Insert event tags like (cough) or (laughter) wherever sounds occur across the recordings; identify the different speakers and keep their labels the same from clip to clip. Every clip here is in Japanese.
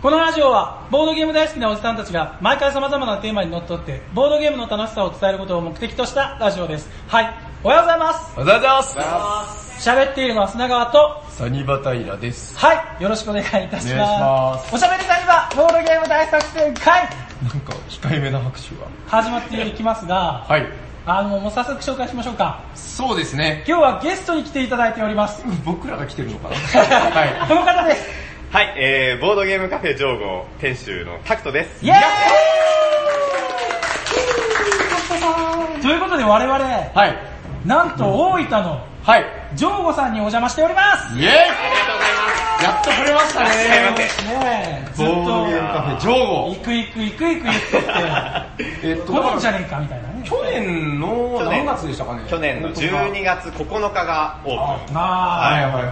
Speaker 1: このラジオはボードゲーム大好きなおじさんたちが毎回様々なテーマにのっとってボードゲームの楽しさを伝えることを目的としたラジオですはいおはようございます
Speaker 2: おはようございます。
Speaker 1: 喋っているのは砂川と
Speaker 2: サニバタイラです。
Speaker 1: はいよろしくお願いいたします
Speaker 2: お願いします
Speaker 1: おしゃべりさんにはボードゲーム大作戦会
Speaker 2: なんか控えめな拍手が。
Speaker 1: 始まっていきますが、
Speaker 2: はい。
Speaker 1: あのもう早速紹介しましょうか
Speaker 2: そうですね。
Speaker 1: 今日はゲストに来ていただいております
Speaker 2: 僕らが来てるのか (laughs) な
Speaker 1: はい (laughs) この方です
Speaker 3: はい、えー、ボードゲームカフェ上号店主のタクトです。
Speaker 1: イエーイということで我々、
Speaker 2: はい。
Speaker 1: なんと大分の
Speaker 2: はい。
Speaker 1: ジョーゴさんにお邪魔しております。
Speaker 2: イェイやっと来れましたね。
Speaker 1: ねえずっと、
Speaker 2: ボードゲームカフェ、ジョー
Speaker 1: 行
Speaker 2: ゴ。
Speaker 1: く行く行く行く行くって
Speaker 2: え
Speaker 1: 言って、来ねえんじゃねえかみたいなね。
Speaker 2: 去年の
Speaker 3: 去
Speaker 2: 何
Speaker 3: 年
Speaker 2: 月でしたかね
Speaker 3: 去年の12月9日がオープン。
Speaker 1: ま
Speaker 2: は
Speaker 1: あ、
Speaker 2: いはいはい。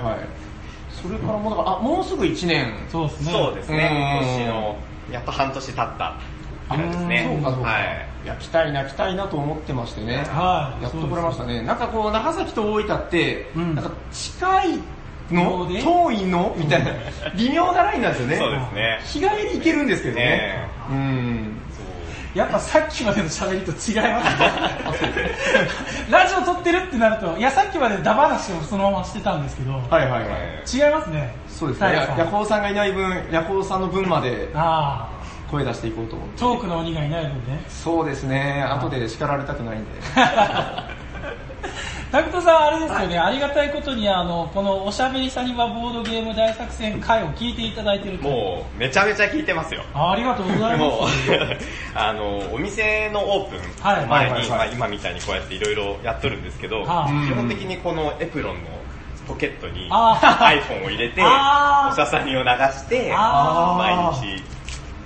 Speaker 2: それからもうだから、あ、もうすぐ1年。
Speaker 1: そうですね。
Speaker 3: そうです
Speaker 2: うん
Speaker 3: ね、今年の、やっと半年経ったぐらいですね。
Speaker 2: そうかそうか。
Speaker 3: はい。
Speaker 2: いや、来たいな来たいなと思ってましてね。
Speaker 1: はい
Speaker 2: やっと来れましたね。なんかこう、長崎と大分って、
Speaker 1: うん
Speaker 2: なんか近い
Speaker 1: そう
Speaker 2: の
Speaker 1: ね
Speaker 2: 遠いのみたいな、微妙なラインなんですよね。
Speaker 3: そうです
Speaker 2: 日
Speaker 3: ね。
Speaker 2: 帰り行けるんですけどね
Speaker 3: ね。
Speaker 2: うん。
Speaker 1: やっぱさっきまでの喋りと違いますね。ラジオ撮ってるってなると、いやさっきまでダバなしをそのまましてたんですけど、
Speaker 2: はいはいは。
Speaker 3: はいい
Speaker 1: 違いますね。
Speaker 2: そうですね。
Speaker 1: タイラ
Speaker 2: や
Speaker 1: さ
Speaker 2: ヤ
Speaker 1: ん
Speaker 2: コウさんがいない分、ヤコウさんの分まで
Speaker 1: ああ、
Speaker 2: 声出していこうと思って。
Speaker 1: トークの鬼がいない分ね。
Speaker 2: そうですね。後で叱られたくないん (laughs) で。
Speaker 1: タクトさん、あれですよね、ありがたいことに、あの、このおしゃべりさにはボードゲーム大作戦会を聞いていただいてると。
Speaker 3: もう、めちゃめちゃ聞いてますよ。
Speaker 1: あありがとうござい
Speaker 3: もう
Speaker 1: ま
Speaker 3: (laughs)
Speaker 1: す。、
Speaker 3: あの、お店のオープ
Speaker 1: はい
Speaker 3: ン前
Speaker 2: はいはいはい
Speaker 3: に、まあ今みたいにこうやっていろいろやっとるんですけど、基
Speaker 1: はい
Speaker 3: 本的にこのエプロンのポケットに
Speaker 1: あー
Speaker 3: iPhone を入れて、
Speaker 1: あー
Speaker 3: おささみを流して、
Speaker 1: あ
Speaker 3: 毎
Speaker 2: ー
Speaker 3: 日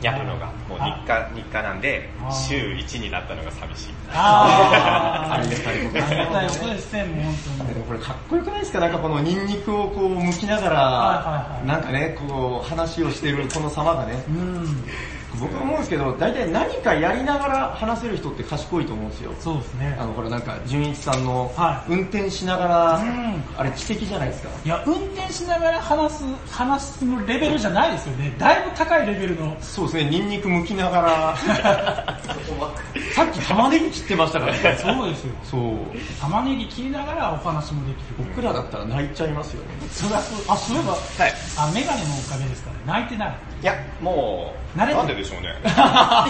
Speaker 3: やるのがもう日課、日課なんで
Speaker 1: あー、
Speaker 3: 週1になったのが寂しい。
Speaker 1: ああ、
Speaker 2: ありがたいこと
Speaker 1: ありがたいことですね、もう本
Speaker 2: でもこれかっこよくないですかなんかこのニンニクをこう剥きなが
Speaker 1: はいはい
Speaker 2: ら
Speaker 1: は、い
Speaker 2: なんかね、こう話をしてるこの様がね、
Speaker 1: 当に。うん、
Speaker 2: 僕思うんですけど、大体何かやりながら話せる人って賢いと思うんですよ。
Speaker 1: そうですね
Speaker 2: あ。の、これなんか、純一さんの
Speaker 1: は、い
Speaker 2: 運転しなが
Speaker 1: う
Speaker 2: ら
Speaker 1: ん、
Speaker 2: あれ知的じゃないですか。
Speaker 1: いや、運転しながら話す、話すレベルじゃないですよね。だいぶ高いレベルの。
Speaker 2: そうですね、ニンニク剥きながら、 (laughs) さっき玉ねぎ切ってましたからね。
Speaker 1: そうですよ。
Speaker 2: そう。
Speaker 1: 玉ねぎ切りながらお話もできる。
Speaker 2: 僕らだったら泣いちゃいますよね。
Speaker 1: それはそう、あ、そういえば、
Speaker 3: はい。
Speaker 1: あ、メガネのおかげですかね。泣いてない。
Speaker 3: いや、もう、
Speaker 1: 慣れてる
Speaker 3: なんででしょ
Speaker 1: (laughs)
Speaker 3: うね。い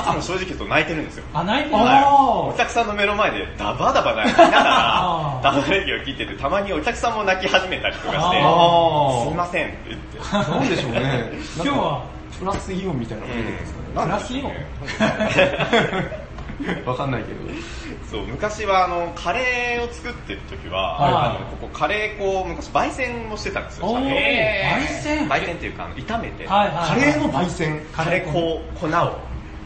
Speaker 3: つも正直言うと泣いてるんですよ。
Speaker 1: あ、泣いて
Speaker 2: あ
Speaker 1: ない。
Speaker 2: ー
Speaker 3: お客さんの目の前でダバダバ泣きなが
Speaker 1: あー
Speaker 3: ら、玉ねぎを切ってて、たまにお客さんも泣き始めたりとかして、
Speaker 2: あー
Speaker 3: すいませんって言って。
Speaker 2: なんでしょうね。
Speaker 1: 今日は、
Speaker 2: プラスイオンみたいなのが出てるんですかね。
Speaker 1: プラスイオン
Speaker 2: わかんないけど。
Speaker 3: そう、昔はあの、カレーを作ってる時は、
Speaker 1: はい
Speaker 3: あの、ここカレー粉を昔焙煎もしてたんですよ。
Speaker 1: おー
Speaker 3: へ
Speaker 1: 焙煎
Speaker 3: 焙煎っていうか、あの炒めて、
Speaker 1: はいはい。
Speaker 2: カレーの焙煎。
Speaker 3: カレー粉を、粉を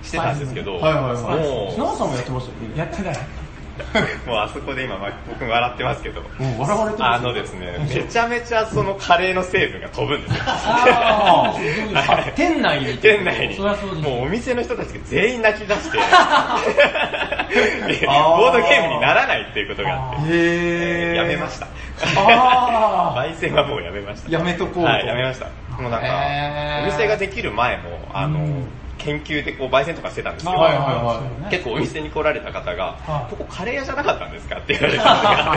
Speaker 3: してたんですけど、
Speaker 2: はいはいはい。
Speaker 3: もう
Speaker 2: 砂川さんもやってましたよ
Speaker 1: や
Speaker 2: ね。
Speaker 1: ってない。
Speaker 3: もうあそこで今、ま僕も笑ってますけど、
Speaker 2: もう笑われて
Speaker 3: あ
Speaker 2: ます
Speaker 3: のですね、めちゃめちゃそのカレーの成分が飛ぶんですよ。
Speaker 1: あーそうです
Speaker 3: は
Speaker 2: あ
Speaker 1: (laughs)
Speaker 3: い
Speaker 2: 店内に。
Speaker 3: 店内に、
Speaker 1: そりゃそうです
Speaker 3: もうお店の人たちが全員泣き
Speaker 1: (laughs)
Speaker 3: 出して、で
Speaker 2: あー
Speaker 3: ボードゲームにならないっていうことがあって、
Speaker 2: へー。
Speaker 3: やめました。
Speaker 2: あー
Speaker 3: 焙煎はもうやめました。
Speaker 2: やめとこうと
Speaker 3: はい、やめました。もうなん
Speaker 2: へー
Speaker 3: か、お店ができる前も、あの
Speaker 1: うん、
Speaker 3: 研究でこう焙煎とかしてたんですけ
Speaker 1: あー
Speaker 3: ど、
Speaker 2: はいはいはい
Speaker 1: そうね
Speaker 3: 結構お店に来られた方
Speaker 1: は
Speaker 3: が、
Speaker 1: い
Speaker 3: ここカレー屋じゃなかったんですかって言われ
Speaker 1: あ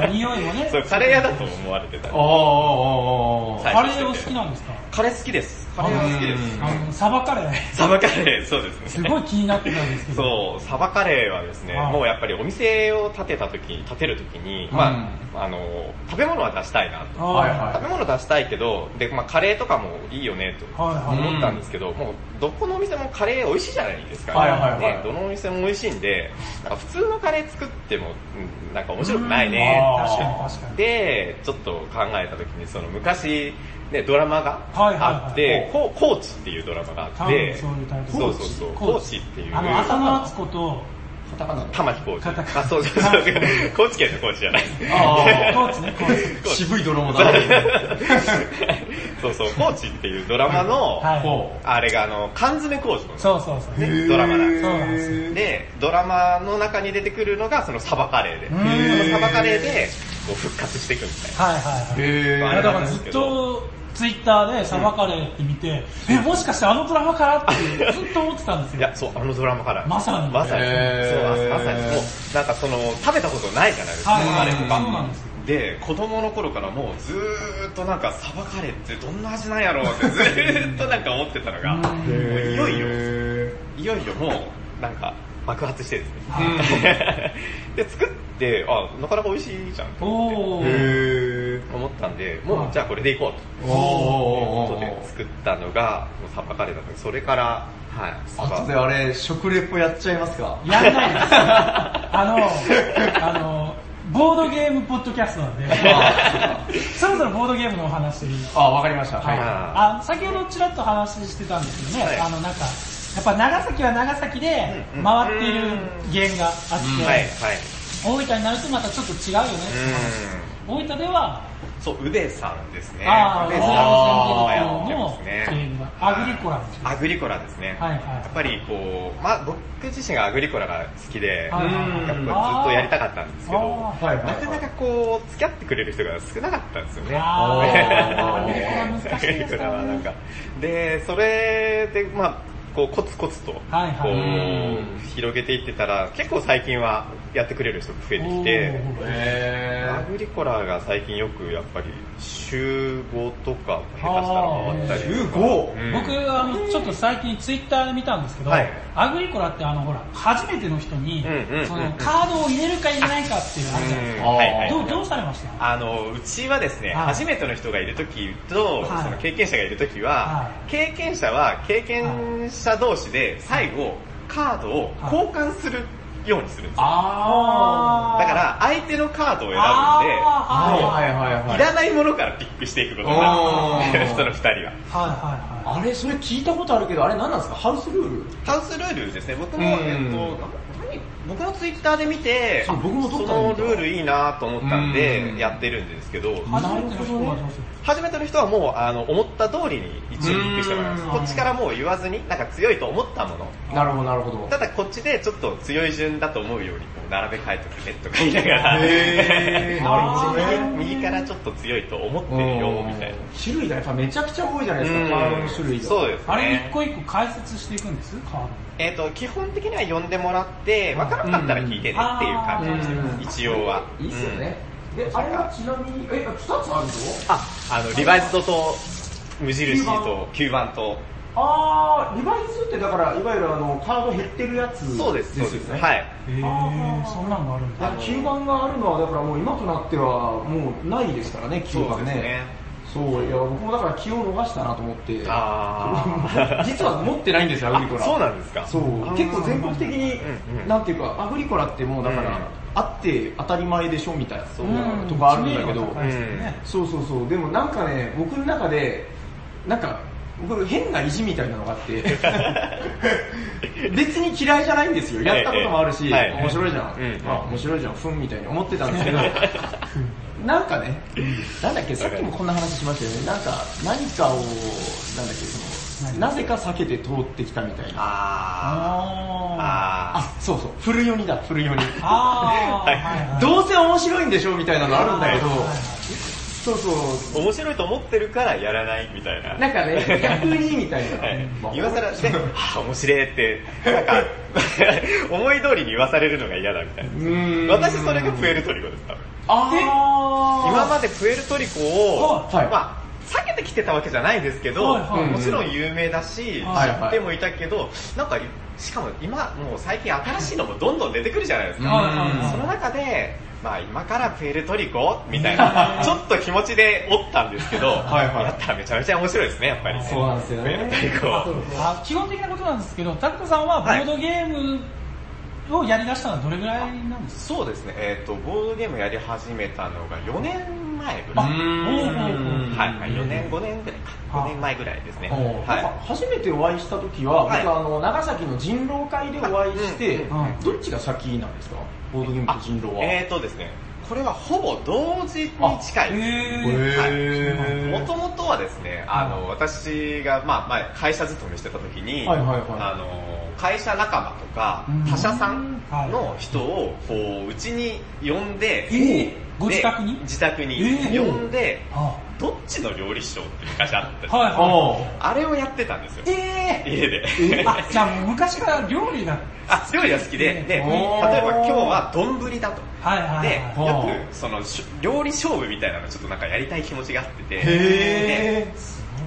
Speaker 3: た
Speaker 1: ー
Speaker 3: んですよ
Speaker 1: 匂いもね
Speaker 3: (laughs) そう、カレー屋だと思われてたん
Speaker 2: あ
Speaker 3: で
Speaker 2: ーあーあーあー
Speaker 3: はい
Speaker 1: カレーを好きなんですか
Speaker 3: カレー好きです。カレーは好きで
Speaker 2: う
Speaker 3: す
Speaker 2: ん。
Speaker 1: あの、サバカレー。
Speaker 3: サバカレー、そうですね。
Speaker 1: すごい気になってたんですけど。
Speaker 3: そう、サバカレーはですね、
Speaker 1: はい
Speaker 3: もうやっぱりお店を建てた時に、建てる時に、まあ、あの、食べ物は出したいなと。
Speaker 1: あー
Speaker 2: はいはい
Speaker 3: 食べ物出したいけど、で、まあカレーとかもいいよねと
Speaker 1: はいはい
Speaker 3: 思ったんですけど、もうどこのお店もカレー美味しいじゃないですか。
Speaker 2: はいはいはい
Speaker 3: ねどのお店も美味しいんで、なんか普通のカレー作っても、うんなんか面白くないね
Speaker 2: うんあー
Speaker 1: 確かに確かに。
Speaker 3: で、ちょっと考えた時に、その昔、ね、ドラマが
Speaker 1: はいはいはい
Speaker 3: あって、こうコーチっていうドラマがあっ
Speaker 1: 多分
Speaker 3: て、
Speaker 1: そういうタイトル
Speaker 3: そうそうそう、コーチっていう。
Speaker 1: あの、浅野敦子と、
Speaker 2: カタカナの
Speaker 3: 玉木コーチ。
Speaker 1: カタカナ
Speaker 3: あ、そうそうそう。高知県のコーチじゃないです。
Speaker 2: あー
Speaker 1: コーチね、コーチ。
Speaker 2: 渋いドラマだね。
Speaker 3: (laughs) そうそう、コーチっていうドラマの、
Speaker 1: は
Speaker 2: こ
Speaker 3: あれがあの、缶詰工事
Speaker 1: い。そうそうそう。
Speaker 2: へー
Speaker 3: のドラマなんです
Speaker 1: そう
Speaker 3: よ。
Speaker 1: なんです
Speaker 2: へー
Speaker 3: で、ドラマの中に出てくるのがそのサバカレーで、そ
Speaker 1: ー
Speaker 3: のサバカレーでこう復活していくみたいな。
Speaker 1: はいはいはい。
Speaker 2: へ
Speaker 1: い
Speaker 2: ー
Speaker 1: やだからずっとツイッターでサバカレーって見て、え、もしかしてあのドラマかなってずっと思ってたんです
Speaker 3: い
Speaker 1: よ。
Speaker 3: や、そう、あのドラマから。
Speaker 1: まさに
Speaker 3: まさに。
Speaker 2: へ
Speaker 3: そう、
Speaker 2: ー
Speaker 3: まさに。もう、なんかその、食べたことないじゃないですか、
Speaker 1: はい
Speaker 3: サバカレーとか。
Speaker 1: そうなんですよ
Speaker 3: で、子供の頃からもうずーっとなんかサバカレーってどんな味なんやろうってずーっとなんか思ってたのが、
Speaker 1: うん
Speaker 3: もういよいよ、
Speaker 2: へ
Speaker 3: いよいよもう、なんか爆発してですね。
Speaker 1: はい
Speaker 3: (laughs) で、作って、あ、なかなか美味しいじゃんと思
Speaker 1: お
Speaker 3: っ
Speaker 1: ー
Speaker 2: ー
Speaker 3: て、
Speaker 2: へ
Speaker 3: 思ったんで、も
Speaker 1: は
Speaker 3: う
Speaker 1: い
Speaker 3: じゃあこれでいこうと。
Speaker 2: ーお
Speaker 3: と
Speaker 2: ー
Speaker 3: いうことで作ったのが、もうサバカレーだったんで、それから、はい、サバ
Speaker 2: あとであれ、食レポやっちゃいますか
Speaker 1: やんないです。あの、あの、ボードゲームポッドキャストなんで、そろそろボードゲームのお話に。
Speaker 2: あ、わかりました。
Speaker 1: はい、
Speaker 3: はい
Speaker 1: あ先ほどちらっと話してたんですけどね、
Speaker 3: はい
Speaker 1: あのなんか、やっぱ長崎は長崎で
Speaker 3: うんうん
Speaker 1: 回っているゲームがあって、
Speaker 3: うんはい、はい。
Speaker 1: 大分になるとまたちょっと違うよね、大分では、
Speaker 3: うん。そう、ウベさんですね。
Speaker 1: あー
Speaker 3: ウベさん
Speaker 1: あー
Speaker 3: やってますね
Speaker 1: ゲームがアグリコラですね
Speaker 3: アグリコラですね。
Speaker 1: はいはい
Speaker 3: やっぱりこう、まあ僕自身がアグリコラが好きで、
Speaker 1: はい
Speaker 2: はい
Speaker 3: やっぱずっとやりたかったんですけど、
Speaker 1: あ
Speaker 2: はい
Speaker 3: なかなかこう、付き合ってくれる人が少なかったんですよね。
Speaker 1: あ
Speaker 2: ー
Speaker 3: (laughs) ね
Speaker 1: アグリコラ難しいですからね
Speaker 3: アグリコラはなんか。で、それで、まあ、こう、コツコツと、こ、
Speaker 1: はいはいう
Speaker 3: 広げていってたら、結構最近はやってくれる人が増えてきて、
Speaker 1: おー
Speaker 3: ア
Speaker 2: へ
Speaker 3: グリコラが最近よくやっぱり、週5とか、下手したら回ったりとか。
Speaker 2: 15
Speaker 3: うん
Speaker 1: 僕、あの、ちょっと最近ツイッターで見たんですけど、
Speaker 3: はい
Speaker 1: アグリコラってあの、ほら、初めての人に
Speaker 3: うんうんうんうん、
Speaker 1: その、カードを入れるか入れないかっていうのあるじゃないです
Speaker 2: あー
Speaker 3: はいはい
Speaker 1: か。どう、どうされました
Speaker 3: あの、うちはです
Speaker 1: は
Speaker 3: ね、
Speaker 1: い
Speaker 3: 初めての人がいるときと、
Speaker 1: はい
Speaker 3: その経験者がいるときは、
Speaker 1: は
Speaker 3: 経験者は経験者同士で最後、カードを交換するようにするんですよ。
Speaker 2: あ
Speaker 1: ー
Speaker 3: だから、相手のカードを選ぶんで、
Speaker 1: あ
Speaker 2: はい
Speaker 1: ー
Speaker 2: はいはい
Speaker 3: も
Speaker 2: は
Speaker 3: うい
Speaker 2: い。
Speaker 3: らないものからピックしていくことになるんです
Speaker 2: お
Speaker 3: よ
Speaker 2: ー
Speaker 3: (laughs) その二人は。
Speaker 1: はいはいはい。
Speaker 2: あれ、それ聞いたことあるけど、あれ何なんですかハウスルール
Speaker 3: ハウスルールですね、僕も、
Speaker 2: うん
Speaker 3: えっと、なんか何僕のツイッターで見て、
Speaker 2: そう僕もどっかで
Speaker 3: の
Speaker 2: 見た
Speaker 3: ルールいいなと思ったんで
Speaker 2: う、ん
Speaker 3: やってるんですけど、
Speaker 1: 初めての人は
Speaker 2: なる
Speaker 1: ど
Speaker 2: ほど
Speaker 1: う
Speaker 2: ね
Speaker 1: する
Speaker 3: 初めての人はもう、あの、思った通りに一応ピックしてもらいます
Speaker 2: う。
Speaker 1: ん
Speaker 3: こっちからもう言わずに、なんか強いと思ったもの。
Speaker 2: なるほど、なるほど。
Speaker 3: ただこっちでちょっと強い順だと思うより、こう並べ替えとくねとか言いながら、 (laughs)
Speaker 2: へー
Speaker 3: あの
Speaker 1: なるほどね
Speaker 3: 右右からちょっと強いと思ってるよ、みたいな。
Speaker 2: 種類がやっぱめちゃくちゃ多いじゃないです
Speaker 3: うん
Speaker 2: か、カードの種類が。
Speaker 3: そうですね。
Speaker 1: あれ一個一個解説していくんですカード。
Speaker 3: えっ、と、基本的には呼んでもらって、わからなかったら聞いてねっていう感じにして
Speaker 2: うん
Speaker 3: ます、一応は。
Speaker 2: いいっすよね。で、あれはちなみに、え、2つある
Speaker 3: うん。あ、あの、リバイスドと、無印と、吸盤と。
Speaker 2: のあー、リバイスってだから、いわゆるあの、カード減ってるやつ
Speaker 3: そうです、そうです。
Speaker 2: よね。
Speaker 3: はい。
Speaker 1: へーそんなのがあるん
Speaker 2: いや
Speaker 1: だ。
Speaker 2: 吸盤があるのは、だからもう今となってはもうないですからね、吸盤ね。そう、いや、僕もだから気を逃したなと思って。
Speaker 3: あ
Speaker 2: (laughs)
Speaker 3: (laughs) ー
Speaker 2: 実は持ってないんですよ、アグリコラ。
Speaker 3: そうなんですか
Speaker 2: そう
Speaker 3: あー
Speaker 2: 結構全国的に
Speaker 3: うんうん、
Speaker 2: なんていうか、アグリコラってもうだか
Speaker 3: うん
Speaker 2: ら、あって当たり前でしょみたいな
Speaker 3: そう
Speaker 2: とかあるんだけ
Speaker 1: 知名
Speaker 2: ど
Speaker 1: 度、が高いですよね
Speaker 2: そうそうそう、でもなんかね、僕の中で、なんか、僕変な意地みたいなのがあ
Speaker 3: (laughs)
Speaker 2: って、別に嫌いじゃないんですよ。やったこともあるし、
Speaker 3: ええええはい
Speaker 2: 面白いじゃん。
Speaker 3: うん
Speaker 2: あ面白いじゃん、ふんみたいに思ってたんですけど、 (laughs) なんかね、なんだっけ、さっきもこんな話しましたよね。なんか、何かを、なんだっけ、その、なぜか避けて通ってきたみたいな。
Speaker 3: あー。
Speaker 1: あ
Speaker 3: あ
Speaker 2: あ、そうそう、古読みだ、古読み。
Speaker 1: ー。あー。
Speaker 3: はい
Speaker 1: はいはい
Speaker 2: どうせ面白いんでしょみたいなのあるんだけど
Speaker 1: はいはいは、
Speaker 2: そうそう、
Speaker 3: ー。面白いと思ってるからやらないみたいな。
Speaker 2: なんかね、逆にみたいな。
Speaker 3: はい
Speaker 2: まあ
Speaker 3: 言わされて、 (laughs) はぁ、面白いって、なん (laughs) か、思い通りに言わされるのが嫌だみたいな。
Speaker 2: うーん
Speaker 3: 私それがプエルトリコです、多分。
Speaker 2: あ
Speaker 3: 今までプエルトリコを、
Speaker 2: はい
Speaker 3: まあ、避けてきてたわけじゃないですけど、
Speaker 1: はいはい
Speaker 3: もちろん有名だし、
Speaker 1: はい
Speaker 2: はい
Speaker 3: 知ってもいたけど、なんか、しかも今、もう最近新しいのもどんどん出てくるじゃないですか。
Speaker 1: はいはいはい
Speaker 3: その中で、まあ今からプエルトリコみたいな、ちょっと気持ちでおったんですけど、
Speaker 2: はいはい
Speaker 3: やったらめちゃめちゃ面白いですね、やっぱりね。
Speaker 2: そうなんですよね
Speaker 3: プエルトリコ。
Speaker 1: あ基本的なことなんですけど、タクトさんはボ
Speaker 3: はい
Speaker 1: ードゲームをやり出したのはどれぐらいなんですか
Speaker 3: そうですね、えっ、と、ボードゲームやり始めたのが4年前ぐら
Speaker 1: あ
Speaker 3: い。
Speaker 1: うん
Speaker 3: はい、はい、4年、5年ぐらいか。5年前ぐらいですね。
Speaker 2: おーなんか
Speaker 3: は
Speaker 2: 初めてお会いした時は、
Speaker 3: はい
Speaker 2: 僕あの、長崎の人狼会でお会いして、
Speaker 3: うん
Speaker 1: うん
Speaker 2: どっちが先なんですかボードゲームと人狼
Speaker 3: い。
Speaker 2: は。
Speaker 3: えっ、とですね、これはほぼ同時に近い。
Speaker 1: へー
Speaker 2: へー
Speaker 3: もともとはですね、あの、私が、まあ、前、会社勤めしてた時に、
Speaker 2: はいはいはい
Speaker 3: あの、会社仲間とか
Speaker 1: うん、
Speaker 3: 他社さんの人を、こう、うちに呼んで、
Speaker 1: えー
Speaker 3: で
Speaker 1: ご自宅に
Speaker 3: 自宅に
Speaker 1: えー
Speaker 3: 呼んで、
Speaker 1: あ
Speaker 3: どっちの料理ショーって昔あった、
Speaker 1: はいは
Speaker 2: おう
Speaker 3: あれをやってたんですよ
Speaker 1: い。。え
Speaker 3: 家で。
Speaker 1: えー。あ、じゃあもう昔から料理だ。
Speaker 3: あ、料理が好きで、で、例えば
Speaker 2: おー
Speaker 3: 今日は丼だと。
Speaker 1: はいはいはい。
Speaker 3: で、
Speaker 2: はい
Speaker 3: よく、その、し料理勝負みたいなのちょっとなんかやりたい気持ちがあってて、
Speaker 2: へ
Speaker 3: で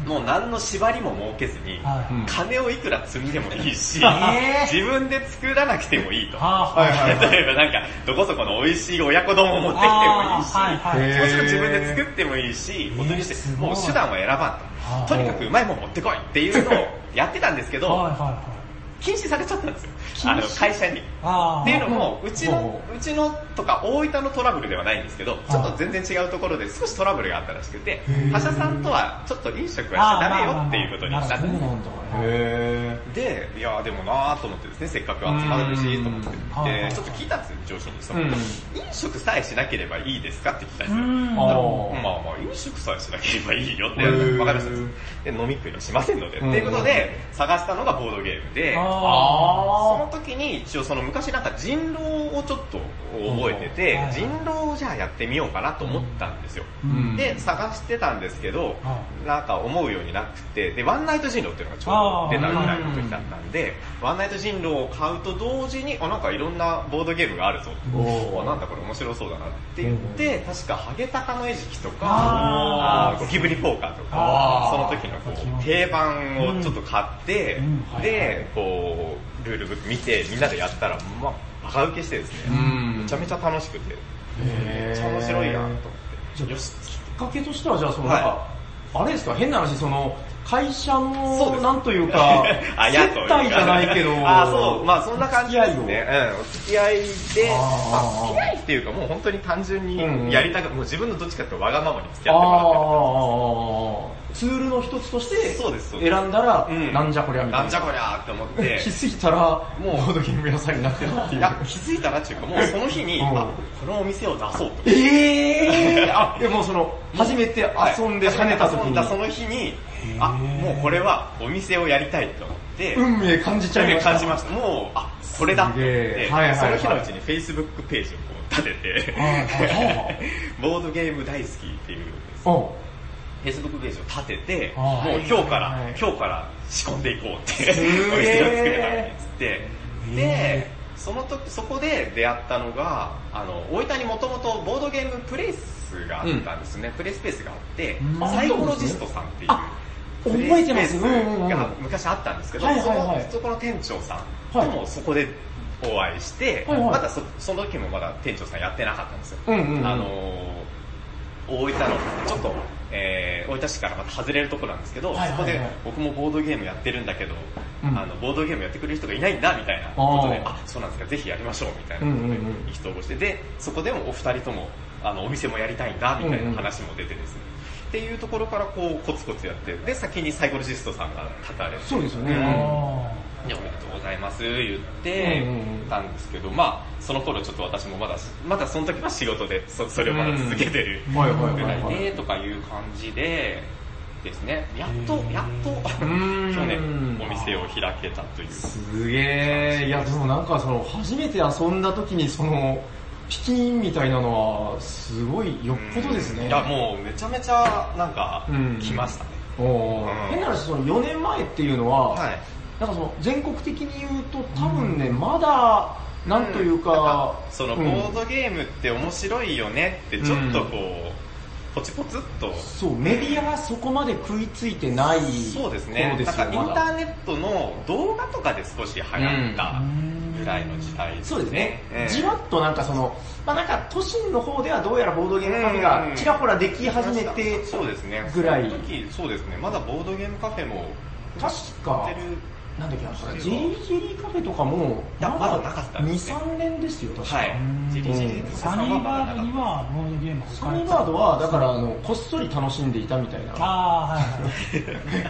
Speaker 3: もう何の縛りも設けずに、
Speaker 1: はい
Speaker 2: うん
Speaker 3: 金をいくら積んでもいいし、
Speaker 1: えー
Speaker 3: 自分で作らなくてもいいと。
Speaker 1: はあ
Speaker 2: はいはいはい
Speaker 3: 例えばなんか、どこそこの美味しい親子丼を持ってきてもいいし、
Speaker 1: あーはいはい
Speaker 2: へー
Speaker 3: もちろん自分で作ってもいいし、
Speaker 1: ー
Speaker 3: お取り
Speaker 1: す
Speaker 3: して、
Speaker 1: ごい
Speaker 3: もう手段は選ば
Speaker 1: は
Speaker 3: ん
Speaker 1: い
Speaker 3: と。とにかくうまいもん持ってこいっていうのをやってたんですけど、
Speaker 1: はいはいはい。
Speaker 3: 禁止されちゃったんですよ。あの、会社に。
Speaker 1: ああ。
Speaker 3: っていうのも、うちの
Speaker 2: ほ、
Speaker 3: うちのとか大分のトラブルではないんですけど、ちょっと全然違うところで少しトラブルがあったらしくて、他社さんとはちょっと飲食はしちゃダメよっていうことになった
Speaker 1: あーまあまあまあなるほど
Speaker 2: そうなんだ。へ
Speaker 3: で、いやーでもなーと思ってですね、せっかく集まるし、と思って
Speaker 1: うん、
Speaker 3: で、ちょっと聞いたんですよ、上司にその、
Speaker 2: うん
Speaker 3: 飲食さえしなければいいですかって聞いたんで
Speaker 1: う
Speaker 3: すよ。
Speaker 1: ん。
Speaker 2: あー
Speaker 3: まあまあ、飲食さえしなければいいよって、
Speaker 2: へー
Speaker 3: わかりました。で、飲み食いはしませんので、って
Speaker 2: うん
Speaker 3: いうことで、探したのがボードゲームで、
Speaker 1: あ
Speaker 3: そ
Speaker 2: あ
Speaker 3: の時に一応その昔なんか人狼をちょっと覚えてて
Speaker 1: うん、
Speaker 3: 人狼をじゃあやってみようかなと思ったんですよ。
Speaker 2: ーうん
Speaker 3: で、探してたんですけど、
Speaker 1: う
Speaker 3: なんか思うようになくて、で、ワンナイト人狼っていうのがちょうど出たぐらいの時だったんで、ワンナイト人狼を買うと同時に、あ、なんかいろんなボードゲームがあるぞ。
Speaker 2: おー
Speaker 3: あなんだこれ面白そうだなって言って、確かハゲタカの餌食とか、
Speaker 1: あ
Speaker 3: あーゴキブリポーカーとか、その
Speaker 2: あ
Speaker 3: 時のこう定番をちょっと買って、
Speaker 1: うんうんはい
Speaker 3: で、こう、ルールブック見てみんなでやったら、まあ、バカ受けしてですね、
Speaker 2: うん
Speaker 3: めちゃめちゃ楽しくて、め
Speaker 2: め
Speaker 3: っちゃ面白いなと思って。
Speaker 2: じゃあ、よし、きっかけとしては、じゃあ、その、なんか、
Speaker 3: は
Speaker 2: あれですか、変な話、その、会社
Speaker 3: そう
Speaker 2: の
Speaker 3: で、す、
Speaker 2: なんというか
Speaker 3: (laughs) あ、や
Speaker 2: 接
Speaker 3: っとうか、
Speaker 2: 待じゃないけど
Speaker 3: あ、そう、まあそんな感じですね。うん、お付き合いで、ま
Speaker 2: あー
Speaker 3: あ、付き合いっていうかもう本当に単純
Speaker 2: うんうん
Speaker 3: にやりたく、もう自分のどっちかっていうとわがままに付き
Speaker 2: あ
Speaker 3: 合ってもらってま
Speaker 2: あ、
Speaker 3: す
Speaker 2: ツールの一つとして、
Speaker 3: そうですそうです
Speaker 2: 選んだら、
Speaker 3: うん
Speaker 2: なんじゃこりゃみたいな。
Speaker 3: なんじゃこりゃーって思っ
Speaker 2: 気
Speaker 3: て、
Speaker 2: づいたら、もう、ボードゲーム屋さんになってるってい。
Speaker 3: いうや、気づいたらっていうか、もうその日に、
Speaker 2: うん
Speaker 3: あ、このお店を出そうと。
Speaker 2: ええー、あ、でもその、初めて遊んで跳ねた時
Speaker 3: 遊ん
Speaker 2: に、
Speaker 3: だその日に、あ、もうこれはお店をやりたいと思って、
Speaker 2: 運命感じちゃいました。
Speaker 3: 感じました。もう、あ、これだって
Speaker 2: すげ
Speaker 3: 思
Speaker 2: えはいはい
Speaker 3: って、そ
Speaker 2: は
Speaker 3: の
Speaker 2: い
Speaker 3: 日のうちに Facebook ページをこう立てて
Speaker 2: はいはいは、
Speaker 3: ボードゲーム大好きっていう
Speaker 2: うん。
Speaker 3: です、Facebook ページを立てて、
Speaker 1: あー
Speaker 3: もう今日か
Speaker 2: はいはいは
Speaker 3: ら
Speaker 2: い、
Speaker 3: 今日から仕込んでいこうって、お
Speaker 2: げえ
Speaker 3: 店を作るためにっつって、で
Speaker 1: へ、
Speaker 3: その時、そこで出会ったのが、あの、大分にもともとボードゲームプレイスがあったんですね、プレイスペースがあって
Speaker 1: う、ん
Speaker 3: サイコロジストさんっていう、
Speaker 1: 覚えてます
Speaker 3: プレイスペースが昔あったんですけど、
Speaker 2: はいはいはい
Speaker 3: そのそこの店長さん
Speaker 2: はい
Speaker 3: ともそこでお会いして、
Speaker 2: はいはい
Speaker 3: まだそその時もまだ店長さんやってなかったんですよ。
Speaker 2: うんうんうん
Speaker 3: あのー大分の、ちょっと、えー、大分市からまた外れるところなんですけど、
Speaker 2: はいはいはい
Speaker 3: そこで僕もボードゲームやってるんだけど、
Speaker 2: うん
Speaker 3: あの、ボードゲームやってくれる人がいないんだ、みたいなことで、
Speaker 2: あー
Speaker 3: あ、そうなんですか、ぜひやりましょう、みたいな
Speaker 2: うんうんうん
Speaker 3: 意気投合して、で、そこでもお二人とも、あの、お店もやりたいんだ、みたいな話も出てですね。っていうところからこうコツコツやって、で、先にサイコロジストさんが立たれて、
Speaker 2: そうですよね。
Speaker 3: うん
Speaker 1: あ
Speaker 3: でおめでとうございます言って
Speaker 2: うんうんうん
Speaker 3: たんですけど、まあその頃ちょっと私もまだまだその時は仕事でそそれをまだ続けてる
Speaker 2: うん
Speaker 3: ぐ
Speaker 2: はいはいはいは
Speaker 3: ら
Speaker 2: い
Speaker 3: いでとかいう感じでですねやっとやっと去
Speaker 2: ん
Speaker 3: 年お店を開けたという
Speaker 2: すげえ、いやでもなんかその初めて遊んだ時にそのピキンみたいなのはすごいよっぽどですね。
Speaker 3: いやもうめちゃめちゃなんか
Speaker 2: うん
Speaker 3: 来ましたね、
Speaker 2: お
Speaker 3: うん
Speaker 2: ー変な話その4年前っていうのは、
Speaker 3: はい
Speaker 2: なんかその全国的に言うと多分ね、まだなんというか、
Speaker 3: なんその
Speaker 2: う
Speaker 3: ボ
Speaker 2: ん
Speaker 3: ードゲームって面白いよねってちょっとこう、ポチポツっと
Speaker 2: そうメディアがそこまで食いついてない
Speaker 3: そうですね。
Speaker 2: 頃です
Speaker 3: なんかイ
Speaker 2: よ
Speaker 3: ン
Speaker 2: ま
Speaker 3: タ
Speaker 2: だ
Speaker 3: ーネットの動画とかで少し流行ったぐらいの時代
Speaker 2: そうですね、
Speaker 3: ええ
Speaker 2: じわっとなんかその、まあなんか都心の方ではどうやらボードゲームカフェがちらほらでき始めて、
Speaker 3: そうですね。
Speaker 2: ぐらい
Speaker 3: その時、そうですね。まだボードゲームカフェも、
Speaker 2: 確か
Speaker 3: やってる、
Speaker 2: なんだっけ、あそれジェリージェリーカフェとかも、
Speaker 3: いやまだなかった
Speaker 2: 2、
Speaker 3: ですね
Speaker 2: 3年ですよ、確か。
Speaker 3: はい
Speaker 1: うん。
Speaker 3: ジリジリ
Speaker 1: あ。
Speaker 3: と
Speaker 1: サ
Speaker 3: か
Speaker 1: ニー
Speaker 3: ま
Speaker 1: バー
Speaker 3: だな
Speaker 1: ド
Speaker 3: かっ
Speaker 1: に
Speaker 3: た
Speaker 1: はボードゲーム
Speaker 2: サニーバードは、だから、あの、こっそり楽しんでいたみたいな。
Speaker 1: ああ、は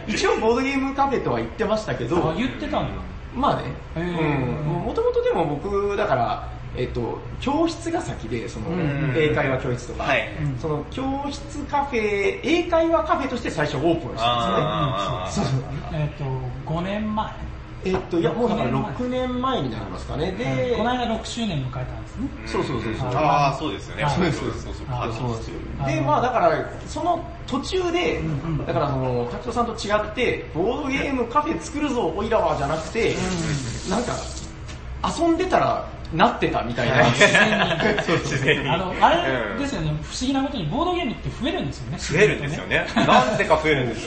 Speaker 1: い
Speaker 2: 一応、ボードゲームカフェとは言ってましたけ
Speaker 1: はい。
Speaker 2: ど
Speaker 1: あ、、言ってたんだ。
Speaker 2: まあね、
Speaker 1: へ
Speaker 2: う
Speaker 1: ー
Speaker 2: ん、もともとでも僕、だから、えっと、教室が先で、その
Speaker 1: うん、
Speaker 2: 英会話教室とか
Speaker 3: はい、
Speaker 2: その、教室カフェ、英会話カフェとして最初オープンしたんですね。
Speaker 3: あー
Speaker 2: そうそう
Speaker 1: えっと、5年前。
Speaker 2: えっと、いや、もうだから6年前になりますかね。で、
Speaker 1: この間6周年迎えたんですね。
Speaker 2: そうそうそうそう
Speaker 1: はい
Speaker 3: ああ、そうですよね。
Speaker 1: はい
Speaker 3: そうです、そうです。そうです
Speaker 2: あそうなんですよ
Speaker 1: はい
Speaker 2: で、まあだから、その途中で
Speaker 1: うんうん、
Speaker 2: だからその、拓人さんと違って、ボードゲームカフェ作るぞ、おいらはじゃなくて、なんか、遊んでたらなってたみたい (laughs) な。
Speaker 3: そう自然に。
Speaker 1: あの、あれです
Speaker 3: よ。
Speaker 1: よね、不思議なことにボードゲームって増えるんですよね。
Speaker 3: 増えるんですよね。なんでか増えるん
Speaker 2: (laughs)
Speaker 3: です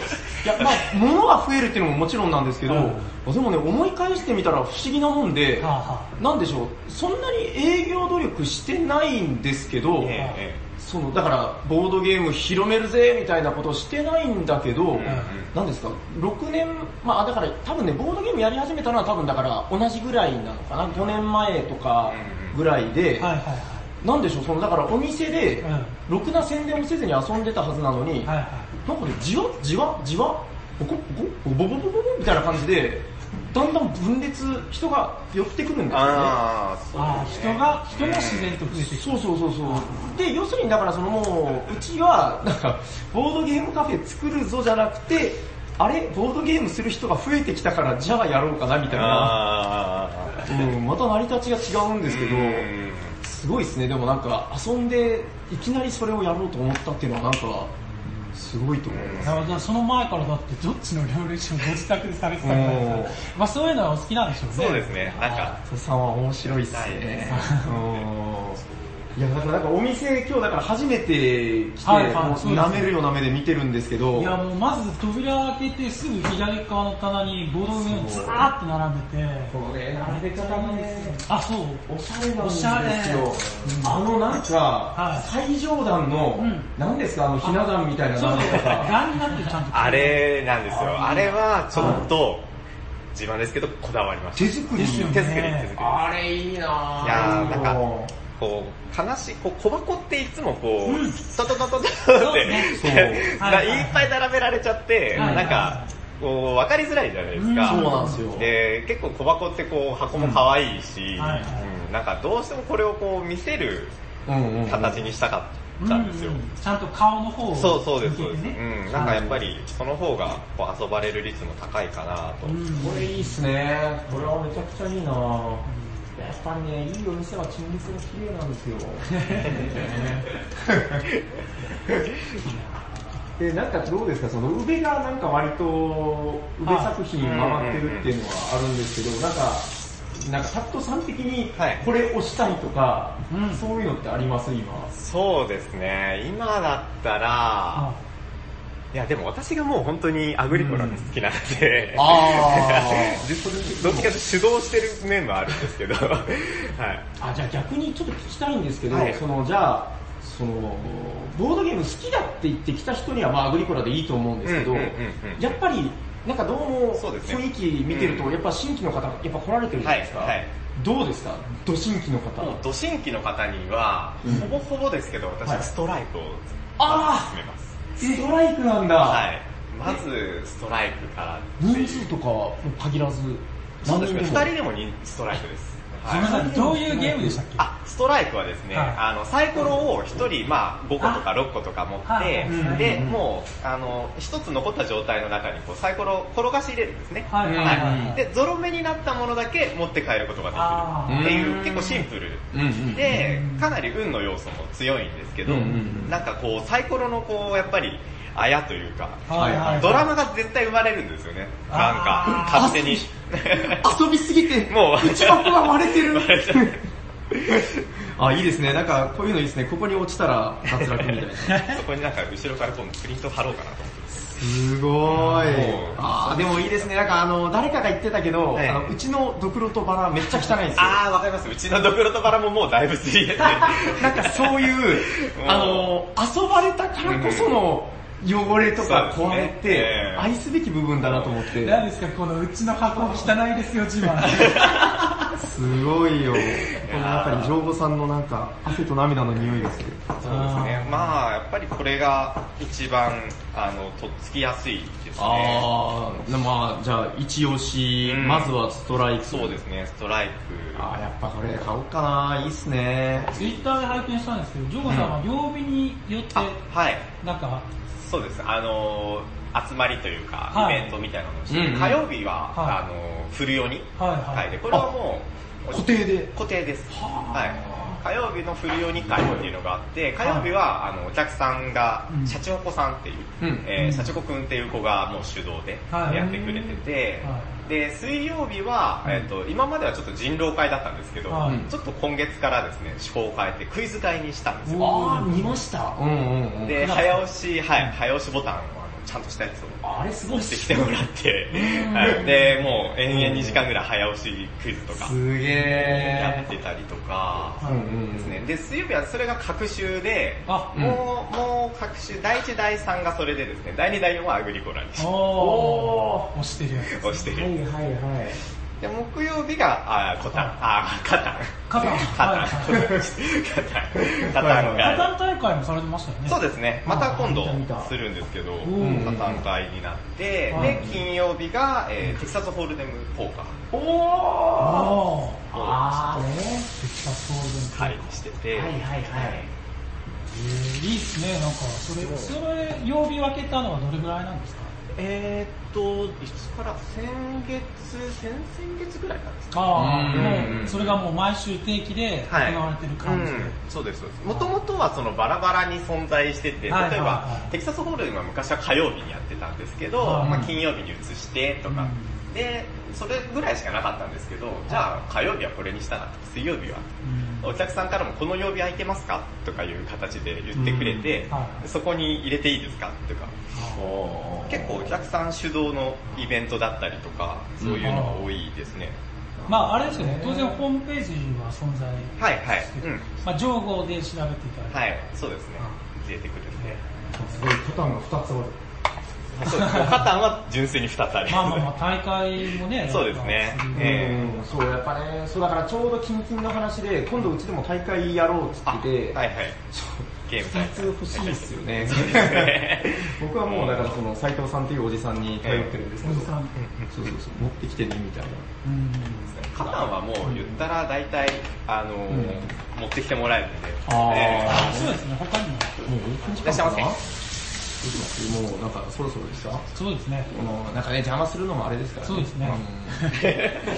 Speaker 3: よ。
Speaker 2: いや、まあ、物が増えるっていうのももちろんなんですけど、
Speaker 1: はい
Speaker 2: でもね、思い返してみたら不思議なもんで、
Speaker 1: はあは
Speaker 2: なんでしょう、そんなに営業努力してないんですけど、
Speaker 3: ええ
Speaker 2: そのだからボードゲーム広めるぜみたいなことしてないんだけど、
Speaker 3: ん
Speaker 2: なんですか6年まあだから多分ねボードゲームやり始めたのは多分だから同じぐらいなのかな5年前とかぐらいで、
Speaker 1: いはいはいは
Speaker 2: なんでしょうそのだからお店で
Speaker 1: うん
Speaker 2: ろくな宣伝もせずに遊んでたはずなのに、
Speaker 1: い。はいはい。
Speaker 2: なんかねじわじわじわボコボコボボボボボボみたいな感じでだんだん分裂人が寄ってくるんですよね。
Speaker 3: ああ、
Speaker 1: ああ、
Speaker 3: そうですね
Speaker 1: 人が、人も自然と増えていく。
Speaker 2: そうそうそうそう。で、要するにだからそのもう、うちは、なんか、ボードゲームカフェ作るぞじゃなくて、あれボードゲームする人が増えてきたから、じゃあやろうかなみたいな。
Speaker 3: ああ。
Speaker 2: うん、また成り立ちが違うんですけど、
Speaker 3: うん
Speaker 2: すごいですね。でもなんか、遊んで、いきなりそれをやろうと思ったっていうのはなんか、すごいと思います。
Speaker 1: なるほど、その前からだって、どっちの料理師もご自宅でされてたから
Speaker 2: うん
Speaker 1: まあそういうのはお好きなんでしょうね。
Speaker 3: そうですね。なんか、
Speaker 2: 松さんは面白いっすね。うんいや、だからなんかお店、今日だから初めて来て、
Speaker 1: はいはい
Speaker 2: もう
Speaker 1: そうですね
Speaker 2: 舐めるような目で見てるんですけど、
Speaker 1: いやもうまず扉開けてすぐ左側の棚にボードゲームずらーっと並んでて。
Speaker 2: これ
Speaker 1: あれでかいですあ、そう。
Speaker 2: おしゃれな
Speaker 1: お
Speaker 2: んで
Speaker 1: し
Speaker 2: す
Speaker 1: ゃ
Speaker 2: よ
Speaker 1: れ。
Speaker 2: あのなんか
Speaker 1: は、
Speaker 2: 最上段の
Speaker 1: うん、
Speaker 2: 何ですかあのひな壇みたいな
Speaker 1: そう
Speaker 2: 段と
Speaker 1: そう。
Speaker 2: か。
Speaker 1: ガンになってちゃんと。
Speaker 3: あれなんですよ。あれは、ちょっと、自慢ですけど、こだわりました。
Speaker 2: 手作り
Speaker 1: ですよね
Speaker 3: 手作り、手作り。
Speaker 2: あれいいなぁ
Speaker 3: いやーなんかこう、話、こう、小箱っていつもこう、トトトトトっ
Speaker 2: そ
Speaker 3: て、
Speaker 2: う
Speaker 3: で
Speaker 1: はい
Speaker 3: (laughs) な
Speaker 1: はい
Speaker 3: いっぱい並べられちゃって、
Speaker 1: はい
Speaker 3: なんか、こう、わかりづらいじゃないですか。
Speaker 2: うんそうなんですよ
Speaker 3: で、結構小箱ってこう、箱も可愛いし、
Speaker 1: はいはい
Speaker 3: うんなんかどうしてもこれをこう、見せる
Speaker 2: うんうん。
Speaker 3: 形にしたか
Speaker 1: う
Speaker 3: っ
Speaker 1: ん
Speaker 3: た
Speaker 1: うん
Speaker 3: ですよ。
Speaker 1: んちゃんと顔の方を。
Speaker 3: そうそうです、そうです。
Speaker 1: 見てて
Speaker 3: うん、なんかやっぱり、その方がこう遊ばれる率も高いかなと。
Speaker 1: うん
Speaker 2: これいいっすね。これはめちゃくちゃいいなぁやっぱりね、いいお店は陳列が綺麗なんですよ。 (laughs) で、なんかどうですか、その宇部がなんか割と、宇部作品回ってるっていうのはあるんですけど、なんか、なんかタクトさん的に
Speaker 3: はい
Speaker 2: これ押したいとか、
Speaker 1: うん
Speaker 2: そういうのってあります今。
Speaker 3: そうですね、今だったら
Speaker 1: あ、
Speaker 3: いや、でも私がもう本当にアグリコラが好きなので、
Speaker 2: あ (laughs)
Speaker 3: 実 (laughs) どっちかというと主導してる面もあるんですけど、 (laughs) はい。
Speaker 2: あ、じゃあ逆にちょっと聞きたいんですけど、
Speaker 3: はい
Speaker 2: そのじゃあ、そのボードゲーム好きだって言ってきた人にはまあアグリコラでいいと思うんですけど、
Speaker 3: うんうんうんうん
Speaker 2: やっぱりなんかどうも
Speaker 3: そうですね
Speaker 2: 雰囲気見てると、
Speaker 3: うん
Speaker 2: やっぱ新規の方やっぱ来られてるじゃないですか。
Speaker 3: はいはい
Speaker 2: どうですかど新規の方。
Speaker 3: もう、土新規の方には、
Speaker 2: うん
Speaker 3: ほぼほぼですけど、私
Speaker 2: は
Speaker 3: はいストライクを
Speaker 2: あ
Speaker 3: 進めます。
Speaker 2: ストライクなんだ。
Speaker 3: はい。まず、ストライクから。
Speaker 2: 人数とかも限らず、
Speaker 3: そうですね、
Speaker 2: でも
Speaker 3: 2人でもにストライクで
Speaker 1: す
Speaker 3: す。はい
Speaker 1: みません、どういうゲームでしたっけ
Speaker 3: あ、ストライクはですね、
Speaker 1: はい
Speaker 3: あの、サイコロを1人、まあ、5個とか6個とか持って、
Speaker 1: はいはい
Speaker 3: で、
Speaker 2: うん
Speaker 3: もう、あの、1つ残った状態の中に、こう、サイコロを転がし入れるんですね。
Speaker 1: はいはいはいはい。
Speaker 3: で、ゾロ目になったものだけ持って帰ることができるっていう
Speaker 2: あー、
Speaker 3: 結構シンプル。
Speaker 2: うんうん
Speaker 3: で
Speaker 1: うん、
Speaker 3: かなり運の要素も強いんですけど、
Speaker 2: うんうんうん
Speaker 3: なんかこう、サイコロのこう、やっぱり、あやというか、
Speaker 1: はいはいはい
Speaker 3: ドラムが絶対生まれるんですよね。なんか
Speaker 1: あ、
Speaker 2: ー
Speaker 3: 勝手に。
Speaker 2: 遊びすぎて、
Speaker 3: もう
Speaker 2: 内箱が割れてる
Speaker 3: 割れちゃう。
Speaker 2: あ、いいですね。なんか、こういうのいいですね。ここに落ちたら脱落みたいな。
Speaker 3: そこになんか後ろから今度プリント貼ろうかなと思って。
Speaker 2: すごい
Speaker 3: もう。
Speaker 2: あー、でもいいですね。なんか、あの、誰かが言ってたけど、
Speaker 3: はい
Speaker 2: あのうちのドクロとバラめっちゃ汚いんですよ。
Speaker 3: あー、わかります。うちのドクロとバラももうだいぶす (laughs) り減って。
Speaker 2: なんかそう (laughs) いう
Speaker 3: う、ん
Speaker 2: あの、遊ばれたからこその汚れとか
Speaker 3: そう
Speaker 2: 壊
Speaker 3: で
Speaker 2: れ
Speaker 3: すね
Speaker 2: て
Speaker 3: え、え
Speaker 2: 愛すべき部分だなと思って。
Speaker 1: 何ですか、このうちの箱汚いですよ、自慢。
Speaker 2: すごいよ。このやっぱり、ジョーボさんのなんか、汗と涙の匂いがする。
Speaker 3: そうですね。まあ、やっぱりこれが一番、あの、とっつきやすいですね。
Speaker 2: あー、まあじゃあ、一押し、
Speaker 3: うん
Speaker 2: まずはストライク。
Speaker 3: そうですね、ストライク。
Speaker 2: あー、やっぱこれ買おうかな、いいっすね。
Speaker 1: ツイッターで拝見したんですけど、ジョーガさんは曜日によって、
Speaker 3: はい。
Speaker 1: 中は。
Speaker 3: そうです。あのー集まりというか、
Speaker 1: はい
Speaker 3: イベントみたいなのをして、
Speaker 2: うんうん
Speaker 3: 火曜日は、
Speaker 1: はい
Speaker 3: あのーフルヨニ
Speaker 1: はいはい
Speaker 3: 会で、これはもう、
Speaker 2: 固定で
Speaker 3: 固定です。はい。火曜日のフルヨニ会っていうのがあって、火曜日は、あの、お客さんが
Speaker 1: う、ん
Speaker 3: シャチホコさんっていう、
Speaker 2: うん
Speaker 3: えーシャチホコくんっていう子がもう主導で
Speaker 1: はい
Speaker 3: やってくれてて、
Speaker 1: は
Speaker 3: で、水曜日は、えっ、と、今まではちょっと人狼会だったんですけど、
Speaker 1: はい
Speaker 3: ちょっと今月からですね、趣向を変えてクイズ会にしたんですよ。
Speaker 2: あー、見ました。うんうんうん。
Speaker 3: で、
Speaker 1: うん
Speaker 3: 早押し、はい、早押しボタンをあのちゃんとしたやつを
Speaker 2: あれすごいっ
Speaker 3: 押し
Speaker 2: す
Speaker 3: てきてもらって、はいで、もう延々2時間ぐらい早押しクイズとか
Speaker 2: すげ
Speaker 3: やっ
Speaker 2: え。
Speaker 3: てたりとか、
Speaker 2: うんうん
Speaker 3: ですね。で、水曜日はそれが各週で、
Speaker 1: あ
Speaker 3: もう、もう各週、第1、第3がそれでですね、第2、第4はアグリコラにし
Speaker 1: い。
Speaker 3: て
Speaker 1: おー。押してるやつ。
Speaker 3: 押して
Speaker 2: は
Speaker 3: る。
Speaker 2: いはいはい。
Speaker 3: で、木曜日が、あー、コタン、あー、カタン。
Speaker 1: カタン
Speaker 3: (laughs) カ
Speaker 1: は
Speaker 3: タン
Speaker 1: い。
Speaker 3: カタン。 (laughs) カタン
Speaker 1: カ
Speaker 3: が。
Speaker 1: タン大会もされてましたよね。
Speaker 3: そうですね。また今度
Speaker 2: あ見た見た
Speaker 3: するんですけど、
Speaker 1: ん
Speaker 3: また段階になって、
Speaker 1: うん
Speaker 3: で、金曜日が、えーテキサスホールデムポーカ
Speaker 2: お
Speaker 1: お
Speaker 2: ー
Speaker 1: ー。
Speaker 2: あーね。
Speaker 1: テキサスホールデン
Speaker 3: ー、はい、してて、
Speaker 2: はいはいはい。
Speaker 1: いいっすね、なんか、それ、それ、曜日分けたのはどれぐらいなんですか
Speaker 3: えーっと、いつから、先月、先々月ぐらいからですか
Speaker 1: ああ、
Speaker 2: うん
Speaker 1: もう、それがもう毎週定期で行われてる感じで。
Speaker 3: うんそうです、そうです。もともとはそのバラバラに存在してて、例え
Speaker 1: はいはい
Speaker 3: ば
Speaker 1: は、い
Speaker 3: テキサスホールデムは昔は火曜日にやってたんですけど、
Speaker 1: うん
Speaker 3: まあ金曜日に移してとか、
Speaker 1: う
Speaker 3: で、それぐらいしかなかったんですけど、じゃあ火曜日はこれにしたら、水曜日は
Speaker 1: うん
Speaker 3: お客さんからもこの曜日空いてますかとかいう形で言ってくれて、
Speaker 1: うんはい
Speaker 3: そこに入れていいですかとか、
Speaker 2: おー
Speaker 3: 結構お客さん主導のイベントだったりとか、そういうのが多いですね。
Speaker 1: まあ、あれですよね、当然ホームページは存在
Speaker 3: はいはい
Speaker 1: して。て
Speaker 3: うん。
Speaker 1: まあ、情報で調べていただいて。
Speaker 3: はい、そうですね。入れてくるんで。
Speaker 2: すごい、トタンが2つある。
Speaker 3: そうですね。カタンは純粋に2つあり
Speaker 1: まあ
Speaker 3: ま。
Speaker 1: ますあまあ、大会もね、
Speaker 3: (laughs) そうですね
Speaker 1: なんか
Speaker 3: ええ
Speaker 2: うん、そう、やっぱね、そうだからちょうど近々の話で、今度うちでも大会やろうっつ
Speaker 3: あ、
Speaker 2: ってて、
Speaker 3: はいはい。ゲーム大
Speaker 2: 2つ欲しいですよね。
Speaker 3: そうですね。
Speaker 1: (laughs)
Speaker 2: 僕はもうだからその斉藤さんっていうおじさんに頼ってるんですけど、
Speaker 1: おじさん
Speaker 2: そうそうそう、持ってきてねみたいな。
Speaker 1: うん。
Speaker 3: カタンはもう言ったら大体、あのー
Speaker 2: う
Speaker 3: 持ってきてもらえるんで。
Speaker 2: あー
Speaker 3: ええ
Speaker 1: あそうですね、他にも。
Speaker 2: もうオープン時
Speaker 3: いらっしゃいま
Speaker 2: 間かな
Speaker 3: せ
Speaker 2: どうしますもうなんかそろそろですか
Speaker 1: そうですね。
Speaker 2: このなんかね、邪魔するのもあれですから
Speaker 1: そ
Speaker 2: ね。
Speaker 1: うですね
Speaker 2: ん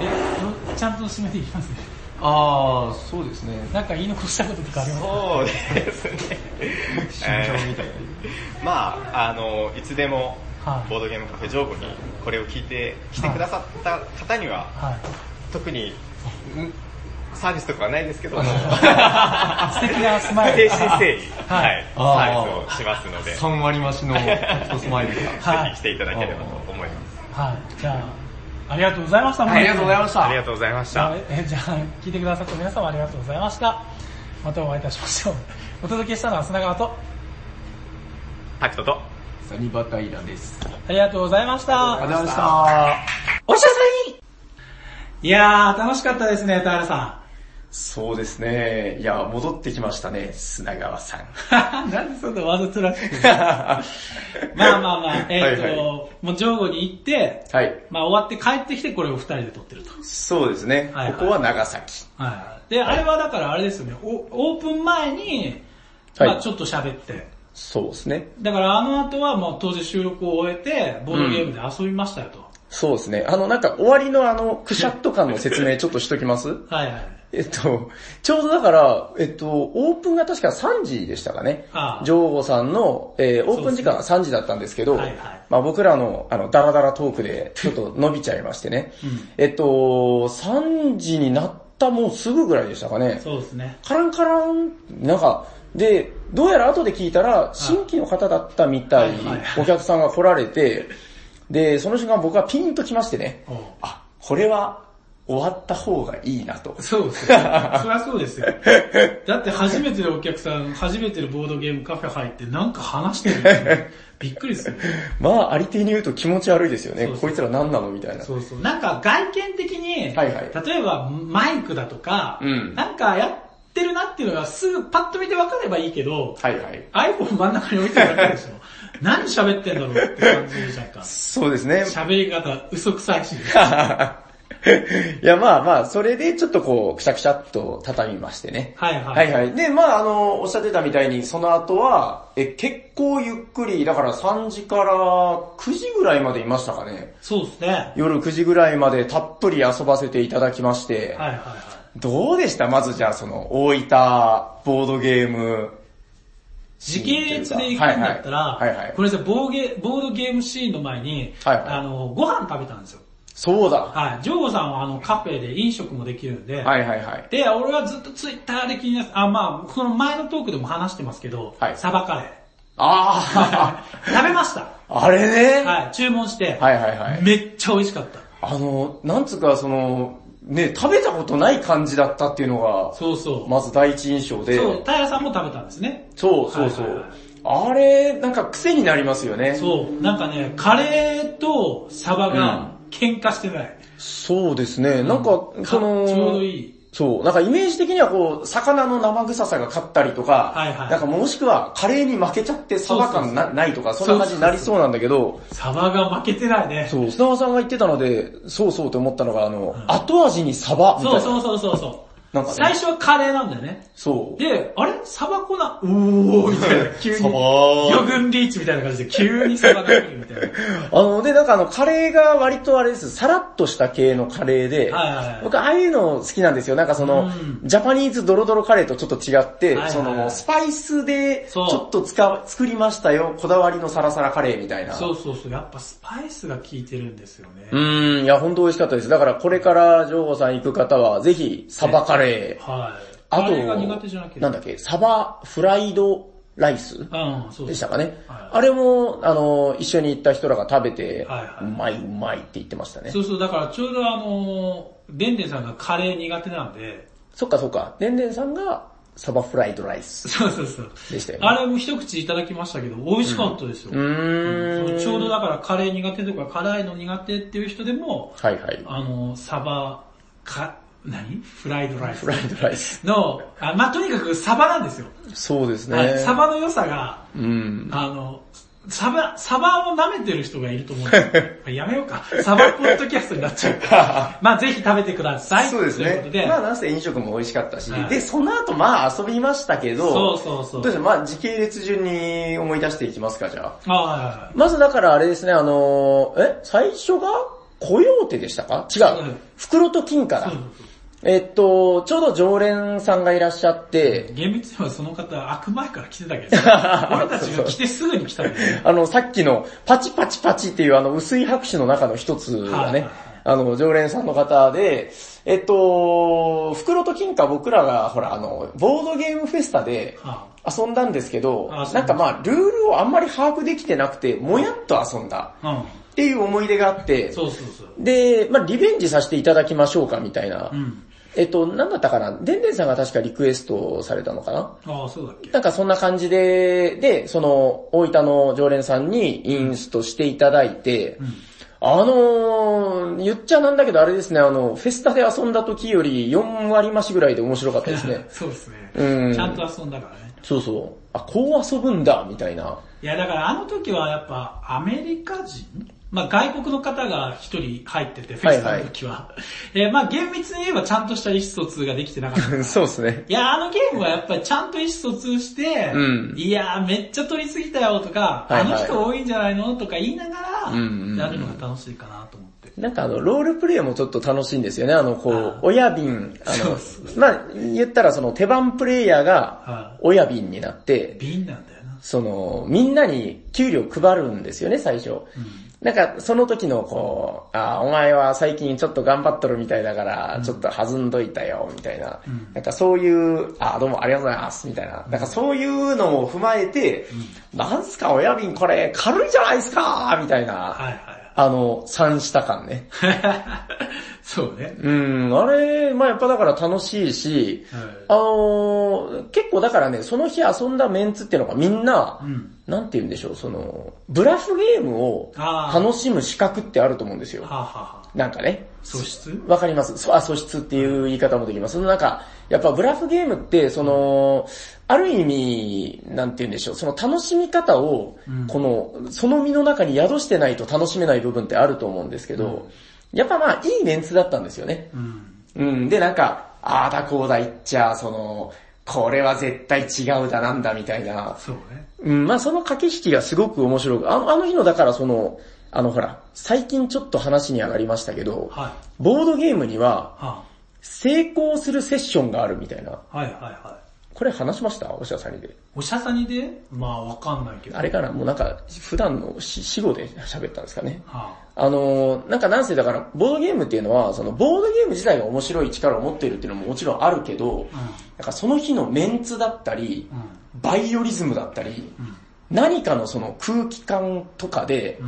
Speaker 1: え、ちゃんと締めていきますね。 (laughs)
Speaker 2: ああ、そうですね。
Speaker 1: なんか言い残したこととかありますか
Speaker 3: そうですね。
Speaker 2: 慎重みたいな。
Speaker 3: まあ、あの、いつでも
Speaker 1: は、い
Speaker 3: ボードゲームカフェジョーゴにこれを聞いて来てくださった方には、
Speaker 1: はい。
Speaker 3: 特に、んサービスとかはないですけども、
Speaker 1: 素敵なスマイル
Speaker 3: 精 (laughs) 神誠意、
Speaker 1: は
Speaker 3: はいい、サ
Speaker 2: あー
Speaker 3: ービスをしますので、ぜ
Speaker 2: 3割増しのタクトスマイル
Speaker 3: (laughs)
Speaker 2: が。
Speaker 1: はい
Speaker 3: ひ来ていただければと思います。
Speaker 1: はい。じゃあ、ありがとうございました。
Speaker 2: ありがとうございました。
Speaker 3: ありがとうございまし
Speaker 1: じゃ
Speaker 3: た
Speaker 1: あ。えじゃあ聞いてくださった皆様ありがとうございました。またお会いいたしましょう。お届けしたのは砂川と、
Speaker 3: タクトと、
Speaker 2: サニバタイラです。
Speaker 1: ありがとうございました。
Speaker 2: ありがとうございました。
Speaker 1: おしゃさにいやー、楽しかったですね、田原さ
Speaker 2: そうですね。いや、戻ってきましたね、砂川さん。
Speaker 1: ん。 (laughs) なんでそんなわざとらしく。まあまあまあ、えっ、と、
Speaker 2: (laughs) はいは
Speaker 1: もう上後に行って、
Speaker 2: はい。
Speaker 1: まあ終わって帰ってきてこれを二人で撮ってると。
Speaker 2: そうですね。
Speaker 1: はいはい
Speaker 2: ここは長崎。
Speaker 1: はい。で、あれはだからあれですよね、おオープン前に、
Speaker 2: はい
Speaker 1: まあちょっと喋って。
Speaker 2: そうですね。
Speaker 1: だからあの後はもう当然収録を終えて、ボードゲームで遊びましたよと。
Speaker 2: そうですね。あの、なんか終わりのあの、くしゃっと感の説明ちょっとしときます
Speaker 1: はいはい。
Speaker 2: えっと、ちょうどだから、えっと、オープンが確か3時でしたかね。
Speaker 1: ああ
Speaker 2: ジョーゴさんの、えーオープン時間が3時だったんですけど、
Speaker 1: そうですねはいはい
Speaker 2: まあ僕らの、あの、ダラダラトークで、ちょっと伸びちゃいましてね。えっと、3時になったもうすぐぐらいでしたかね。
Speaker 1: そうですね。
Speaker 2: カランカラン、なんか、で、どうやら後で聞いたら、新規の方だったみたい
Speaker 1: はいはい、
Speaker 2: お客さんが来られて、で、その瞬間僕はピンと来ましてね、
Speaker 1: おう
Speaker 2: あ、これは終わった方がいいなと。
Speaker 1: そうで
Speaker 2: (laughs)
Speaker 1: すよ。そりゃそうですよ。だって初めてのお客さん、初めてのボードゲームカフェ入ってなんか話してるんです
Speaker 2: (laughs)
Speaker 1: よびっくりでする。
Speaker 2: まあ、ありていに言うと気持ち悪いですよね。
Speaker 1: そうそう
Speaker 2: こいつら何なのみたいな。
Speaker 1: そうそう。なんか外見的に、
Speaker 2: はいはい
Speaker 1: 例えばマイクだとか、
Speaker 2: うん
Speaker 1: なんかやってるなっていうのがすぐパッと見てわかればいいけど、
Speaker 2: はいはい。
Speaker 1: iPhone 真ん中に置いてるだけで
Speaker 2: (laughs)
Speaker 1: しょ。何喋ってんだろうって感じじゃんか。
Speaker 2: そうですね。
Speaker 1: 喋り方嘘くさいし。
Speaker 2: (laughs) いや、まあまあ、それでちょっとこう、くしゃくしゃっと畳みましてね。
Speaker 1: はいはい。
Speaker 2: はいはい。で、まああの、おっしゃってたみたいに、その後は、え、結構ゆっくり、だから3時から9時ぐらいまでいましたかね。
Speaker 1: そうですね。はい
Speaker 2: 夜9時ぐらいまでたっぷり遊ばせていただきまして、
Speaker 1: はいはい。
Speaker 2: どうでしたまずじゃあその、大分ボードゲーム。
Speaker 1: 時系列で行くんだったら、
Speaker 2: はいはいはいはい
Speaker 1: これさ、ボーゲ、ボードゲームシーンの前に、
Speaker 2: はいはい
Speaker 1: あの、ご飯食べたんですよ。
Speaker 2: そうだ。
Speaker 1: はい。ジョーゴさんはあの、カフェで飲食もできるんで、
Speaker 2: はいはいはい。
Speaker 1: で、俺はずっとツイッターで気になって、あ、まあ、その前のトークでも話してますけど、
Speaker 2: はい
Speaker 1: サバカレ
Speaker 2: あ
Speaker 1: ー。 (laughs) 食べました。
Speaker 2: あ、あれね。
Speaker 1: はい、注文して、
Speaker 2: はいはいはい。
Speaker 1: めっちゃ美味しかった。
Speaker 2: あの、なんつうかその、ね、食べたことない感じだったっていうのが、
Speaker 1: そうそう。
Speaker 2: まず第一印象で。
Speaker 1: そう、タイヤさんも食べたんですね。
Speaker 2: そうそうそう。
Speaker 1: はいはいはい
Speaker 2: あれ、なんか癖になりますよね。そ
Speaker 1: そ
Speaker 2: う
Speaker 1: う、なんかね、カレーとサバが喧嘩してない。
Speaker 2: ですね。なんか、
Speaker 1: か
Speaker 2: その、
Speaker 1: ちょうどいい。
Speaker 2: そう、なんかイメージ的にはこう、魚の生臭さが勝ったりとか、
Speaker 1: はいはい
Speaker 2: なんかもしくはカレーに負けちゃってサバ感なないとか、そ
Speaker 1: そうんそう
Speaker 2: な感じになりそうなんだけど、
Speaker 1: サバが負けてないね。
Speaker 2: そう、砂川さんが言ってたので、そうそうと思ったのが、あの、後味にサバみたい
Speaker 1: そ
Speaker 2: な。
Speaker 1: うそうそうそうそう。
Speaker 2: なんかね
Speaker 1: 最初はカレーなんだよね。
Speaker 2: そう。
Speaker 1: で、あれサバ粉な、うおーみた
Speaker 2: (laughs)
Speaker 1: いな、急に。魚群リーチみたいな感じで急にサバが来るみたいな。
Speaker 2: (laughs) あの、で、なんかあの、カレーが割とあれです、さらっとした系のカレーで、
Speaker 1: はいはいはい
Speaker 2: 僕ああいうの好きなんですよ。なんかそ
Speaker 1: う
Speaker 2: の、
Speaker 1: ん
Speaker 2: ジャパニーズドロドロカレーとちょっと違って、
Speaker 1: はいはいはい
Speaker 2: その、スパイスで、ち
Speaker 1: そう
Speaker 2: ょっと使う作りましたよ、こだわりのサラサラカレーみたい (laughs) な。
Speaker 1: そうそうそう、やっぱスパイスが効いてるんですよね。
Speaker 2: うーん、いや、本当美味しかったです。だから、これから、ジョーゴさん行く方は、ぜひ、サバカ
Speaker 1: は
Speaker 2: レー。
Speaker 1: い。
Speaker 2: あ
Speaker 1: カ
Speaker 2: と
Speaker 1: レーが苦手じゃなけ、れば
Speaker 2: なんだっけ、サバフライドライス
Speaker 1: うん、そう
Speaker 2: でし
Speaker 1: す
Speaker 2: たかね。
Speaker 1: はい
Speaker 2: あれも、あの、一緒に行った人らが食べて、
Speaker 1: はいはいう
Speaker 2: まいうまいって言ってましたね。
Speaker 1: そうそう、だからちょうどあのー、でんでんさんがカレー苦手なんで、
Speaker 2: そっかそっか、でんでんさんが、サバフライドライス
Speaker 1: そうそうそう。
Speaker 2: でしたよね。
Speaker 1: あれも一口いただきましたけど、美味しかったですよ。
Speaker 2: うーん。
Speaker 1: ちょうどだからカレー苦手とか辛いの苦手っていう人でも、
Speaker 2: はいはい。
Speaker 1: あの、サバ、か、何フライドライス
Speaker 2: フライドライス。
Speaker 1: の、あまあ、とにかくサバなんですよ。
Speaker 2: そうです
Speaker 1: はい
Speaker 2: ね。
Speaker 1: サバの良さが、
Speaker 2: うん。
Speaker 1: あの、サバ、サバを舐めてる人がいると思うん
Speaker 2: (laughs)
Speaker 1: ですよやめようか。サバポッドキャストになっちゃうから。まあぜひ食べてください。
Speaker 2: そうです
Speaker 1: ということで
Speaker 2: ね。まあなんせ飲食も美味しかったし、
Speaker 1: はい
Speaker 2: で、その後まあ遊びましたけ
Speaker 1: そ
Speaker 2: ど、
Speaker 1: うそうそう。
Speaker 2: どうでしょうまあ時系列順に思い出していきますか、じゃあ。
Speaker 1: ああはいはいはい
Speaker 2: まずだからあれですね、あのー、え、最初がコヨーテでしたか違
Speaker 1: う。
Speaker 2: うん袋と金から。えっと、ちょうど常連さんがいらっしゃって、
Speaker 1: 厳密にはその方、開く前から来てたけ
Speaker 2: (laughs)
Speaker 1: ど、俺たちが来てすぐに来たんですよ。
Speaker 2: あの、さっきのパチパチパチっていうあの薄い拍手の中の一つが
Speaker 1: はい
Speaker 2: ね、あの、常連さんの方で、えっと、袋と金貨僕らが、ほら、あの、ボードゲームフェスタで
Speaker 1: は
Speaker 2: 遊んだんですけど
Speaker 1: あ、そう
Speaker 2: なんかまあ、ルールをあんまり把握できてなくて、もやっと遊んだ。
Speaker 1: あ
Speaker 2: っていう思い出があ
Speaker 1: う
Speaker 2: って
Speaker 1: ん。、そうそうそう。
Speaker 2: で、まあリベンジさせていただきましょうかみたいな。
Speaker 1: うん。
Speaker 2: えっと、なんだったかなでんでんさんが確かリクエストされたのかな
Speaker 1: ああ、そうだっけ。。
Speaker 2: なんかそんな感じで、で、その、大分の常連さんにインストしていただいて、あのー、言っちゃなんだけどあれですね、あの、フェスタで遊んだ時より4割増しぐらいで面白かったですね
Speaker 1: そうですね。
Speaker 2: うん
Speaker 1: ちゃんと遊んだからね。
Speaker 2: (laughs) そうそう。あ、こう遊ぶんだ、みたいな。
Speaker 1: いや、だからあの時はやっぱアメリカ人まあ外国の方が一人入ってて、フェスタの時は。えーまあ厳密に言えばちゃんとした意思疎通ができてなかった。
Speaker 2: そうですね。
Speaker 1: いや、あのゲームはやっぱりちゃんと意思疎通して、
Speaker 2: うん
Speaker 1: いやーめっちゃ取りすぎたよとか、
Speaker 2: はいはい
Speaker 1: あの人多いんじゃないのとか言いながら、
Speaker 2: んうんうん
Speaker 1: やるのが楽しいかなと思って。
Speaker 2: なんかあの、ロールプレイもちょっと楽しいんですよね。あの、こう、親瓶、あ
Speaker 1: そ
Speaker 2: の
Speaker 1: うそ、
Speaker 2: まあ、言ったらその手番プレイヤーが
Speaker 1: は、
Speaker 2: 親瓶になって、
Speaker 1: 瓶なんだよな。
Speaker 2: その、みんなに給料配るんですよね、最初。なんか、その時のこう、あーお前は最近ちょっと頑張っとるみたいだから、ちょっと弾んどいたよ、みたいな。なんかそういう、あーどうもありがとうございます、みたいな。なんかそういうのも踏まえて、なんすか、親瓶これ軽いじゃないですか、みたいな。
Speaker 1: はいはい。
Speaker 2: あの、三した感ね。
Speaker 1: (laughs) そうね。
Speaker 2: うん、あれ、まあやっぱだから楽しいし、
Speaker 1: はい
Speaker 2: あのー結構だからね、その日遊んだメンツっていうのがみんな、
Speaker 1: ん
Speaker 2: なんて言うんでしょう、その、ブラフゲームを
Speaker 1: あー
Speaker 2: 楽しむ資格ってあると思うんですよ
Speaker 1: は。あ、はあはあ、
Speaker 2: なんかね。
Speaker 1: 素質
Speaker 2: わかります。そあ、素質っていう言い方もできます。そのなんか、やっぱブラフゲームって、その、ある意味、なんて言うんでしょう、その楽しみ方を、この、その身の中に宿してないと楽しめない部分ってあると思うんですけど、やっぱまあ、いいメンツだったんですよね。
Speaker 1: うん。
Speaker 2: うん、でなんか、ああだこうだ言っちゃ、その、これは絶対違うだなんだみたいな。
Speaker 1: そうね。
Speaker 2: うん、まあその駆け引きがすごく面白く、あのあの日のだからその、あのほら、最近ちょっと話に上がりましたけど、
Speaker 1: はい。
Speaker 2: ボードゲームには
Speaker 1: は
Speaker 2: 成功するセッションがあるみたいな。
Speaker 1: あ、はいはいはい。
Speaker 2: これ話しましたおしゃさんにで。
Speaker 1: おしゃさにでまあわかんないけど。
Speaker 2: あれかなもうなんか、普段のし死後で (laughs) 喋ったんですかね。
Speaker 1: はあ、
Speaker 2: あのーなんかなんせだから、ボードゲームっていうのは、そのボードゲーム自体が面白い力を持っているっていうのももちろんあるけど、なんかその日のメンツだったり、バイオリズムだったり、何かのその空気感とかで、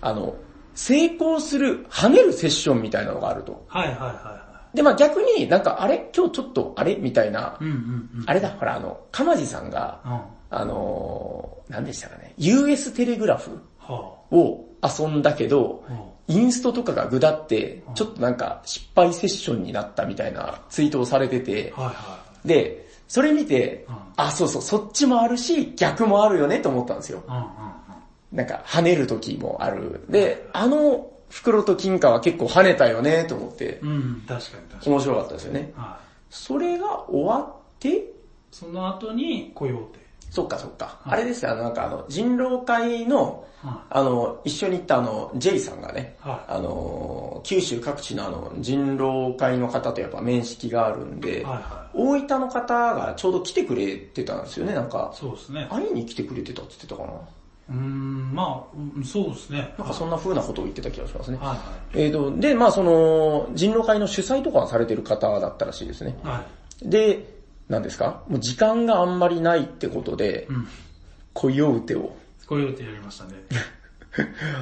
Speaker 2: あの、成功する、跳ねるセッションみたいなのがあると。
Speaker 1: はいはいはいは
Speaker 2: で、まあ逆になんかあれ今日ちょっとあれみたいな、
Speaker 1: い。うんうん
Speaker 2: あれだ、ほらあの、かまじさんが、
Speaker 1: うん。うん。は
Speaker 2: あのー、何でしたかね、US テレグラフ
Speaker 1: あ。
Speaker 2: を遊んだけど、
Speaker 1: う
Speaker 2: インストとかがぐだって、ちょっとなんか失敗セッションになったみたいなツイートをされてて、
Speaker 1: はいはい。
Speaker 2: で、それ見て
Speaker 1: うん、
Speaker 2: あ、そうそう、そっちもあるし、逆もあるよねと思ったんですよ。
Speaker 1: うんうん
Speaker 2: なんか跳ねる時もある。で、あの袋と金貨は結構跳ねたよねと思って、
Speaker 1: うん。うん、確かに確かに。
Speaker 2: 面白かったですよね。
Speaker 1: はい。
Speaker 2: それが終わって、
Speaker 1: その後に雇用手。
Speaker 2: そっかそっか。
Speaker 1: うん
Speaker 2: あれですよ、あのなんかあの、人狼会の、
Speaker 1: うん
Speaker 2: あの、一緒に行ったあの、ジェイさんがね、
Speaker 1: は
Speaker 2: あの、九州各地のあの、人狼会の方とやっぱ面識があるんで、
Speaker 1: はいは
Speaker 2: 大分の方がちょうど来てくれてたんですよね、なんか
Speaker 1: い。。そうですね。
Speaker 2: 会いに来てくれてたって言ってたかな。
Speaker 1: うーん、まあ、うんそうですね。
Speaker 2: なんかそんな風なことを言ってた気がしますね。
Speaker 1: はいは
Speaker 2: えーと、で、まあその、人狼会の主催とかされてる方だったらしいですね。
Speaker 1: い。は
Speaker 2: で、何ですかもう時間があんまりないってことで
Speaker 1: い。う、ん。
Speaker 2: 恋を打てを。 (laughs)
Speaker 1: 雇用手やりましたね。